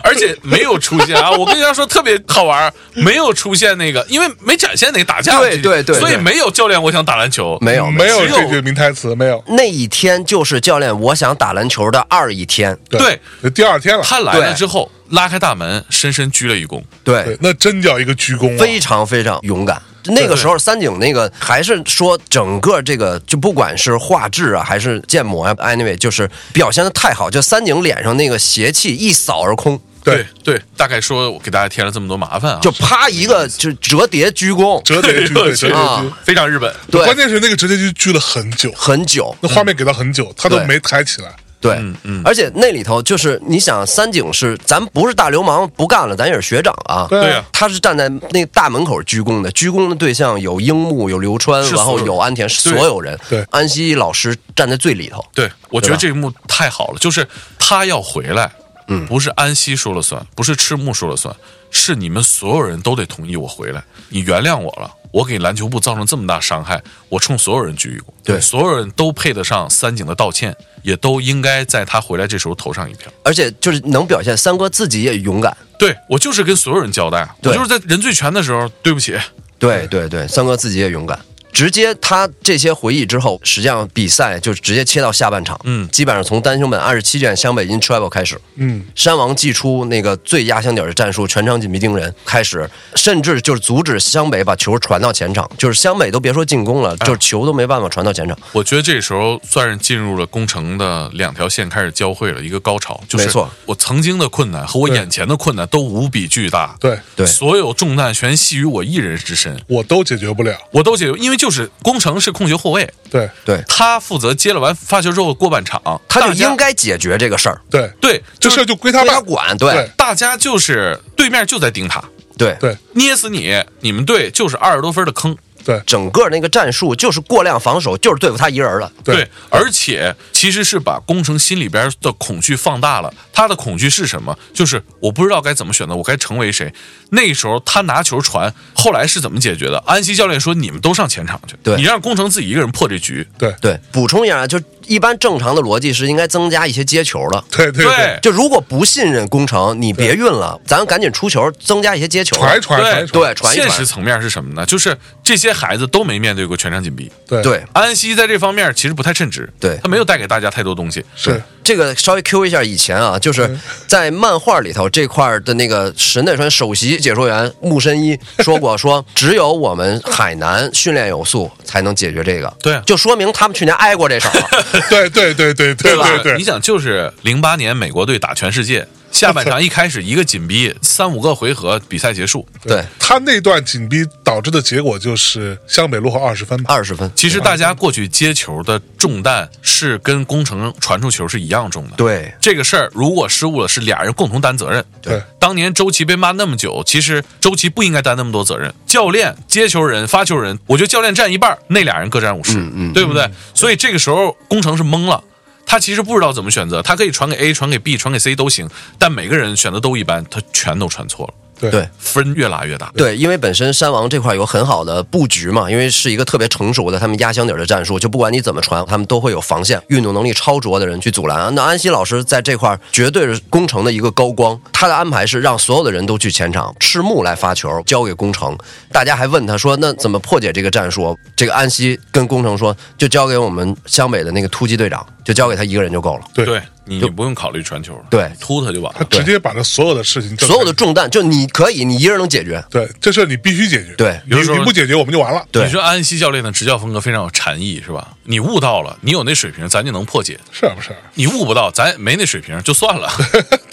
B: 而且没有出现啊！我跟大家说特别好玩儿，没有出现那个，因为没展现那个打架的
C: 对
B: 剧情
C: 对对对
B: 所以没有教练我想打篮球，
C: 没有
A: 没有
B: 只有
A: 这句名台词，没有，
C: 那一天就是教练我想打篮球的二一天，
B: 对，
A: 就第二天了，
B: 他来了
C: 对
B: 之后拉开大门，深深鞠了一躬，
A: 对
C: 对，，
A: 那真叫一个鞠躬啊，
C: 非常非常勇敢。那个时候，三井那个还是说整个这个，就不管是画质啊，还是建模啊，anyway，就是表现的太好，就三井脸上那个邪气一扫而空。
A: 对，
B: 对，大概说我给大家添了这么多麻烦啊，
C: 就 啪一个就折叠鞠躬，
A: 折叠剧，对折叠
C: 啊
A: 剧。
B: 非常日本。
C: 对
A: 关键是那个折叠剧剧了很久，
C: 很久，
A: 那画面给到很久，他都
C: 对
A: 没抬起来。
C: 对，
B: 嗯嗯
C: 而且那里头就是你想，三井是咱不是大流氓不干了，咱也是学长啊，
A: 对
B: 啊
C: 他是站在那大门口鞠躬的，鞠躬的对象有樱木、有流川，
B: 是
C: 然
B: 所
C: 后
B: 有人
C: 有安田，是
B: 对
C: 所有人。
A: 对
C: 安西老师站在最里头。
B: 对，我觉得
C: 对吧
B: 这一幕太好了，就是他要回来，嗯，不是安西说了算，不是赤木说了算，是你们所有人都得同意我回来，你原谅我了。我给篮球部造成这么大伤害，我冲所有人鞠一躬，
C: 对
B: 所有人都配得上三井的道歉，也都应该在他回来这时候投上一票。
C: 而且就是能表现三哥自己也勇敢，
B: 对我就是跟所有人交代，我
C: 对
B: 就是在人最全的时候，对不起，
C: 对对对，三哥自己也勇敢。直接他这些回忆之后，实际上比赛就直接切到下半场，
B: 嗯
C: 基本上从单行本二十七卷湘北 in travel 开始，
A: 嗯，
C: 山王祭出那个最压箱底儿的战术，全场紧逼盯人开始，甚至就是阻止湘北把球传到前场，就是湘北都别说进攻了，
B: 啊
C: 就是球都没办法传到前场。
B: 我觉得这时候算是进入了工程的两条线开始交汇了一个高潮，就是
C: 没错
B: 我曾经的困难和我眼前的困难都无比巨大，
A: 对
C: 对
B: 所有重担全系于我一人之身，
A: 我都解决不了。
B: 我都解决，因为就是工程是控球后卫，
A: 对
C: 对，
B: 他负责接了完发球之后过半场，
C: 他就
B: 大家
C: 应该解决这个事儿，
A: 对，
B: 对，
A: 这
B: 就
A: 事儿
B: 是
A: 就归他
C: 归他
A: 办。
C: 管。
A: 对
C: 对
B: 大家就是对面就在盯他，
C: 对
A: 对
B: 捏死你，你们队就是二十多分的坑，
A: 对
C: 整个那个战术就是过量防守，就是对付他一人了。
A: 对
B: 对，而且其实是把工程心里边的恐惧放大了。他的恐惧是什么？就是我不知道该怎么选择，我该成为谁。那时候他拿球传，后来是怎么解决的？安西教练说：“你们都上前场去，
C: 对
B: 你让工程自己一个人破这局。
A: 对
C: 对，补充一下，就一般正常的逻辑是应该增加一些接球的。
A: 对对对，
C: 就如果不信任工程，你别运了，咱赶紧出球，增加一些接球。
A: 传一传传一传，
C: 对，传一
B: 现
C: 传
B: 实。层面是什么呢？就是这些孩子都没面对过全场紧逼。
A: 对
C: 对，
B: 安西在这方面其实不太称职，
C: 对
B: 他没有带给大家太多东西。
A: 是
C: 这个稍微 Q 一下以前啊，就是在漫画里头这块儿的那个神奈川首席解说员木申一说过，说只有我们海南训练有素才能解决这个。
B: 对啊
C: 就说明他们去年挨过这手了。
A: 对对对对对
B: 吧？
A: 对对
B: 你，想，就是零八年美国队打全世界，下半场一开始一个紧逼，三五个回合，比赛结束。
C: 对，
A: 他那段紧逼导致的结果就是湘北落后二十分嘛。
C: 二十分。
B: 其实大家过去接球的重担是跟工程传出球是一样重的。
C: 对
B: 这个事儿，如果失误了，是俩人共同担责任。
A: 对，
B: 当年周琦被骂那么久，其实周琦不应该担那么多责任。教练、接球人、发球人，我觉得教练占一半，那俩人各占五
A: 嗯
B: 十、对不对？所以这个时候工程是懵了。他其实不知道怎么选择，他可以传给 A、传给 B、传给 C 都行，但每个人选择都一般，他全都传错了，
A: 对
C: 对
B: 分越拉越大。
C: 对，因为本身山王这块有很好的布局嘛，因为是一个特别成熟的他们压箱底儿的战术，就不管你怎么传，他们都会有防线，运动能力超卓的人去阻拦。那安西老师在这块儿绝对是工程的一个高光，他的安排是让所有的人都去前场，赤木来发球交给工程。大家还问他说，那怎么破解这个战术？这个安西跟工程说，就交给我们湘北的那个突击队长，就交给他一个人就够了。
A: 对
B: 你你不用考虑传球了，
C: 对
B: 突他就完
A: 他
B: 了。
A: 直接把他所有的事情，
C: 所有的重担就你可以，你一人能解决。
A: 对这事儿你必须解决。
C: 对
A: 你
B: 有的时候
A: 你不解决我们就完了。
C: 对
B: 你说安西教练的执教风格非常有禅意，是吧？你悟到了，你有那水平，咱就能破解；
A: 是啊不是啊？
B: 你悟不到，咱也没那水平，就算了，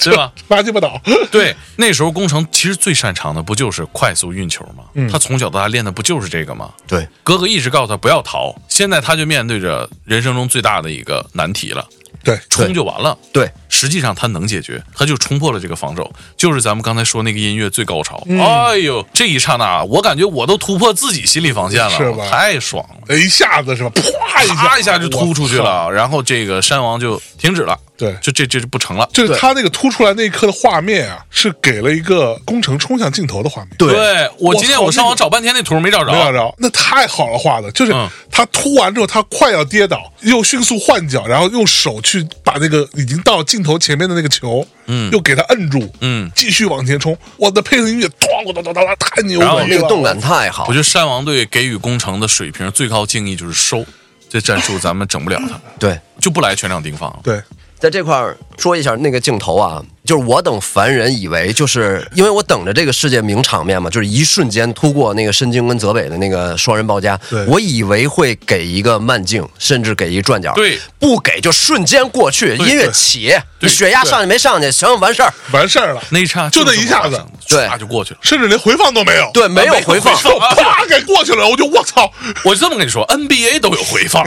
B: 对吧？
A: 垃圾不倒。
B: 对，那时候工程其实最擅长的不就是快速运球吗？
A: 嗯
B: 他从小到大练的不就是这个吗？
C: 对，
B: 哥哥一直告诉他不要逃，现在他就面对着人生中最大的一个难题了，
A: 对
B: 冲就完了。
C: 对，
B: 实际上他能解决，他就冲破了这个防守，就是咱们刚才说那个音乐最高潮。
A: 嗯
B: 哎呦，这一刹那，我感觉我都突破自己心理防线了，
A: 是吧
B: 太爽了。
A: 一下子是吧？啪一下，
B: 啪一下就突出去
A: 我操。
B: 了，然后这个山王就停止了，
A: 对
B: 就这这就不成了。
A: 就是他那个突出来那一刻的画面啊，是给了一个工程冲向镜头的画面。
C: 对
B: 我
A: 我
B: 今天
A: 操
B: 我上
A: 那
B: 网
A: 个
B: 找半天那图没找着，
A: 没找着，那太好了，画的就是
B: 嗯
A: 他突完之后，他快要跌倒，又迅速换脚，然后用手去把那个已经到镜头前面的那个球，嗯，又给他摁住，
B: 嗯，
A: 继续往前冲。我的配合音乐，咣咣咣咣咣，太牛
B: 然后
A: 逼
C: 那个
A: 了！
C: 动感太好
B: 我觉。得山王队给予工程的水平最高敬意就是收，这战术咱们整不了他，
C: 对。
B: 就不来全场盯防了。
A: 对，
C: 在这块儿说一下那个镜头啊，就是我等凡人以为就是因为我等着这个世界名场面嘛，就是一瞬间突过那个申京跟泽北的那个双人抱夹
A: 对，
C: 我以为会给一个慢镜，甚至给一转角，
B: 对，
C: 不给就瞬间过去，
B: 对
C: 音乐起，
B: 对
C: 血压上去没上去，行，完事儿，
A: 完事儿了，
B: 那一刹
A: 就那一下
B: 是
A: 子
B: 我，想
C: 对
B: 唰就过去了。啊
A: 甚至连回放都没有，
C: 对，没有
B: 没有
C: 回放
B: 回，放
A: 我 啪给过去了，我就我操，
B: 我就这么跟你说，NBA 都有回 放，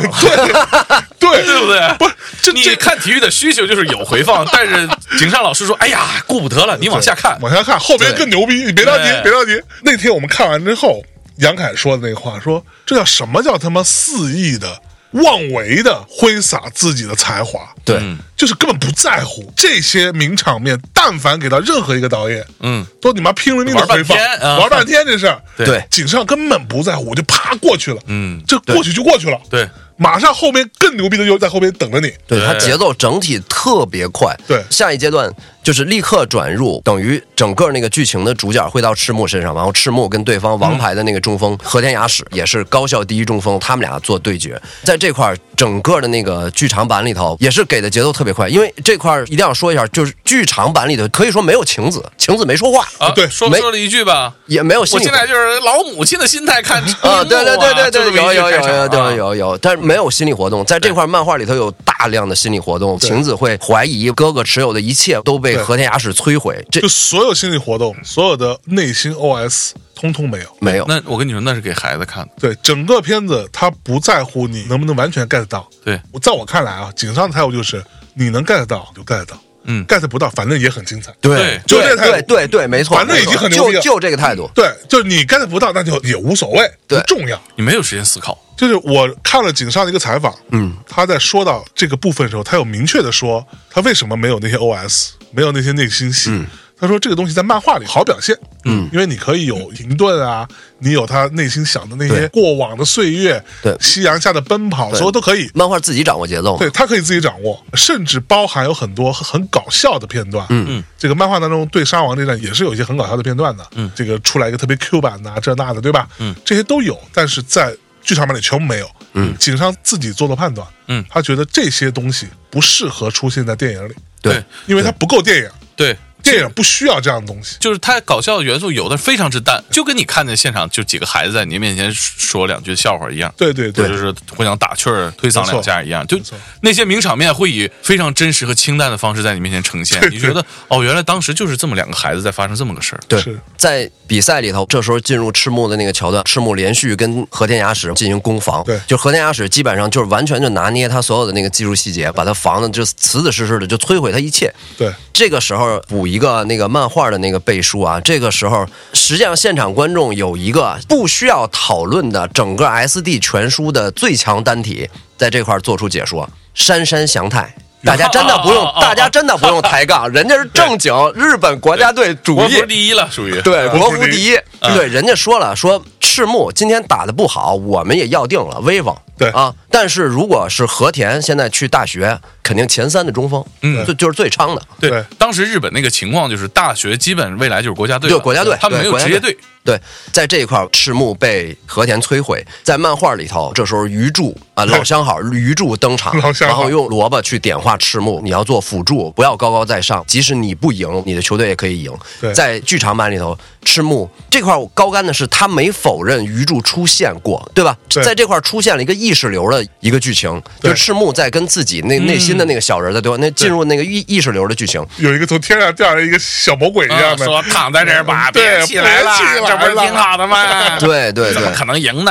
A: 对
B: 对不对？
A: 不是，这
B: 你
A: 这
B: 看体育的需求就是有回放，但是井上老师说：“哎呀，顾不得了，你往下看。
A: 往下看，后边更牛逼，你别着急，
B: 对
A: 别着急。那天我们看完之后，杨凯说的那话，说这叫什么叫他妈肆意的、妄为的挥洒自己的才华，
C: 对，
B: 嗯
A: 就是根本不在乎这些名场面，但凡给到任何一个导演，
B: 嗯，
A: 都你妈拼了命的回放，
B: 玩半天啊
A: 玩半天这事儿，
B: 对
C: 对
A: 井上根本不在乎，我就啪过去了，
B: 嗯，
A: 这过去就过去了，
B: 对，
A: 马上后面更牛逼的又在后边等着你，
C: 对
B: 对
C: 它节奏整体特别快。
A: 对
C: 下一阶段就是立刻转入，等于整个那个剧情的主角会到赤木身上，然后赤木跟对方王牌的那个中锋和田雅
B: 嗯
C: 史也是高校第一中锋，他们俩做对决，在这块儿整个的那个剧场版里头也是给的节奏特别快，因为这块儿一定要说一下，就是剧场版里头可以说没有晴子，晴子没说话，
B: 啊，
A: 对
B: 说
C: 没
B: 说了一句吧。
C: 也没有心
B: 我
C: 理
B: 现在就是老母亲的心态看荧幕
C: 啊，对对对对
B: 就这么
C: 对，
B: 一
C: 有
B: 句
C: 有有
B: 开场啊
C: 有有有有，但是没有心理活动，在这块漫画里头有大量的心理活动，晴子会怀疑哥哥持有的一切都被
A: 对
C: 和田雅史摧毁，这
A: 就所有心理活动，所有的内心 OS 通通没有。
C: 没有。
B: 那我跟你说，那是给孩子看的。
A: 对，整个片子他不在乎你能不能完全 get 到。
B: 对，
A: 我在我看来啊，井上的态度就是你能 get 到就 get 到，
B: 嗯
A: ，get 不到反正也很精彩。
B: 对
A: 就
C: 对
A: 这态度
C: 对对对，没错，
A: 反正已经很牛逼
C: 就
A: 了
C: 就这个态度，
A: 对，就是你 get 不到那就也无所谓，不
C: 对
A: 重要。
B: 你没有时间思考，
A: 就是我看了井上的一个采访，嗯，他在说到这个部分的时候，他有明确的说他为什么没有那些 OS，没有那些内心戏。他说这个东西在漫画里好表现，嗯，因为你可以有停顿啊，你有他内心想的那些
C: 对
A: 过往的岁月，
C: 对
A: 夕阳下的奔跑，所有都可以。
C: 漫画自己掌握节奏嘛
A: 对，他可以自己掌握，甚至包含有很多很搞笑的片段。嗯嗯，这个漫画当中对沙王这战也是有一些很搞笑的片段的。嗯，这个出来一个特别 Q 版的、啊、这那的，对吧？嗯，这些都有，但是在剧场版里全部没有。嗯，井上自己做的判断。
B: 嗯
A: 他觉得这些东西不适合出现在电影里，
C: 对
A: 因为它不够电影，
B: 对，
A: 电影不需要这样的东西。
B: 就是它搞笑的元素有，但非常之淡，就跟你看见现场就几个孩子在你面前说两句笑话一样。
A: 对对
B: 或者是互相打趣儿、推搡两下一样，就
A: 错
B: 那些名场面会以非常真实和清淡的方式在你面前 呈现。你觉得哦，原来当时就是这么两个孩子在发生这么个事儿。
C: 对
A: 是，
C: 在比赛里头，这时候进入赤木的那个桥段，赤木连续跟和田雅史进行攻防，
A: 对
C: 就和田雅史基本上就是完全就拿捏他所有的那个技术细节，把他防的就死死实实的，就摧毁他一切。
A: 对
C: 这个时候补一个那个漫画的那个背书啊，这个时候实际上现场观众有一个不需要讨论的整个 SD 全书的最强单体，在这块儿做出解说，杉山祥太。大家真的不用
B: 哦哦哦，
C: 大家真的不用抬杠，人家是正经日本国家队主
B: 国
C: 力
B: 服，第一了，属于
C: 对，
A: 国
C: 国
A: 服
C: 服
A: 第
C: 第一。
B: 嗯
C: 对，人家说了，说赤木今天打的不好，我们也要定了威风。
A: 对
C: 啊，但是如果是和田现在去大学，肯定前三的中锋，
B: 嗯
C: 就就是最昌的。
B: 对
A: 对
B: 当时日本那个情况就是大学基本未来就是国家队了，
C: 对国家队
B: 他们没
C: 对
B: 有
C: 国家
B: 职业
C: 队
B: 队。
C: 对，在这一块儿，赤木被和田摧毁。在漫画里头，这时候鱼柱啊，老相好鱼柱登场
A: 老，相好
C: 然后用萝卜去点化赤木。你要做辅助，不要高高在上，即使你不赢，你的球队也可以赢
A: 对。
C: 在剧场版里头，赤木这块儿我高干的是他没否认鱼柱出现过，对吧？
A: 对
C: 在这块儿出现了一个意识流的一个剧情，
A: 对
C: 就赤木在跟自己内内心的那个小人在对话，那进入那个意意识流的剧情。
A: 有一个从天上掉下来一个小魔鬼一
B: 啊
A: 样的，
B: 说躺在这儿吧，
A: 对
B: 别起来
A: 别
B: 了
A: 起来，了
B: 这嗯不是嗯挺好的吗？
C: 对对
B: 怎么
C: 对
B: 可能赢呢？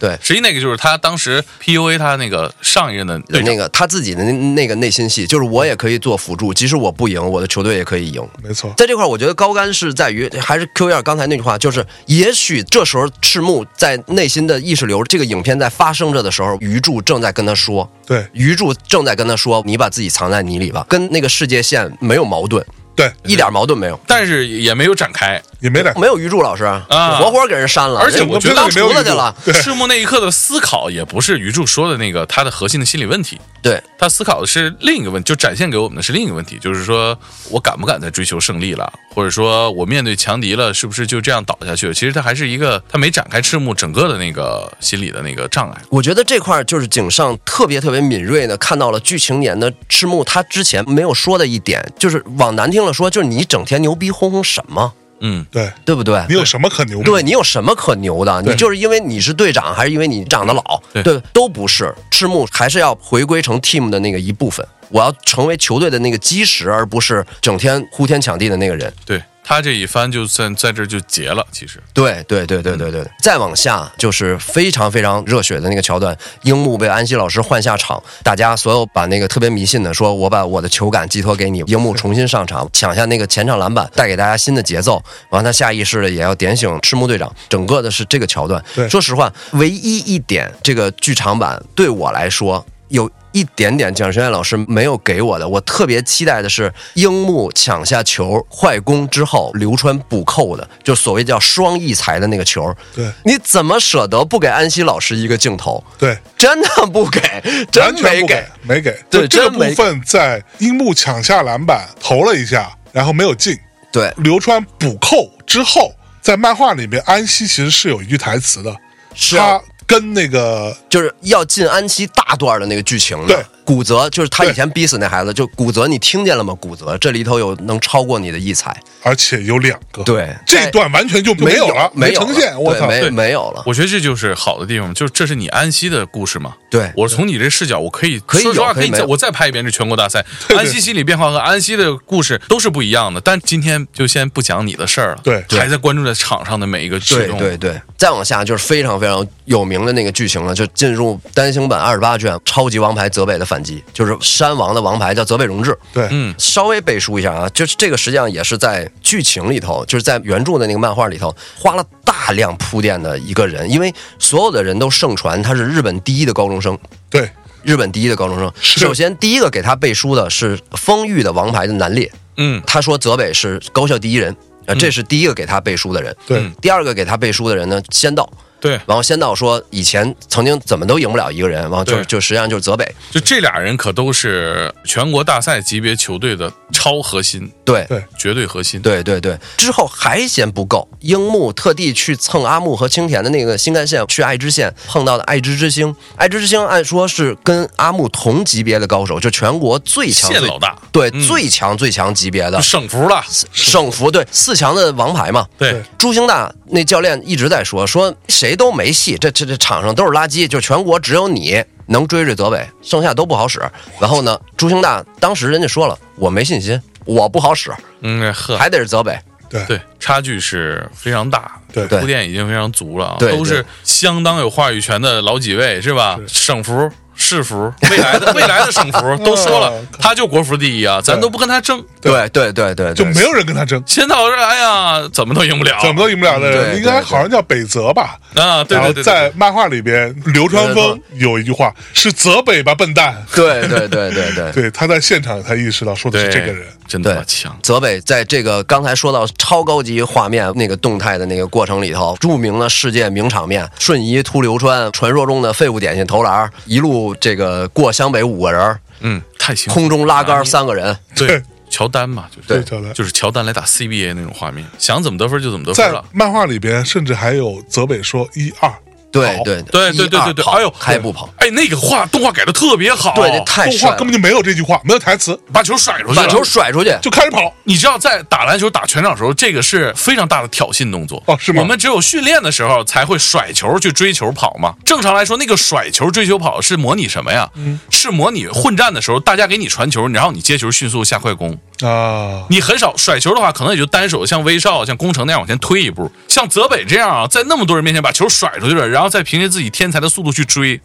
C: 对，
B: 实际那个就是他当时 PUA 他那个上一任的
C: 有
B: 队长，
C: 那个他自己的那那个内心戏，就是我也可以做辅助，即使我不赢，我的球队也可以赢。
A: 没错，
C: 在这块儿，我觉得高干是在于还是 Q 一下刚才那句话，就是也许这时候赤木在内心的意识流，这个影片在发生着的时候，鱼柱正在跟他说，
A: 对
C: 鱼柱正在跟他说，你把自己藏在泥里吧，跟那个世界线没有矛盾，
A: 对
C: 一点矛盾没有。
B: 但是也没有展开。
A: 也没逮，
C: 没有鱼柱老师啊
B: 啊
C: 活活给人删了，
B: 而且
C: 人
B: 我觉得
C: 当
A: 没有
C: 厨子
A: 鱼
C: 去
A: 柱
C: 了。
B: 赤木那一刻的思考也不是鱼柱说的那个他的核心的心理问题，
C: 对，
B: 他思考的是另一个问，就展现给我们的是另一个问题，就是说我敢不敢再追求胜利了，或者说我面对强敌了，是不是就这样倒下去了？其实他还是一个他没展开赤木整个的那个心理的那个障碍。
C: 我觉得这块儿就是井上特别特别敏锐的看到了剧情年的赤木他之前没有说的一点，就是往难听了说，就是你整天牛逼哄哄什么，
B: 嗯，
A: 对
C: 对不对
A: 你？有什么可牛逼？
C: 对你有什么可牛的？
A: 对
C: 你就是因为你是队长，还是因为你长得老？
B: 对
C: 都不是。赤木还是要回归成 team 的那个一部分，我要成为球队的那个基石，而不是整天呼天抢地的那个人。
B: 对他这一番就算在这儿就结了，其实
C: 对对对对对对，再往下就是非常非常热血的那个桥段，樱木被安西老师换下场，大家所有把那个特别迷信的说，我把我的球感寄托给你，樱木重新上场，抢下那个前场篮板，带给大家新的节奏，完了他下意识的也要点醒赤木队长，整个的是这个桥段
A: 对。
C: 说实话，唯一一点这个剧场版对我来说有。一点点蒋学院老师没有给我的，我特别期待的是樱木抢下球快攻之后，流川补扣的，就所谓叫双异才的那个球。
A: 对
C: 你怎么舍得不给安西老师一个镜头？
A: 对，
C: 真的不给，真
A: 完全
C: 没
A: 不
C: 给。
A: 没给。
C: 对
A: 就这个
C: 真没
A: 部分在樱木抢下篮板投了一下，然后没有进，
C: 对，
A: 流川补扣之后，在漫画里面，安西其实是有一句台词的，
C: 是啊
A: 他跟那个
C: 就是要进安西大段的那个剧情的。
A: 对
C: 古泽就是他
A: 对
C: 以前逼死那孩子，就古泽，你听见了吗？古泽，这里头有能超过你的异才。
A: 而且有两个，
C: 对
A: 这段完全就没有了，
C: 没有了
A: 呈现。我
C: 对
A: 操，
C: 没
B: 对
C: 没有了。
B: 我觉得这就是好的地方，就是这是你安息的故事嘛。
C: 对
B: 我从你这视角，我可以
C: 可以有
B: 说实话，
C: 可
B: 可
C: 以
B: 以
C: 没
B: 再
C: 有
B: 我再拍一遍这全国大赛。
A: 对
B: 安息心理变化和安息的故事都是不一样的，但今天就先不讲你的事儿了，
A: 对
B: 还在关注在场上的每一个举
C: 对
B: 动。
C: 对对，再往下就是非常非常有名的那个剧情了，就进入单行本二十八卷《超级王牌泽北的反击》，就是山王的王牌叫泽北荣治。
A: 对，
B: 嗯，
C: 稍微背书一下啊，就是这个实际上也是在剧情里头，就是在原著的那个漫画里头花了大量铺垫的一个人，因为所有的人都盛传他是日本第一的高中生，
A: 对，
C: 日本第一的高中生。
A: 是
C: 首先第一个给他背书的是丰裕的王牌的南烈，
B: 嗯，
C: 他说泽北是高校第一人，啊，这是第一个给他背书的人。
A: 对
B: 嗯
C: 第二个给他背书的人呢，仙道。
B: 对，
C: 然后仙道说，以前曾经怎么都赢不了一个人，然后就
B: 对
C: 就实际上就是泽北，
B: 就这俩人可都是全国大赛级别球队的超核心，
C: 对
A: 对
B: 绝对核心。
C: 对对对，之后还嫌不够，樱木特地去蹭阿木和青田的那个新干线去爱知县，碰到了爱知之星。爱知之星按说是跟阿木同级别的高手，就全国最强
B: 县
C: 最
B: 老大
C: 对、
B: 嗯
C: 最强最强级别的
B: 省服了，
C: 省服，对四强的王牌嘛。
B: 对
A: 对
C: 朱星大那教练一直在说，说谁都没戏，这这这场上都是垃圾，就全国只有你能追追泽北，剩下都不好使。然后呢，朱星大当时人家说了，我没信心，我不好使，
B: 嗯，呵，
C: 还得是泽北。
A: 对，
B: 对，差距是非常大的，
A: 对
C: 对
B: 铺垫已经非常足了啊，
C: 对
B: 都是相当有话语权的老几位，是吧？省服、市服，未来的 未来的省 服都说了
A: 嗯，
B: 他就国服第一啊，咱都不跟他争。
C: 对对对对，对
A: 就没有人跟他争，
B: 仙道说：“哎呀，怎么都赢不了，
A: 怎么都赢不了的
C: 对
A: 人，应该
C: 对对
A: 好像叫北泽吧。
B: 啊？对
A: 然后
B: 对对，对
A: 在漫画里边，流川
C: 流川
A: 枫有一句话是“泽北吧，笨蛋
C: 对对对对”，对。
A: 对，他在现场才意识到说的
B: 对
A: 是这个人。
B: 真
C: 对
B: 他妈强，
C: 泽北在这个刚才说到超高级画面那个动态的那个过程里头，著名的世界名场面，瞬移突流川，传说中的废物点心投篮，一路这个过湘北五个人，
B: 嗯，太行了，
C: 空中拉
B: 拿
C: 杆
B: 捏
C: 三个人，
B: 对。”乔丹嘛，就是
C: 对
A: 乔丹
B: 就是乔丹来打 CBA 那种画面，想怎么得分就怎么得分
A: 在
B: 了。
A: 漫画里边，甚至还有泽北说“一二
C: 对
A: 跑
C: 对
B: 对对对对对，哎呦，
C: 开步跑，
B: 哎，那个画动画改的特别好，
C: 对，这”，太
A: 动
C: 帅
A: 画
C: 了
A: 根，本就没有这句话，没有台词，
B: 把球甩出去
C: 把
B: 了，
C: 球甩出去，
A: 就开始跑。
B: 你知道，在打篮球打全场的时候，这个是非常大的挑衅动作
A: 哦是吗
B: 我们只有训练的时候才会甩球去追球跑嘛。正常来说，那个甩球追球跑是模拟什么呀？
A: 嗯
B: 是模拟混战的时候，大家给你传球，然后你接球迅速下快攻。
A: 啊，
B: 你很少甩球的话，可能也就单手像威少、像宫城那样往前推一步，像泽北这样啊，在那么多人面前把球甩出去了，然后再凭借自己天才的速度去追，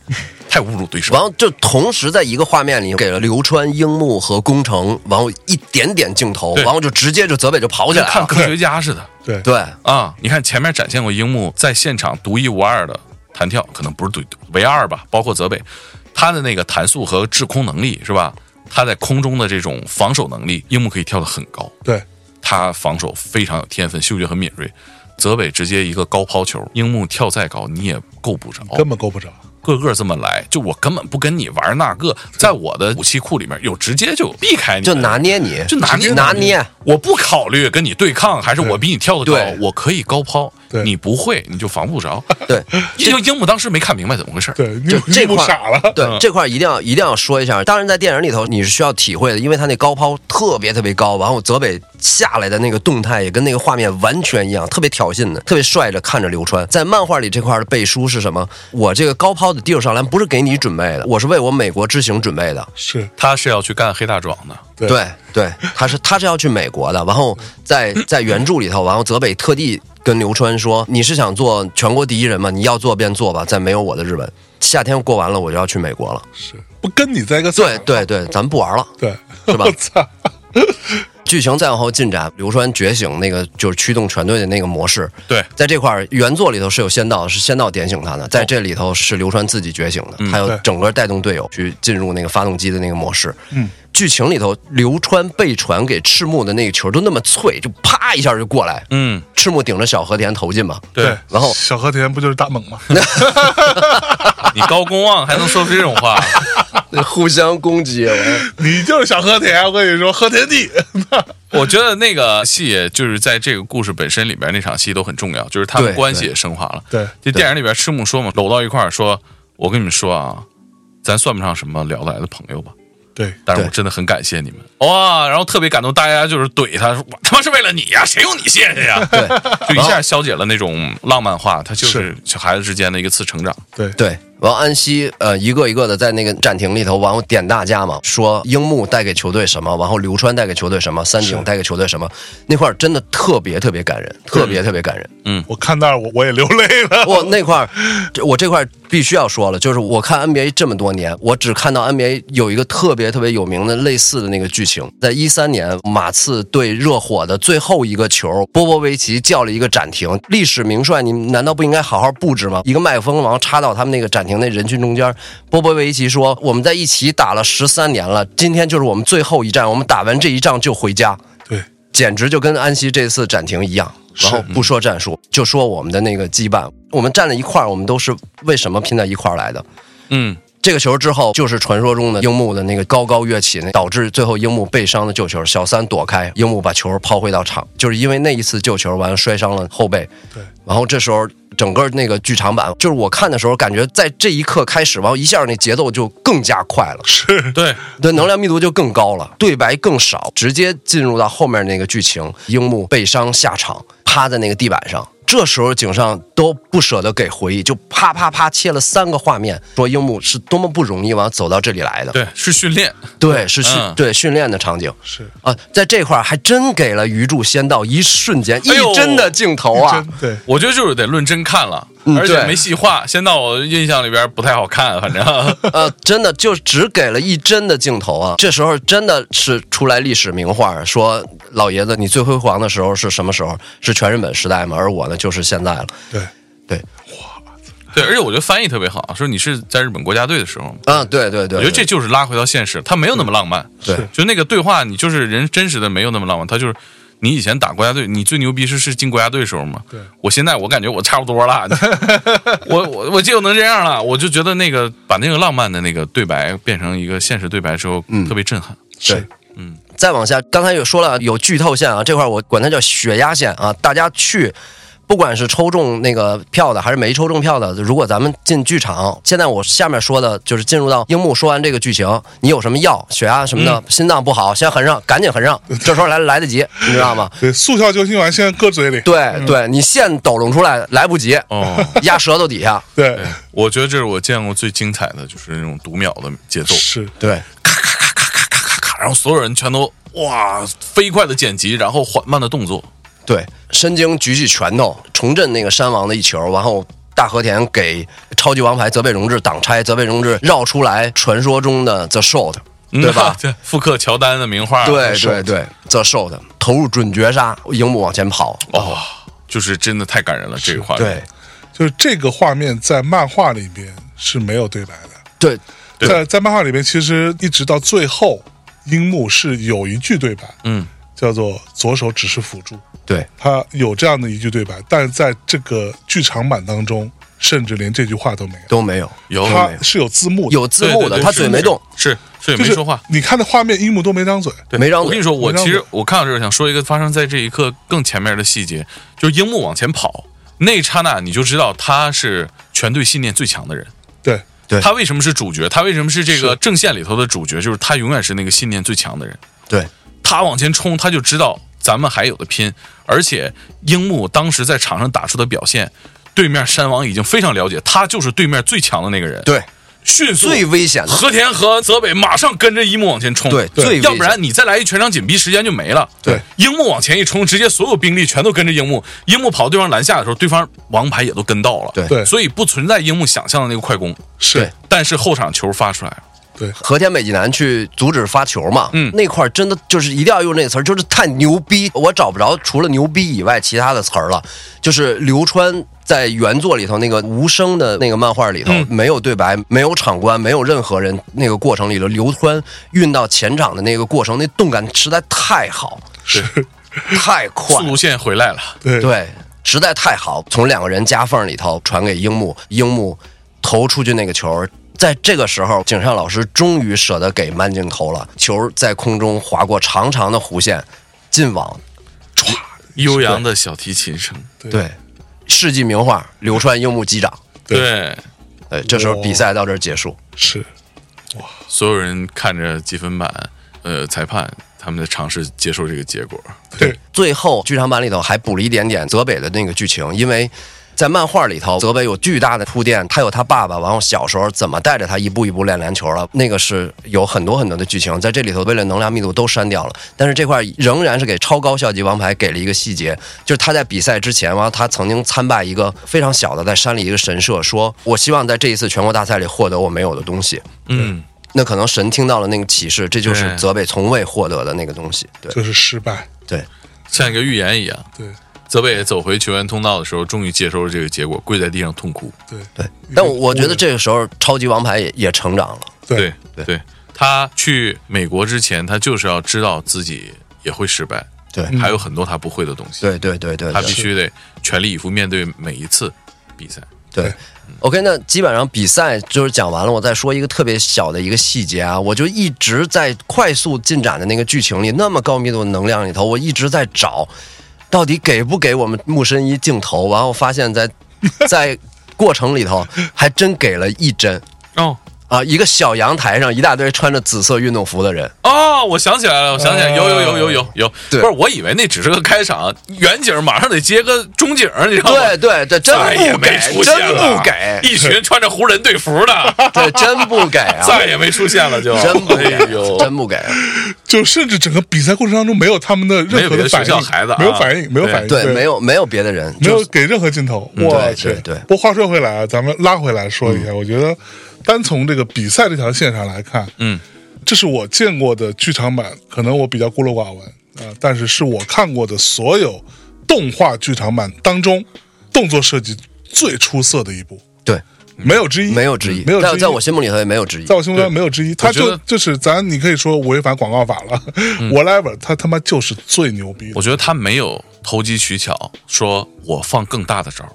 B: 太侮辱对手
C: 然。后就同时在一个画面里给了流川、樱木和宫城，然后一点点镜头，
B: 对
C: 然后就直接就泽北就跑起
B: 就
C: 来
B: 看
C: 了，
B: 科学家似的。
A: 对
C: 对
B: 啊，你看前面展现过樱木在现场独一无二的弹跳，可能不是独唯二吧，包括泽北，他的那个弹速和制空能力是吧？他在空中的这种防守能力，樱木可以跳得很高，
A: 对
B: 他防守非常有天分，嗅觉很敏锐。泽北直接一个高抛球，樱木跳再高你也够不着，
C: 哦
A: 根本够不着。
B: 个个这么来，就我根本不跟你玩那个，在我的武器库里面有直接就避开你的，
C: 就拿捏你，
B: 就拿捏
C: 拿捏。
B: 我不考虑跟你对抗，还是我比你跳得高
C: 对，
B: 我可以高抛
A: 对，
B: 你不会你就防不着。
C: 对，
B: 因为樱木当时没看明白怎么回事儿，
A: 对，
C: 就
A: 你
C: 这
A: 你不
C: 块儿
A: 傻了。
C: 对这块儿一定要一定要说一下，当然在电影里头你是需要体会的，因为他那高抛特别特别高，然后泽北下来的那个动态也跟那个画面完全一样，特别挑衅的，特别帅着看着流川。在漫画里这块儿的背书是什么？我这个高抛的地手上篮不是给你准备的，我是为我美国之行准备的。
A: 是
B: 他是要去干黑大壮的。
A: 对
C: 对对，他是他是要去美国的，然后在在原著里头，然后泽北特地跟刘川说：“你是想做全国第一人吗？你要做便做吧，在没有我的日本，夏天过完了我就要去美国了。
A: 是，不跟你在一个”赛
C: 对对对，咱们不玩了。
A: 对，
C: 是吧
A: 我操，
C: 剧情再往后进展，刘川觉醒那个就是驱动全队的那个模式，
B: 对，
C: 在这块儿原作里头是有仙道，是仙道点醒他的，在这里头是流川自己觉醒的，还有
A: 对
C: 整个带动队友去进入那个发动机的那个模式。
A: 嗯，
C: 剧情里头流川被传给赤木的那个球都那么脆，就啪一下就过来，
B: 嗯，
C: 赤木顶着小和田投进嘛。
B: 对
C: 然后
A: 小和田不就是大猛吗？
B: 你高公望还能说出这种话？
C: 互相攻击，
A: 你就是小和田，我跟你说，和田地
B: 我觉得那个戏就是在这个故事本身里边那场戏都很重要，就是他们
C: 对
B: 关系也升华了。
A: 对
B: 这电影里边赤木说嘛，搂到一块儿说：“我跟你们说啊，咱算不上什么聊得来的朋友吧，
A: 对，
B: 但是我
C: 对
B: 真的很感谢你们哇！”然后特别感动，大家就是怼他说：“我他妈是为了你呀，谁用你谢谢呀？”
C: 对，
B: 就一下消解了那种浪漫化，他就是
A: 是
B: 小孩子之间的一个次成长。
A: 对
C: 对，然后安西呃一个一个的在那个暂停里头，然后点大家嘛，说樱木带给球队什么，然后流川带给球队什么，三井带给球队什么，那块儿真的特别特别感人，特别特别感人。
A: 我看那儿我我也流泪了。
C: 我那块儿，这我这块儿必须要说了，就是我看 NBA 这么多年，我只看到 NBA 有一个特别特别有名的类似的那个剧情，在一三年马刺对热火的最后一个球，波波维奇叫了一个暂停，历史名帅，你们难道不应该好好布置吗？一个麦克风然后插到他们那个暂停那人群中间，波波维奇说：“我们在一起打了十三年了，今天就是我们最后一战，我们打完这一仗就回家。”
A: 对，
C: 简直就跟安西这次暂停一样。然后不说战术，就说我们的那个羁绊，我们站在一块儿，我们都是为什么拼在一块儿来的？
B: 嗯，
C: 这个球之后，就是传说中的樱木的那个高高跃起，那导致最后樱木被伤的救球，小三躲开，樱木把球抛回到场，就是因为那一次救球，完了摔伤了后背。
A: 对，
C: 然后这时候整个那个剧场版，就是我看的时候，感觉在这一刻开始，然后一下那节奏就更加快了。
A: 是
B: 对，
C: 对，能量密度就更高了，对白更少，直接进入到后面那个剧情，樱木被伤下场，趴在那个地板上。这时候井上都不舍得给回忆，就啪啪啪切了三个画面，说樱木是多么不容易，完了走到这里来的。
B: 对，是训练，
C: 对，是训、
B: 嗯
C: 对训练的场景
A: 是，
C: 啊，在这块儿还真给了鱼柱仙道一瞬间
B: 哎呦
C: 一帧的镜头啊
A: 真，对。
B: 我觉得就是得论真看了，
C: 嗯
B: 而且
C: 对
B: 没细化。先到我印象里边不太好看， 反正
C: 呃，真的就只给了一帧的镜头啊！这时候真的是出来历史名画，说老爷子你最辉煌的时候是什么时候？是全日本时代吗？而我呢，就是现在了。
A: 对，
C: 对，
B: 对，而且我觉得翻译特别好，说你是在日本国家队的时候，
C: 啊，对对对，
B: 我觉得这就是拉回到现实，他没有那么浪漫。
C: 对
A: 是
B: 就那个对话，你就是人真实的没有那么浪漫，他就是。你以前打国家队，你最牛逼是是进国家队的时候吗？
A: 对，
B: 我现在我感觉我差不多了，我我我就能这样了，我就觉得那个把那个浪漫的那个对白变成一个现实对白之后，特别震撼。
C: 对，嗯，再往下，刚才有说了有剧透线啊，这块我管它叫血压线啊，大家去。不管是抽中那个票的，还是没抽中票的，如果咱们进剧场，现在我下面说的就是进入到樱木说完这个剧情，你有什么药、血压什么的，心脏不好，先横上，赶紧横上，这时候来来得及，你知道 吗？
A: 对，速效救心丸现在搁嘴里。
C: 对对，你线抖拢出来来不及，
B: 哦，
C: 压舌头底下，
A: 对，
B: 我觉得这是我见过最精彩的，就是那种读秒的节奏，
A: 是，
C: 对
B: 咔咔，然后所有人全都哇飞快的剪辑，然后缓慢的动作，
C: 对，申京举起拳头重振那个山王的一球，然后大和田给超级王牌泽北荣治挡拆，泽北荣治绕出来传说中的 The Shot，对吧？
B: 嗯？复刻乔丹的名画，
C: 对对对，The Shot 投入准绝杀，樱木往前跑，
B: 哦，就是真的太感人了，这个画面。
C: 对
A: 就是这个画面在漫画里边是没有对白的。
C: 对
B: 对
A: 在在漫画里面，其实一直到最后，樱木是有一句对白，
B: 嗯，
A: 叫做“左手只是辅助”，
C: 对，
A: 他有这样的一句对白，但是在这个剧场版当中，甚至连这句话都没有，
C: 都没有，
B: 有
A: 他是有字幕的，
C: 有字
B: 对
C: 幕
B: 对
C: 的，
B: 对
C: 他
B: 是
C: 嘴没动，
B: 是是也
A: 就
B: 没
A: 是
B: 说话，
A: 你看的画面，樱木都没张嘴，
B: 对
C: 没张嘴
B: 我跟你说，我
A: 没张
B: 其
A: 嘴
B: 实我看到这儿想说一个发生在这一刻更前面的细节，就是樱木往前跑那一刹那，你就知道他是全队信念最强的人。
A: 对，
C: 对
B: 他为什么是主角？他为什么是这个正线里头的主角？就是他永远是那个信念最强的人。
C: 对，
B: 他往前冲，他就知道咱们还有的拼。而且樱木当时在场上打出的表现，对面山王已经非常了解，他就是对面最强的那个人。，
C: 对，
B: 迅速
C: 最危险的，
B: 和田和泽北马上跟着樱木往前冲，
C: 对对最危险
B: 要不然你再来一全场紧逼，时间就没了。
A: 对，
B: 樱木往前一冲，直接所有兵力全都跟着樱木。樱木跑对方篮下的时候，对方王牌也都跟到了。
C: 对
A: 对
B: 所以不存在樱木想象的那个快攻，
A: 是
C: 对，
B: 但是后场球发出来了，
A: 对，
C: 和田美纪男去阻止发球嘛，
B: 嗯
C: 那块儿真的就是一定要用那个词儿，就是太牛逼，我找不着除了牛逼以外其他的词儿了。就是流川在原作里头那个无声的那个漫画里头，没有对白，没有场官，没有任何人，那个过程里头，流川运到前场的那个过程，那动感实在太好，
A: 是，
C: 太快
B: 速，度线回来了。
A: 对，
C: 对，实在太好。从两个人夹缝里头传给樱木，樱木投出去那个球，在这个时候，井上老师终于舍得给慢镜头了。球在空中划过长长的弧线，进网。
B: 悠扬的小提琴声，
A: 对
C: 对，世纪名画流川樱木击掌。
A: 对
B: 对，
C: 呃，这时候比赛到这儿结束。
A: 是，
B: 所有人看着积分板，呃，裁判他们在尝试接受这个结果。
A: 对，
C: 最后剧场版里头还补了一点点泽北的那个剧情，因为在漫画里头，泽北有巨大的铺垫，他有他爸爸，然后小时候怎么带着他一步一步练篮球了，那个是有很多很多的剧情，在这里头为了能量密度都删掉了，但是这块仍然是给超高校级王牌给了一个细节，就是他在比赛之前，然后他曾经参拜一个非常小的在山里一个神社，说我希望在这一次全国大赛里获得我没有的东西。
B: 嗯，
C: 那可能神听到了那个启示，这就是
B: 对
C: 泽北从未获得的那个东西。对
A: 就是失败，
C: 对，
B: 像一个预言一样。
A: 对，
B: 泽北走回球员通道的时候，终于接受了这个结果，跪在地上痛哭。
A: 对，
C: 对，但我我觉得这个时候超级王牌也也成长了，
A: 对，
B: 对他去美国之前，他就是要知道自己也会失败，
C: 对
B: 还有很多他不会的东西，
C: 对对对对
B: 他
C: 对
B: 必须得全力以赴面对每一次比赛。
C: 对。OK，那基本上比赛就是讲完了，我再说一个特别小的一个细节啊，我就一直在快速进展的那个剧情里，那么高密度的能量里头，我一直在找，到底给不给我们木申一镜头？然后发现 在，在过程里头还真给了一帧
B: 哦
C: 啊，一个小阳台上一大堆穿着紫色运动服的人，
B: 哦，我想起来了，我想起来，有有有有有有，
C: 呃对
B: 不是，我以为那只是个开场，远景马上得接个中景，你知道吗？
C: 对对对，真
B: 再也
C: 不
B: 没
C: 给，
B: 出现
C: 真
B: 了，
C: 不给，
B: 一群穿着湖人队服的，
C: 对，真不给 啊，
B: 再也没出现了，就
C: 真不
B: 哎
C: 给，
B: 呦，
C: 真不给。
A: 就甚至整个比赛过程当中没有他们的
B: 没
A: 任
B: 有
A: 何
B: 别的
A: 反
B: 学校
A: 应，
B: 孩子啊
A: 没有反应，没有反应，
C: 对，没
A: 有。
C: 有没有别的人，
A: 没有
C: 就
A: 给任何镜头，
B: 嗯
A: 我
C: 对
A: 去
C: 对。对
A: 不过话说回来啊，咱们拉回来说一下，我觉得单从这个比赛这条线上来看，
B: 嗯，
A: 这是我见过的剧场版，可能我比较孤陋寡闻啊、呃但是是我看过的所有动画剧场版当中，动作设计最出色的一部，
C: 对，
A: 没有之一，
C: 没有之一，
A: 没有之
C: 在
A: 一。
C: 在我心目里头也没有之一
A: 在。我心目中没有之一，他
B: 我觉
A: 就
B: 得嗯
A: 就是咱，你可以说违反广告法了，whatever，他他妈就是最牛逼的
B: 我，觉得他没有投机取巧，说我放更大的招儿，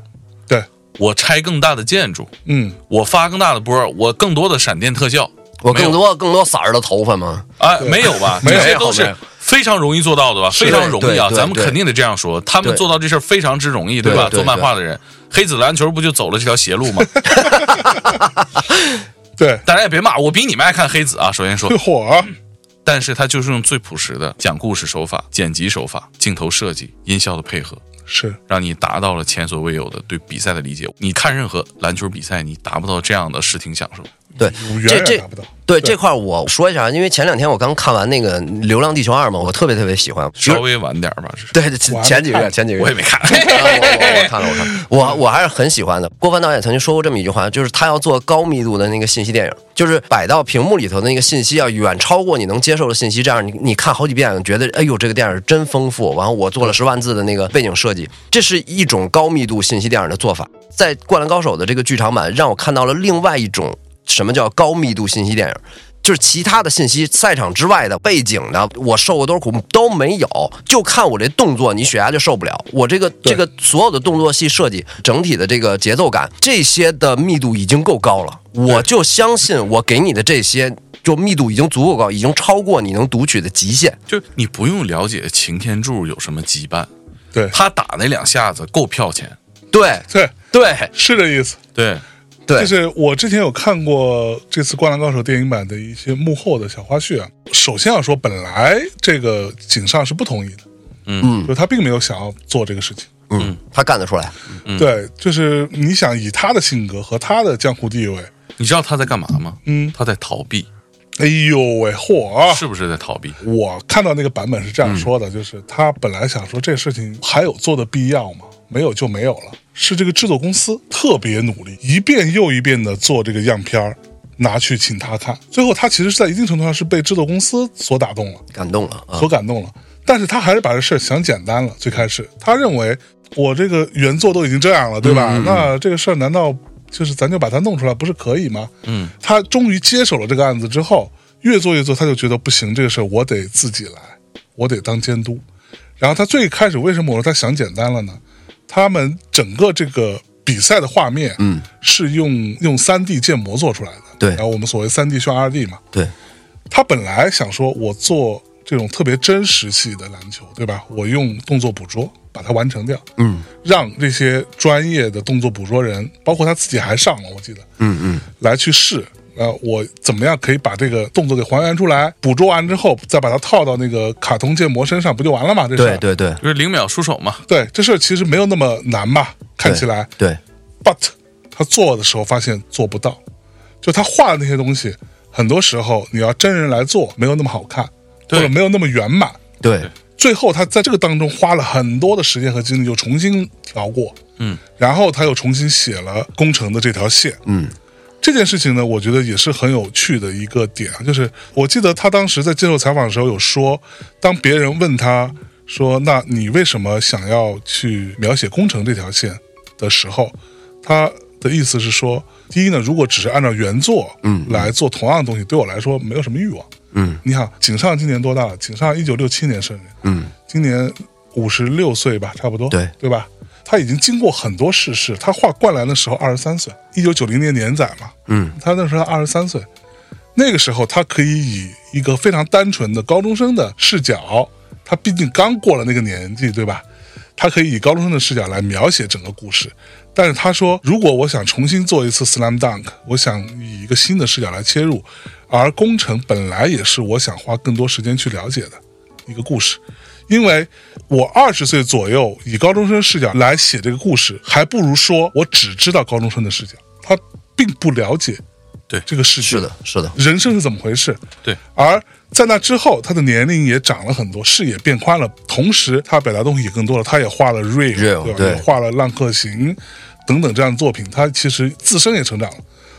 A: 对，
B: 我拆更大的建筑，
A: 嗯，
B: 我发更大的波儿，我更多的闪电特效，
C: 我
B: 没有
C: 更多更多色儿的头发吗？
B: 啊，没有吧？
A: 没
B: 这
A: 有
B: 些都
C: 没
B: 是
C: 有
B: 非常容易做到的吧？非常容易啊，
C: 对对
B: 咱们
C: 对
B: 肯定得这样说，他们
C: 对
B: 做到这事儿非常之容易，
C: 对
B: 吧？
C: 对
B: 做漫画的人，黑子篮球不就走了这条邪路吗？
A: 对，
B: 大家也别骂我，比你们爱看黑子啊。首先说
A: 最，火啊，
B: 但是他就是用最朴实的讲故事手法、剪辑手法、镜头设计、音效的配合，
A: 是
B: 让你达到了前所未有的对比赛的理解。你看任何篮球比赛，你达不到这样的视听享受。
C: 对
A: 我，
C: 这
A: 远
C: 这
A: 远达不到。
C: 对这块儿我说一下，因为前两天我刚看完那个《流浪地球二》嘛，我特别特别喜欢。
B: 稍微晚点儿吧，这是
C: 对，前前几个月，前几个月
B: 我也没看。
C: 啊我我我看了，我看了，我我还是很喜欢的。郭帆导演曾经说过这么一句话，就是他要做高密度的那个信息电影，就是摆到屏幕里头的那个信息要远超过你能接受的信息，这样你你看好几遍，觉得哎呦这个电影真丰富。然后我做了十万字的那个背景设计，这是一种高密度信息电影的做法。在《灌篮高手》的这个剧场版，让我看到了另外一种什么叫高密度信息电影。就是其他的信息，赛场之外的背景的，我受过多少苦都没有，就看我这动作，你血压就受不了。我这个这个所有的动作戏设计，整体的这个节奏感，这些的密度已经够高了。我就相信我给你的这些，就密度已经足够高，已经超过你能读取的极限。
B: 就你不用了解擎天柱有什么羁绊，
A: 对
B: 他打那两下子够票钱。
C: 对
A: 对，
C: 对
A: 是这意思。
B: 对，
C: 对
A: 就，是我之前有看过这次《灌篮高手》电影版的一些幕后的小花絮啊。首先要说，本来这个井上是不同意的，
C: 嗯
A: 就他并没有想要做这个事情。
C: 嗯，他干得出来。
B: 嗯
A: 对，就是你想以他的性格和他的江湖地位，
B: 你知道他在干嘛吗？
A: 嗯，
B: 他在逃避，
A: 哎呦喂，嚯啊！
B: 是不是在逃避？
A: 我看到那个版本是这样说的，就是他本来想说这事情还有做的必要吗？没有就没有了。是这个制作公司特别努力，一遍又一遍的做这个样片儿，拿去请他看。最后他其实是在一定程度上是被制作公司所打动了，
C: 感动了啊！
A: 所感动了。但是他还是把这事儿想简单了。最开始他认为我这个原作都已经这样了，对吧？那这个事儿难道就是咱就把它弄出来，不是可以吗？
B: 嗯，
A: 他终于接手了这个案子之后，越做越做，他就觉得不行，这个事儿我得自己来，我得当监督。然后他最开始为什么我说他想简单了呢？他们整个这个比赛的画面，嗯，是用用三 D 建模做出来的。
C: 对
A: 然后我们所谓三 D 炫二 D 嘛，
C: 对，
A: 他本来想说，我做这种特别真实系的篮球，对吧？我用动作捕捉把它完成掉，
C: 嗯
A: 让这些专业的动作捕捉人，包括他自己还上了，我记得
C: 嗯嗯，
A: 来去试。呃，我怎么样可以把这个动作给还原出来？捕捉完之后，再把它套到那个卡通建模身上，不就完了吗？这事
C: 对
A: 儿
C: 对对
B: 就是零秒出手嘛。
A: 对，这事儿其实没有那么难吧？看起来，
C: 对，
A: but 他做的时候发现做不到，就他画的那些东西，很多时候你要真人来做，没有那么好看，或
B: 对
A: 者没有那么圆满。
C: 对
A: 最后他在这个当中花了很多的时间和精力，又重新调过，
B: 嗯，
A: 然后他又重新写了工程的这条线，
C: 嗯，
A: 这件事情呢，我觉得也是很有趣的一个点，啊就是我记得他当时在接受采访的时候有说，当别人问他说：“那你为什么想要去描写工程这条线？”的时候，他的意思是说，第一呢，如果只是按照原作嗯来做同样的东西，对我来说没有什么欲望。
C: 嗯，
A: 你看井上今年多大了？井上一九六七年生人，
C: 嗯，
A: 今年五十六岁吧，差不多，
C: 对
A: 对吧？他已经经过很多世事，他画《灌篮》的时候二十三岁，一九九零年年载嘛，
C: 嗯，
A: 他那时候二十三岁，那个时候他可以以一个非常单纯的高中生的视角，他毕竟刚过了那个年纪，对吧？他可以以高中生的视角来描写整个故事。但是他说，如果我想重新做一次 slam dunk，我想以一个新的视角来切入，而工程本来也是我想花更多时间去了解的一个故事，因为我二十岁左右以高中生视角来写这个故事，还不如说我只知道高中生的视角，他并不了解
B: 对
A: 这个世界
C: 是的，是的，
A: 人生是怎么回事。
B: 对，
A: 而在那之后，他的年龄也长了很多，视野变宽了，同时他表达东西也更多了。他也画了 real，,
C: Real，
A: 对吧？
C: 对
A: 也画了浪客行等等这样的作品，他其实自身也成长了，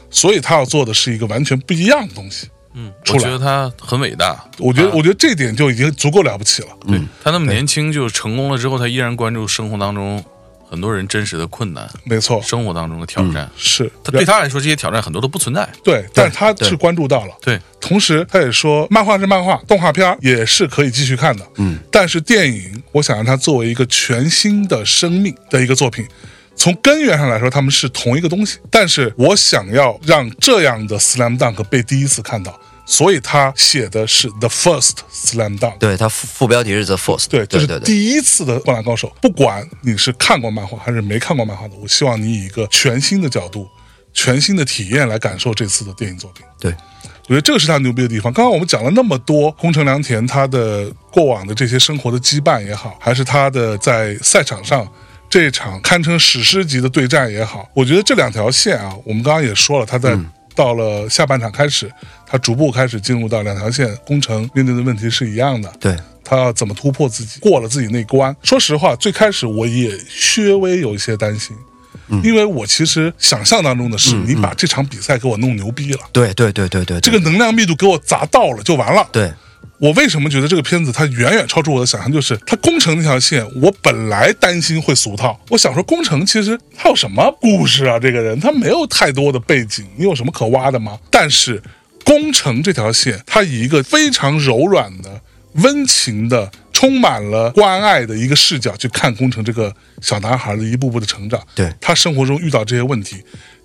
A: 所以他要做的是一个完全不一样的东西。
B: 嗯，
A: 出
B: 我
A: 来
B: 觉得他很伟大。
A: 我觉得，
B: 啊
A: 我觉得这点就已经足够了不起了。
B: 对他那么年轻就成功了之后，他依然关注生活当中很多人真实的困难，
A: 没错，
B: 生活当中的挑战。
A: 是
B: 他对他来说，这些挑战很多都不存在。
A: 对，但是他
C: 对
A: 是关注到了。
B: 对，
A: 同时，他也说，漫画是漫画，动画片儿也是可以继续看的。嗯，但是电影，我想让它作为一个全新的生命的一个作品，从根源上来说，他们是同一个东西。但是我想要让这样的 slam dunk 被第一次看到，所以他写的是 the first slam dunk。
C: 对他副副标题是 The Force，
A: 对，这
C: 对
A: 是
C: 对对，
A: 第一次的《灌篮高手》。不管你是看过漫画还是没看过漫画的，我希望你以一个全新的角度、全新的体验来感受这次的电影作品。
C: 对，
A: 我觉得这个是他牛逼的地方。刚刚我们讲了那么多宫城良田他的过往的这些生活的羁绊也好，还是他的在赛场上这场堪称史诗级的对战也好，我觉得这两条线啊，我们刚刚也说了，他在到了下半场开始，他逐步开始进入到两条线，宫城面对的问题是一样的。
C: 对，
A: 他要怎么突破自己，过了自己那关。说实话，最开始我也略微有一些担心，因为我其实想象当中的是，你把这场比赛给我弄牛逼了，
C: 对对对对对，
A: 这个能量密度给我砸到了就完了。
C: 对
A: 我为什么觉得这个片子它远远超出我的想象？就是它工程那条线，我本来担心会俗套，我想说工程其实他有什么故事啊？这个人他没有太多的背景，你有什么可挖的吗？但是宫城这条线，它以一个非常柔软的、温情的、充满了关爱的一个视角去看宫城这个小男孩的一步步的成长。
C: 对
A: 他生活中遇到这些问题，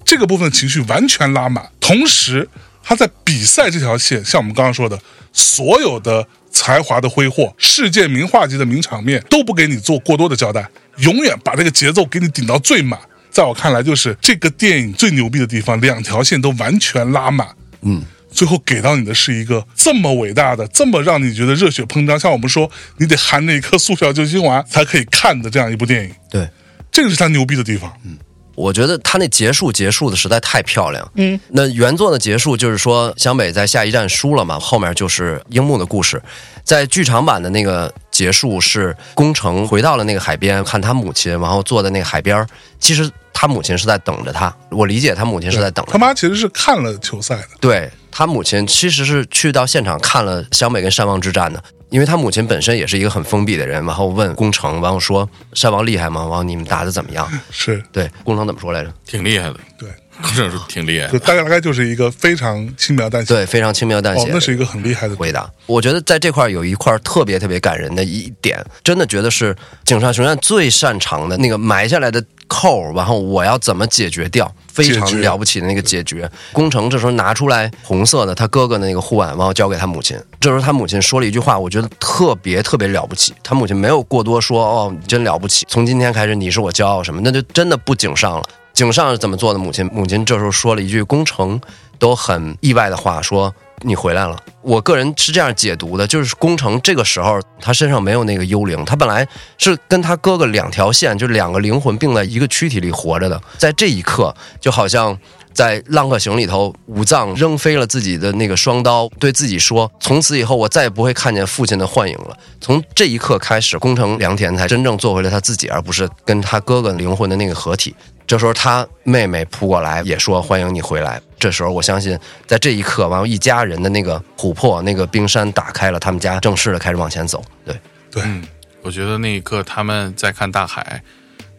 A: 这个部分情绪完全拉满。同时，他在比赛这条线，像我们刚刚说的，所有的才华的挥霍、世界名画级的名场面都不给你做过多的交代，永远把这个节奏给你顶到最满。在我看来，就是这个电影最牛逼的地方，两条线都完全拉满。
C: 嗯，
A: 最后给到你的是一个这么伟大的、这么让你觉得热血膨胀，像我们说你得含着一颗速效救心丸才可以看的这样一部电影，
C: 对。
A: 这个是他牛逼的地方。嗯，
C: 我觉得他那结束结束的实在太漂亮。嗯，那原作的结束就是说，湘北在下一站输了嘛，后面就是樱木的故事。在剧场版的那个结束是宫城回到了那个海边，看他母亲，然后坐在那个海边儿。其实他母亲是在等着他，我理解他母亲是在等着
A: 他妈其实是看了球赛的，
C: 对他母亲其实是去到现场看了湘北跟山王之战的，因为他母亲本身也是一个很封闭的人，然后问宫城，然后说山王厉害吗？然后你们打的怎么样？
A: 是
C: 对，宫城怎么说来着？
B: 挺厉害的，
A: 对，
B: 这是挺厉害
A: 就
B: 的。
A: 大概大概就是一个非常轻描淡写。
C: 对，非常轻描淡
A: 哦
C: 写，，
A: 那是一个很厉害的。
C: 回答。我觉得在这块儿有一块儿特别特别感人的一点，真的觉得是井上雄彦最擅长的那个埋下来的扣儿，然后我要怎么解决掉，非
A: 解
C: 常
A: 决
C: 了不起的那个解决。工程这时候拿出来红色的他哥哥的那个护腕，然后交给他母亲。这时候他母亲说了一句话，我觉得特别特别了不起。他母亲没有过多说哦，你真了不起，从今天开始你是我骄傲什么，那就真的不井上了。井上是怎么做的？母亲，母亲这时候说了一句工程都很意外的话，说你回来了。我个人是这样解读的，就是宫城这个时候他身上没有那个幽灵，他本来是跟他哥哥两条线，就两个灵魂并在一个躯体里活着的。在这一刻，就好像在《浪客行》里头，武藏扔飞了自己的那个双刀，对自己说：“从此以后，我再也不会看见父亲的幻影了。”从这一刻开始，宫城良田才真正做回了他自己，而不是跟他哥哥灵魂的那个合体。这时候他妹妹扑过来，也说欢迎你回来。这时候我相信，在这一刻，完后一家人的那个琥珀那个冰山打开了，他们家正式的开始往前走。对，
A: 对，
B: 嗯，我觉得那一刻他们在看大海，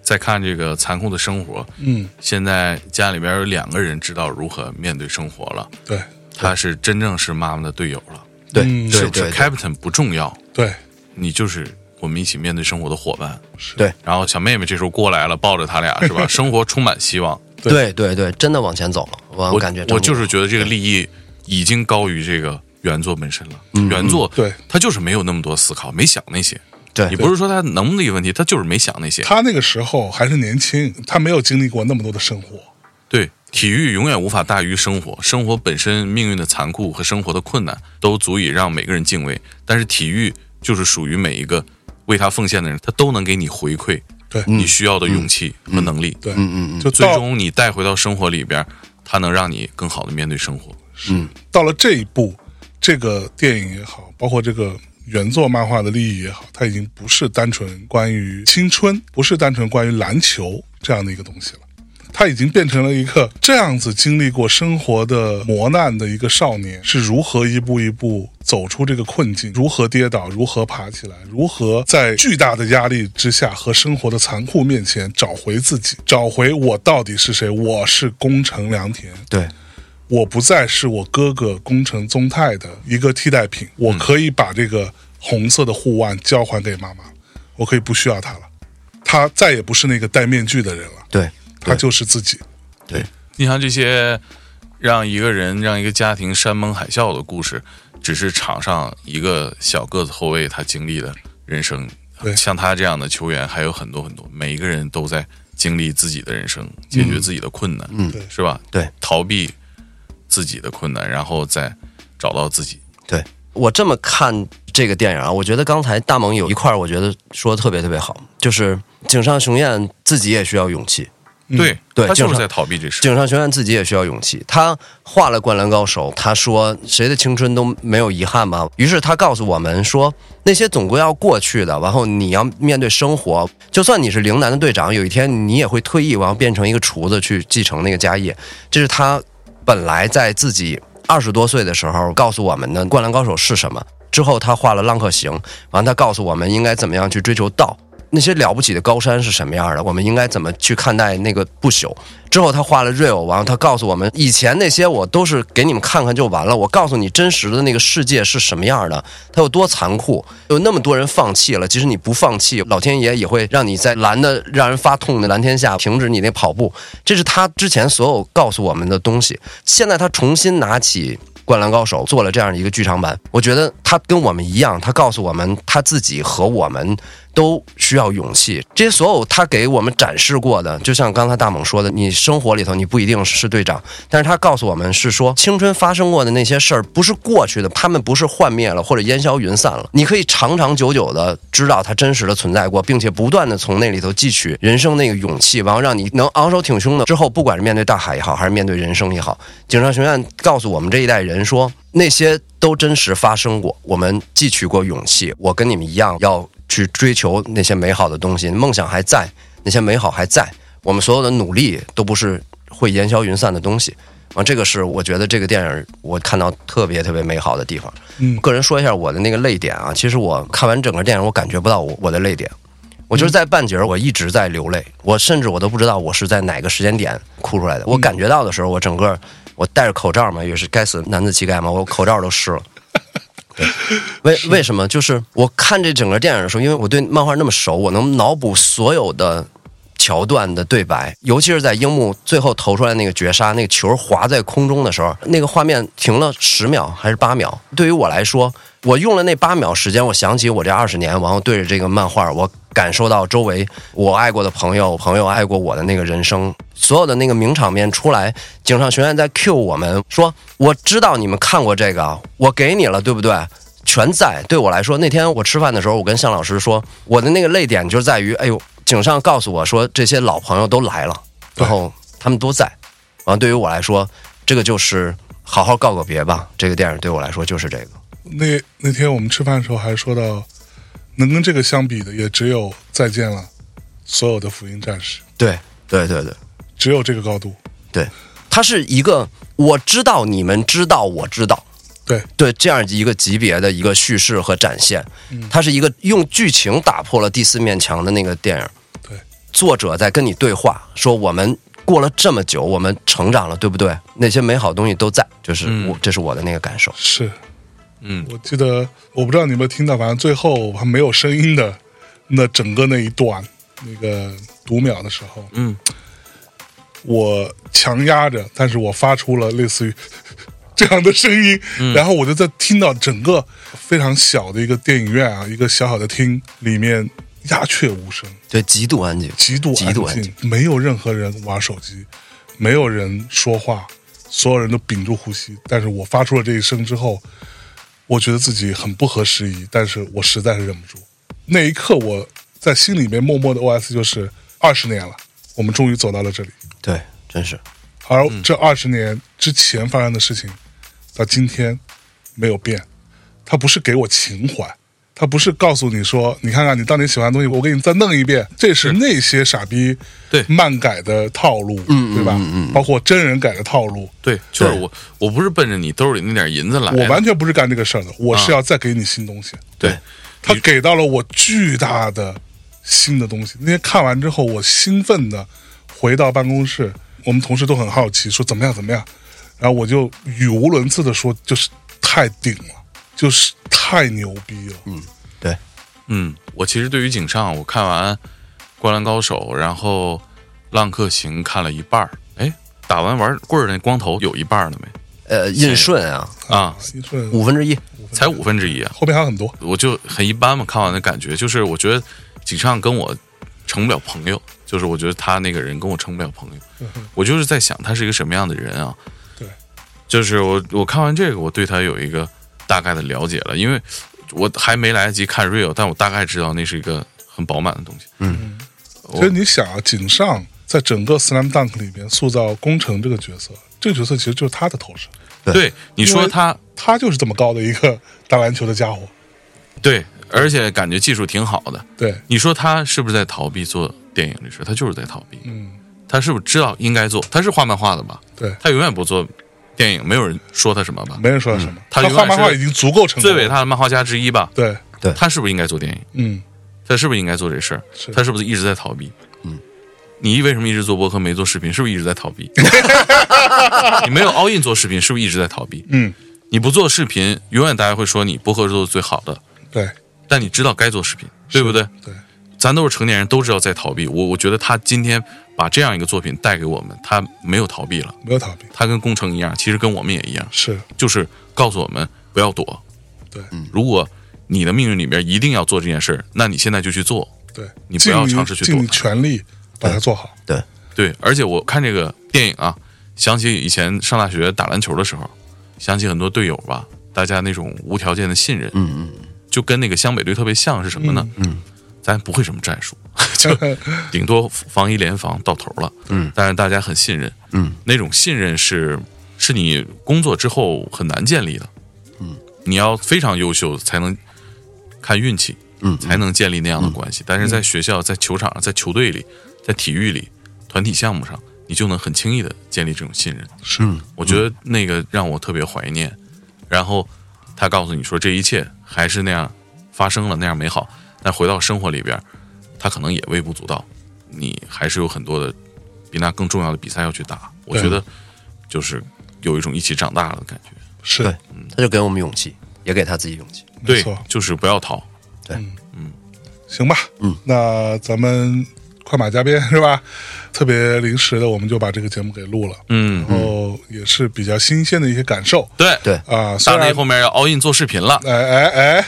B: 在看这个残酷的生活。
A: 嗯，
B: 现在家里边有两个人知道如何面对生活了，
A: 对，
B: 他是真正是妈妈的队友了，
C: 对，
A: 嗯
C: 对，
B: 是不是
C: 对，
B: ？Captain 不重要，
A: 对，
B: 你就是我们一起面对生活的伙伴。
C: 对，
B: 然后小妹妹这时候过来了，抱着他俩是 吧？生活充满希望。
A: 对
C: 对，对，对，真的往前走了。我
B: 我
C: 感觉
B: 我
C: 真的
B: 就是觉得这个利益已经高于这个原作本身了。
C: 嗯
B: 原作
A: 对
B: 他就是没有那么多思考，没想那些。
C: 对
B: 你不是说他能不能有问题，他就是没想那些。
A: 他那个时候还是年轻，他没有经历过那么多的生活。
B: 对，体育永远无法大于生活，生活本身命运的残酷和生活的困难都足以让每个人敬畏。但是体育就是属于每一个为他奉献的人，他都能给你回馈
A: 对
B: 你需要的勇气和能力。
A: 对，
C: 嗯嗯嗯，
A: 就
B: 嗯最
A: 到
B: 终你带回到生活里边，它能让你更好的面对生活。
A: 到了这一步，这个电影也好，包括这个原作漫画的利益也好，它已经不是单纯关于青春，不是单纯关于篮球这样的一个东西了。它已经变成了一个这样子经历过生活的磨难的一个少年，是如何一步一步走出这个困境，如何跌倒，如何爬起来，如何在巨大的压力之下和生活的残酷面前找回自己，找回我到底是谁？我是宫城良田，
C: 对，
A: 我不再是我哥哥宫城宗泰的一个替代品，我可以把这个红色的护腕交还给妈妈，我可以不需要他了，他再也不是那个戴面具的人了，
C: 对，
A: 他就是自己。
B: 你像这些让一个人、让一个家庭山盟海啸的故事，只是场上一个小个子后卫他经历的人生
A: 对。
B: 像他这样的球员还有很多很多，每一个人都在经历自己的人生，解决自己的困难，
C: 嗯
A: 对
B: 是吧？
C: 对，
B: 逃避自己的困难，然后再找到自己。
C: 对我这么看这个电影啊，我觉得刚才大萌有一块儿，我觉得说的特别特别好，就是井上雄彦自己也需要勇气。
A: 嗯
B: 对，
C: 对
B: 他就
C: 就是是
B: 在逃避这事。
C: 井上雄彦自己也需要勇气。他画了《灌篮高手》，他说谁的青春都没有遗憾吧。于是他告诉我们说，那些总归要过去的，然后你要面对生活。就算你是陵南的队长，有一天你也会退役，然后变成一个厨子去继承那个家业。这是他本来在自己二十多岁的时候告诉我们的《灌篮高手》是什么。之后他画了《浪客行》，完他告诉我们应该怎么样去追求道。那些了不起的高山是什么样的？我们应该怎么去看待那个不朽？之后他画了 real，然后他告诉我们，以前那些我都是给你们看看就完了，我告诉你真实的那个世界是什么样的，它有多残酷，有那么多人放弃了。即使你不放弃，老天爷也会让你在蓝的让人发痛的蓝天下停止你那跑步。这是他之前所有告诉我们的东西。现在他重新拿起《灌篮高手》做了这样一个剧场版，我觉得他跟我们一样，他告诉我们他自己和我们都需要勇气。这些所有他给我们展示过的，就像刚才大猛说的，你生活里头你不一定是队长，但是他告诉我们是说，青春发生过的那些事儿不是过去的，他们不是幻灭了或者烟消云散了，你可以长长久久的知道它真实的存在过，并且不断的从那里头汲取人生那个勇气，然后让你能昂首挺胸的。之后不管是面对大海也好，还是面对人生也好，警察学院告诉我们这一代人说，那些都真实发生过，我们汲取过勇气。我跟你们一样，要去追求那些美好的东西，梦想还在，那些美好还在，我们所有的努力都不是会烟消云散的东西。啊，这个是我觉得这个电影我看到特别特别美好的地方。
A: 嗯
C: 个人说一下我的那个泪点啊，其实我看完整个电影，我感觉不到我我的泪点，我就是在半截儿，我一直在流泪，我甚至我都不知道我是在哪个时间点哭出来的。我感觉到的时候，我整个我戴着口罩嘛，也是该死男子气概嘛，我口罩都湿了。对为为什么？就是我看这整个电影的时候，因为我对漫画那么熟，我能脑补所有的桥段的对白，尤其是在樱木最后投出来那个绝杀，那个球滑在空中的时候，那个画面停了十秒还是八秒。对于我来说，我用了那八秒时间，我想起我这二十年，然后对着这个漫画，我感受到周围我爱过的朋友，朋友爱过我的那个人生，所有的那个名场面出来，井上学院在 cue 我们说，我知道你们看过这个，我给你了，对不对？全在。对我来说，那天我吃饭的时候，我跟向老师说，我的那个泪点就在于，哎呦，井上告诉我说这些老朋友都来了，
A: 对
C: 然后他们都在。然后对于我来说，这个就是好好告个别吧。这个电影对我来说就是这个。
A: 那那天我们吃饭的时候还说到，能跟这个相比的也只有《再见了》，所有的福音战士
C: 对，对，对，对，
A: 只有这个高度。
C: 对，它是一个我知道你们知道我知道，
A: 对，
C: 对这样一个级别的一个叙事和展现，它是一个用剧情打破了第四面墙的那个电影。
A: 对，
C: 作者在跟你对话，说我们过了这么久，我们成长了，对不对？那些美好东西都在，就是我，这是我的那个感受。
A: 是，
B: 嗯，
A: 我记得，我不知道你有没有听到，反正最后还没有声音的那整个那一段，那个读秒的时候，
B: 嗯，
A: 我强压着，但是我发出了类似于 这样的声音，
B: 嗯
A: 然后我就在听到整个非常小的一个电影院啊，一个小小的厅里面鸦雀无声，
C: 对，极度安静，
A: 极度
C: 极度安
A: 安静，没有任何人玩手机，没有人说话，所有人都屏住呼吸。但是我发出了这一声之后，我觉得自己很不合时宜，但是我实在是忍不住。那一刻，我在心里面默默的 OS 就是：二十年了，我们终于走到了这里。
C: 对，真是
A: 而这二十年之前发生的事情，到今天没有变。它不是给我情怀，它不是告诉你说，你看看你当年喜欢的东西，我给你再弄一遍。这是那些傻逼
B: 对
A: 漫改的套路，对吧？包括真人改的套路，
B: 对，就是
C: 对
B: 我，我不是奔着你兜里那点银子来
A: 我
B: 的，
A: 完全不是干这个事儿的，我是要再给你新东西。
B: 对，
A: 他给到了我巨大的新的东西。那天看完之后，我兴奋的回到办公室，我们同事都很好奇，说怎么样怎么样。然后我就语无伦次的说，就是太顶了，就是太牛逼了。嗯，
C: 对，
B: 嗯，我其实对于井上，我看完《灌篮高手》，然后《浪客行》看了一半儿，哎，打完玩棍儿那光头有一半儿了没？
C: 呃，印顺啊，
B: 啊，
A: 新顺
C: 五分之一，
B: 才五分之一啊，
A: 后面还有很多。
B: 我就很一般嘛。看完的感觉就是，我觉得井上跟我成不了朋友，就是我觉得他那个人跟我成不了朋友。我就是在想他是一个什么样的人啊？
A: 对，
B: 就是我我看完这个，我对他有一个大概的了解了，因为我还没来得及看 real，但我大概知道那是一个很饱满的东西。哦
A: 其实你想啊，井上在整个《Slam Dunk》里面塑造工程这个角色，这个角色其实就是他的投射，
B: 对，你
A: 因
B: 说
A: 为
B: 他
A: 他就是这么高的一个打篮球的家伙。
B: 对，而且感觉技术挺好的。
A: 对，
B: 你说他是不是在逃避做电影这事？他就是在逃避。
A: 嗯，
B: 他是不是知道应该做？他是画漫画的吧？
A: 对，
B: 他永远不做电影，没有人说他什么吧？
A: 没人说他什么，
B: 嗯他
A: 他
B: 永
A: 画
B: 远
A: 漫画
B: 是
A: 已经足够成功
B: 最伟
A: 了。
B: 大的漫画家之一吧？
A: 对，
C: 对
B: 他是不是应该做电影？
A: 嗯。
B: 他是不是应该做这事儿
A: 是？
B: 他是不是一直在逃避？
C: 嗯，
B: 你为什么一直做播客没做视频？是不是一直在逃 避？你没有 all in 做视频，是不是一直在逃避？
A: 嗯，
B: 你不做视频，永远大家会说你播客是做的最好的，
A: 对
B: 但你知道该做视频，对不对？
A: 对，
B: 咱都是成年人，都知道在逃避。我我觉得他今天把这样一个作品带给我们，他没有逃避了，
A: 没有逃避，
B: 他跟工程一样，其实跟我们也一样，
A: 是
B: 就是告诉我们不要躲。
A: 对，
B: 如果你的命运里边一定要做这件事儿，那你现在就去做。
A: 对，
B: 你不
A: 尽
B: 要
A: 你
B: 尝试去
A: 尽
B: 躲
A: 你
B: 它
A: 全力把它做好。
C: 对，
B: 对，而且我看这个电影啊，想起以前上大学打篮球的时候，想起很多队友吧，大家那种无条件的信任，
C: 嗯嗯，
B: 就跟那个湘北队特别像是什么呢？嗯，咱不会什么战术， 就顶多防一联防到头了。嗯，但是大家很信任。
C: 嗯，
B: 那种信任是是你工作之后很难建立的。嗯，你要非常优秀才能看运气，
C: 嗯
B: 才能建立那样的关系。但是在学校、在球场上、在球队里、在体育里、团体项目上，你就能很轻易的建立这种信任。
A: 是
C: 嗯
B: 我觉得那个让我特别怀念。然后他告诉你说，这一切还是那样发生了，那样美好。但回到生活里边，他可能也微不足道，你还是有很多的比那更重要的比赛要去打。我
A: 对
B: 觉得就是有一种一起长大的感觉。
A: 是，
C: 对，他就给我们勇气，也给他自己勇气。
A: 没
B: 对
A: 错，，
B: 就是不要逃。
A: 行吧，
C: 嗯，
A: 那咱们快马加鞭是吧？特别临时的，我们就把这个节目给录了，
B: 嗯，
A: 然后也是比较新鲜的一些感受
B: 对
C: 对
A: 啊。虽
B: 大
A: 然
B: 内后面要 all in 做视频了。
A: 哎哎哎，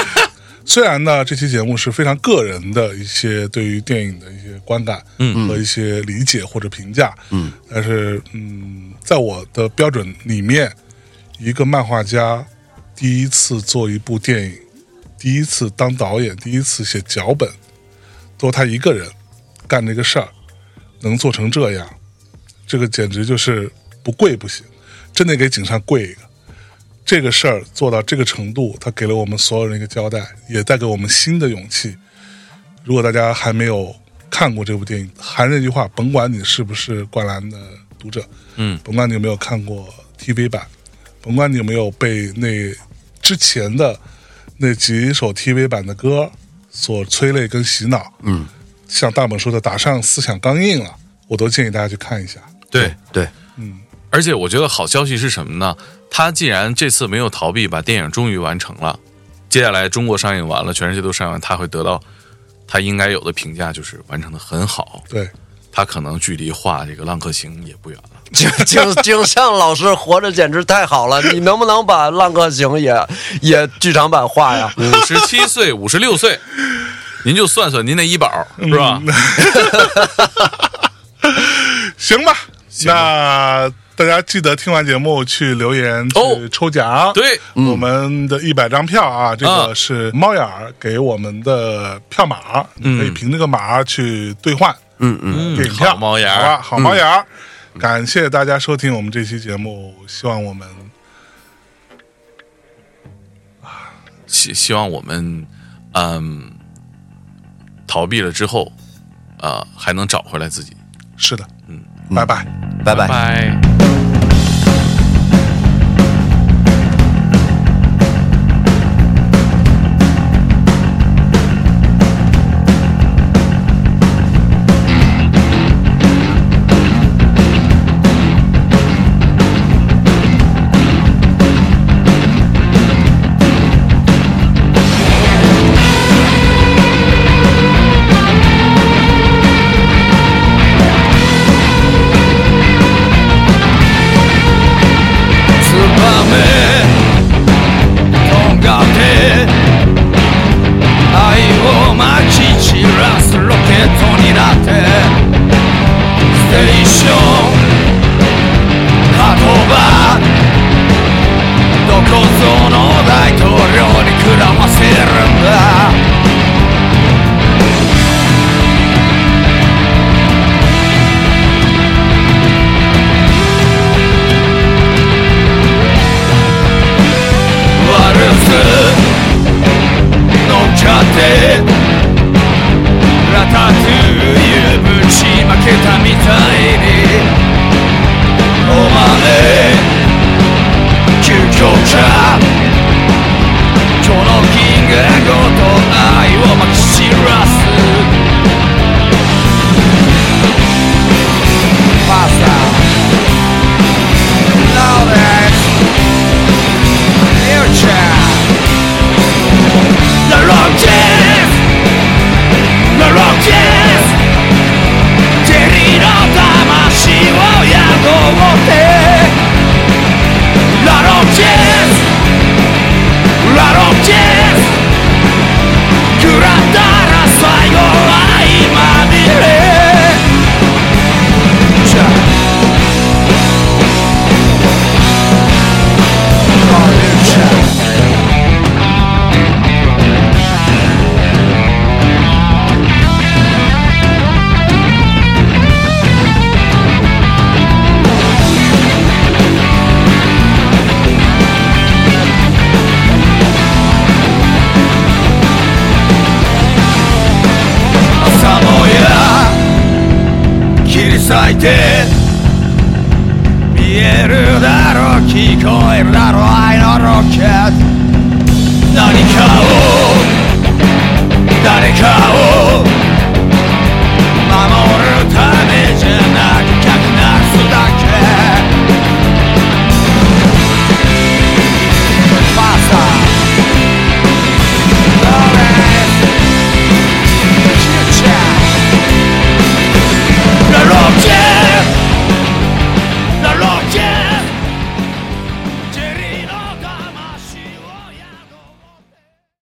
A: 虽然呢，这期节目是非常个人的一些对于电影的一些观感，嗯，和一些理解或者评价，嗯，但是嗯，在我的标准里面，一个漫画家第一次做一部电影，第一次当导演，第一次写脚本，都他一个人干这个事儿，能做成这样，这个简直就是不跪不行，真得给井上跪一个。这个事儿做到这个程度，他给了我们所有人一个交代，也带给我们新的勇气。如果大家还没有看过这部电影，还是那句话，甭管你是不是灌篮的读者，
B: 嗯，
A: 甭管你有没有看过 TV 版，甭管你有没有被那之前的那几首 TV 版的歌所催泪跟洗脑，嗯，像大本说的，打上思想钢印了，我都建议大家去看一下。
B: 对，
C: 对，
B: 而且我觉得好消息是什么呢？他既然这次没有逃避，把电影终于完成了，接下来中国上映完了，全世界都上映完，他会得到他应该有的评价，就是完成的很好。
A: 对，
B: 他可能距离画这个《浪客行》也不远了。
C: 井井井上老师活着简直太好了，你能不能把《浪客行也》也剧场版画呀？
B: 五十七岁，五十六岁，您就算算您那医保是吧？
A: 行吧，那大家记得听完节目去留言
B: 哦
A: 去抽 奖。
B: 对，
A: 我们的一百张票啊，这个
B: 嗯
A: 是猫眼儿给我们的票码，你可以凭这个码去兑换
C: 嗯嗯，
A: 电影票。
B: 嗯好猫眼儿
A: 好
B: 嗯
A: 吧，好猫眼儿。感谢大家收听我们这期节目，希望我们
B: 希希望我们，嗯，逃避了之后，啊、还能找回来自己。
A: 是的，嗯，拜拜。
C: 拜拜。
B: 拜。
D: 「いて見えるだろう聞こえるだろう I don't care 何か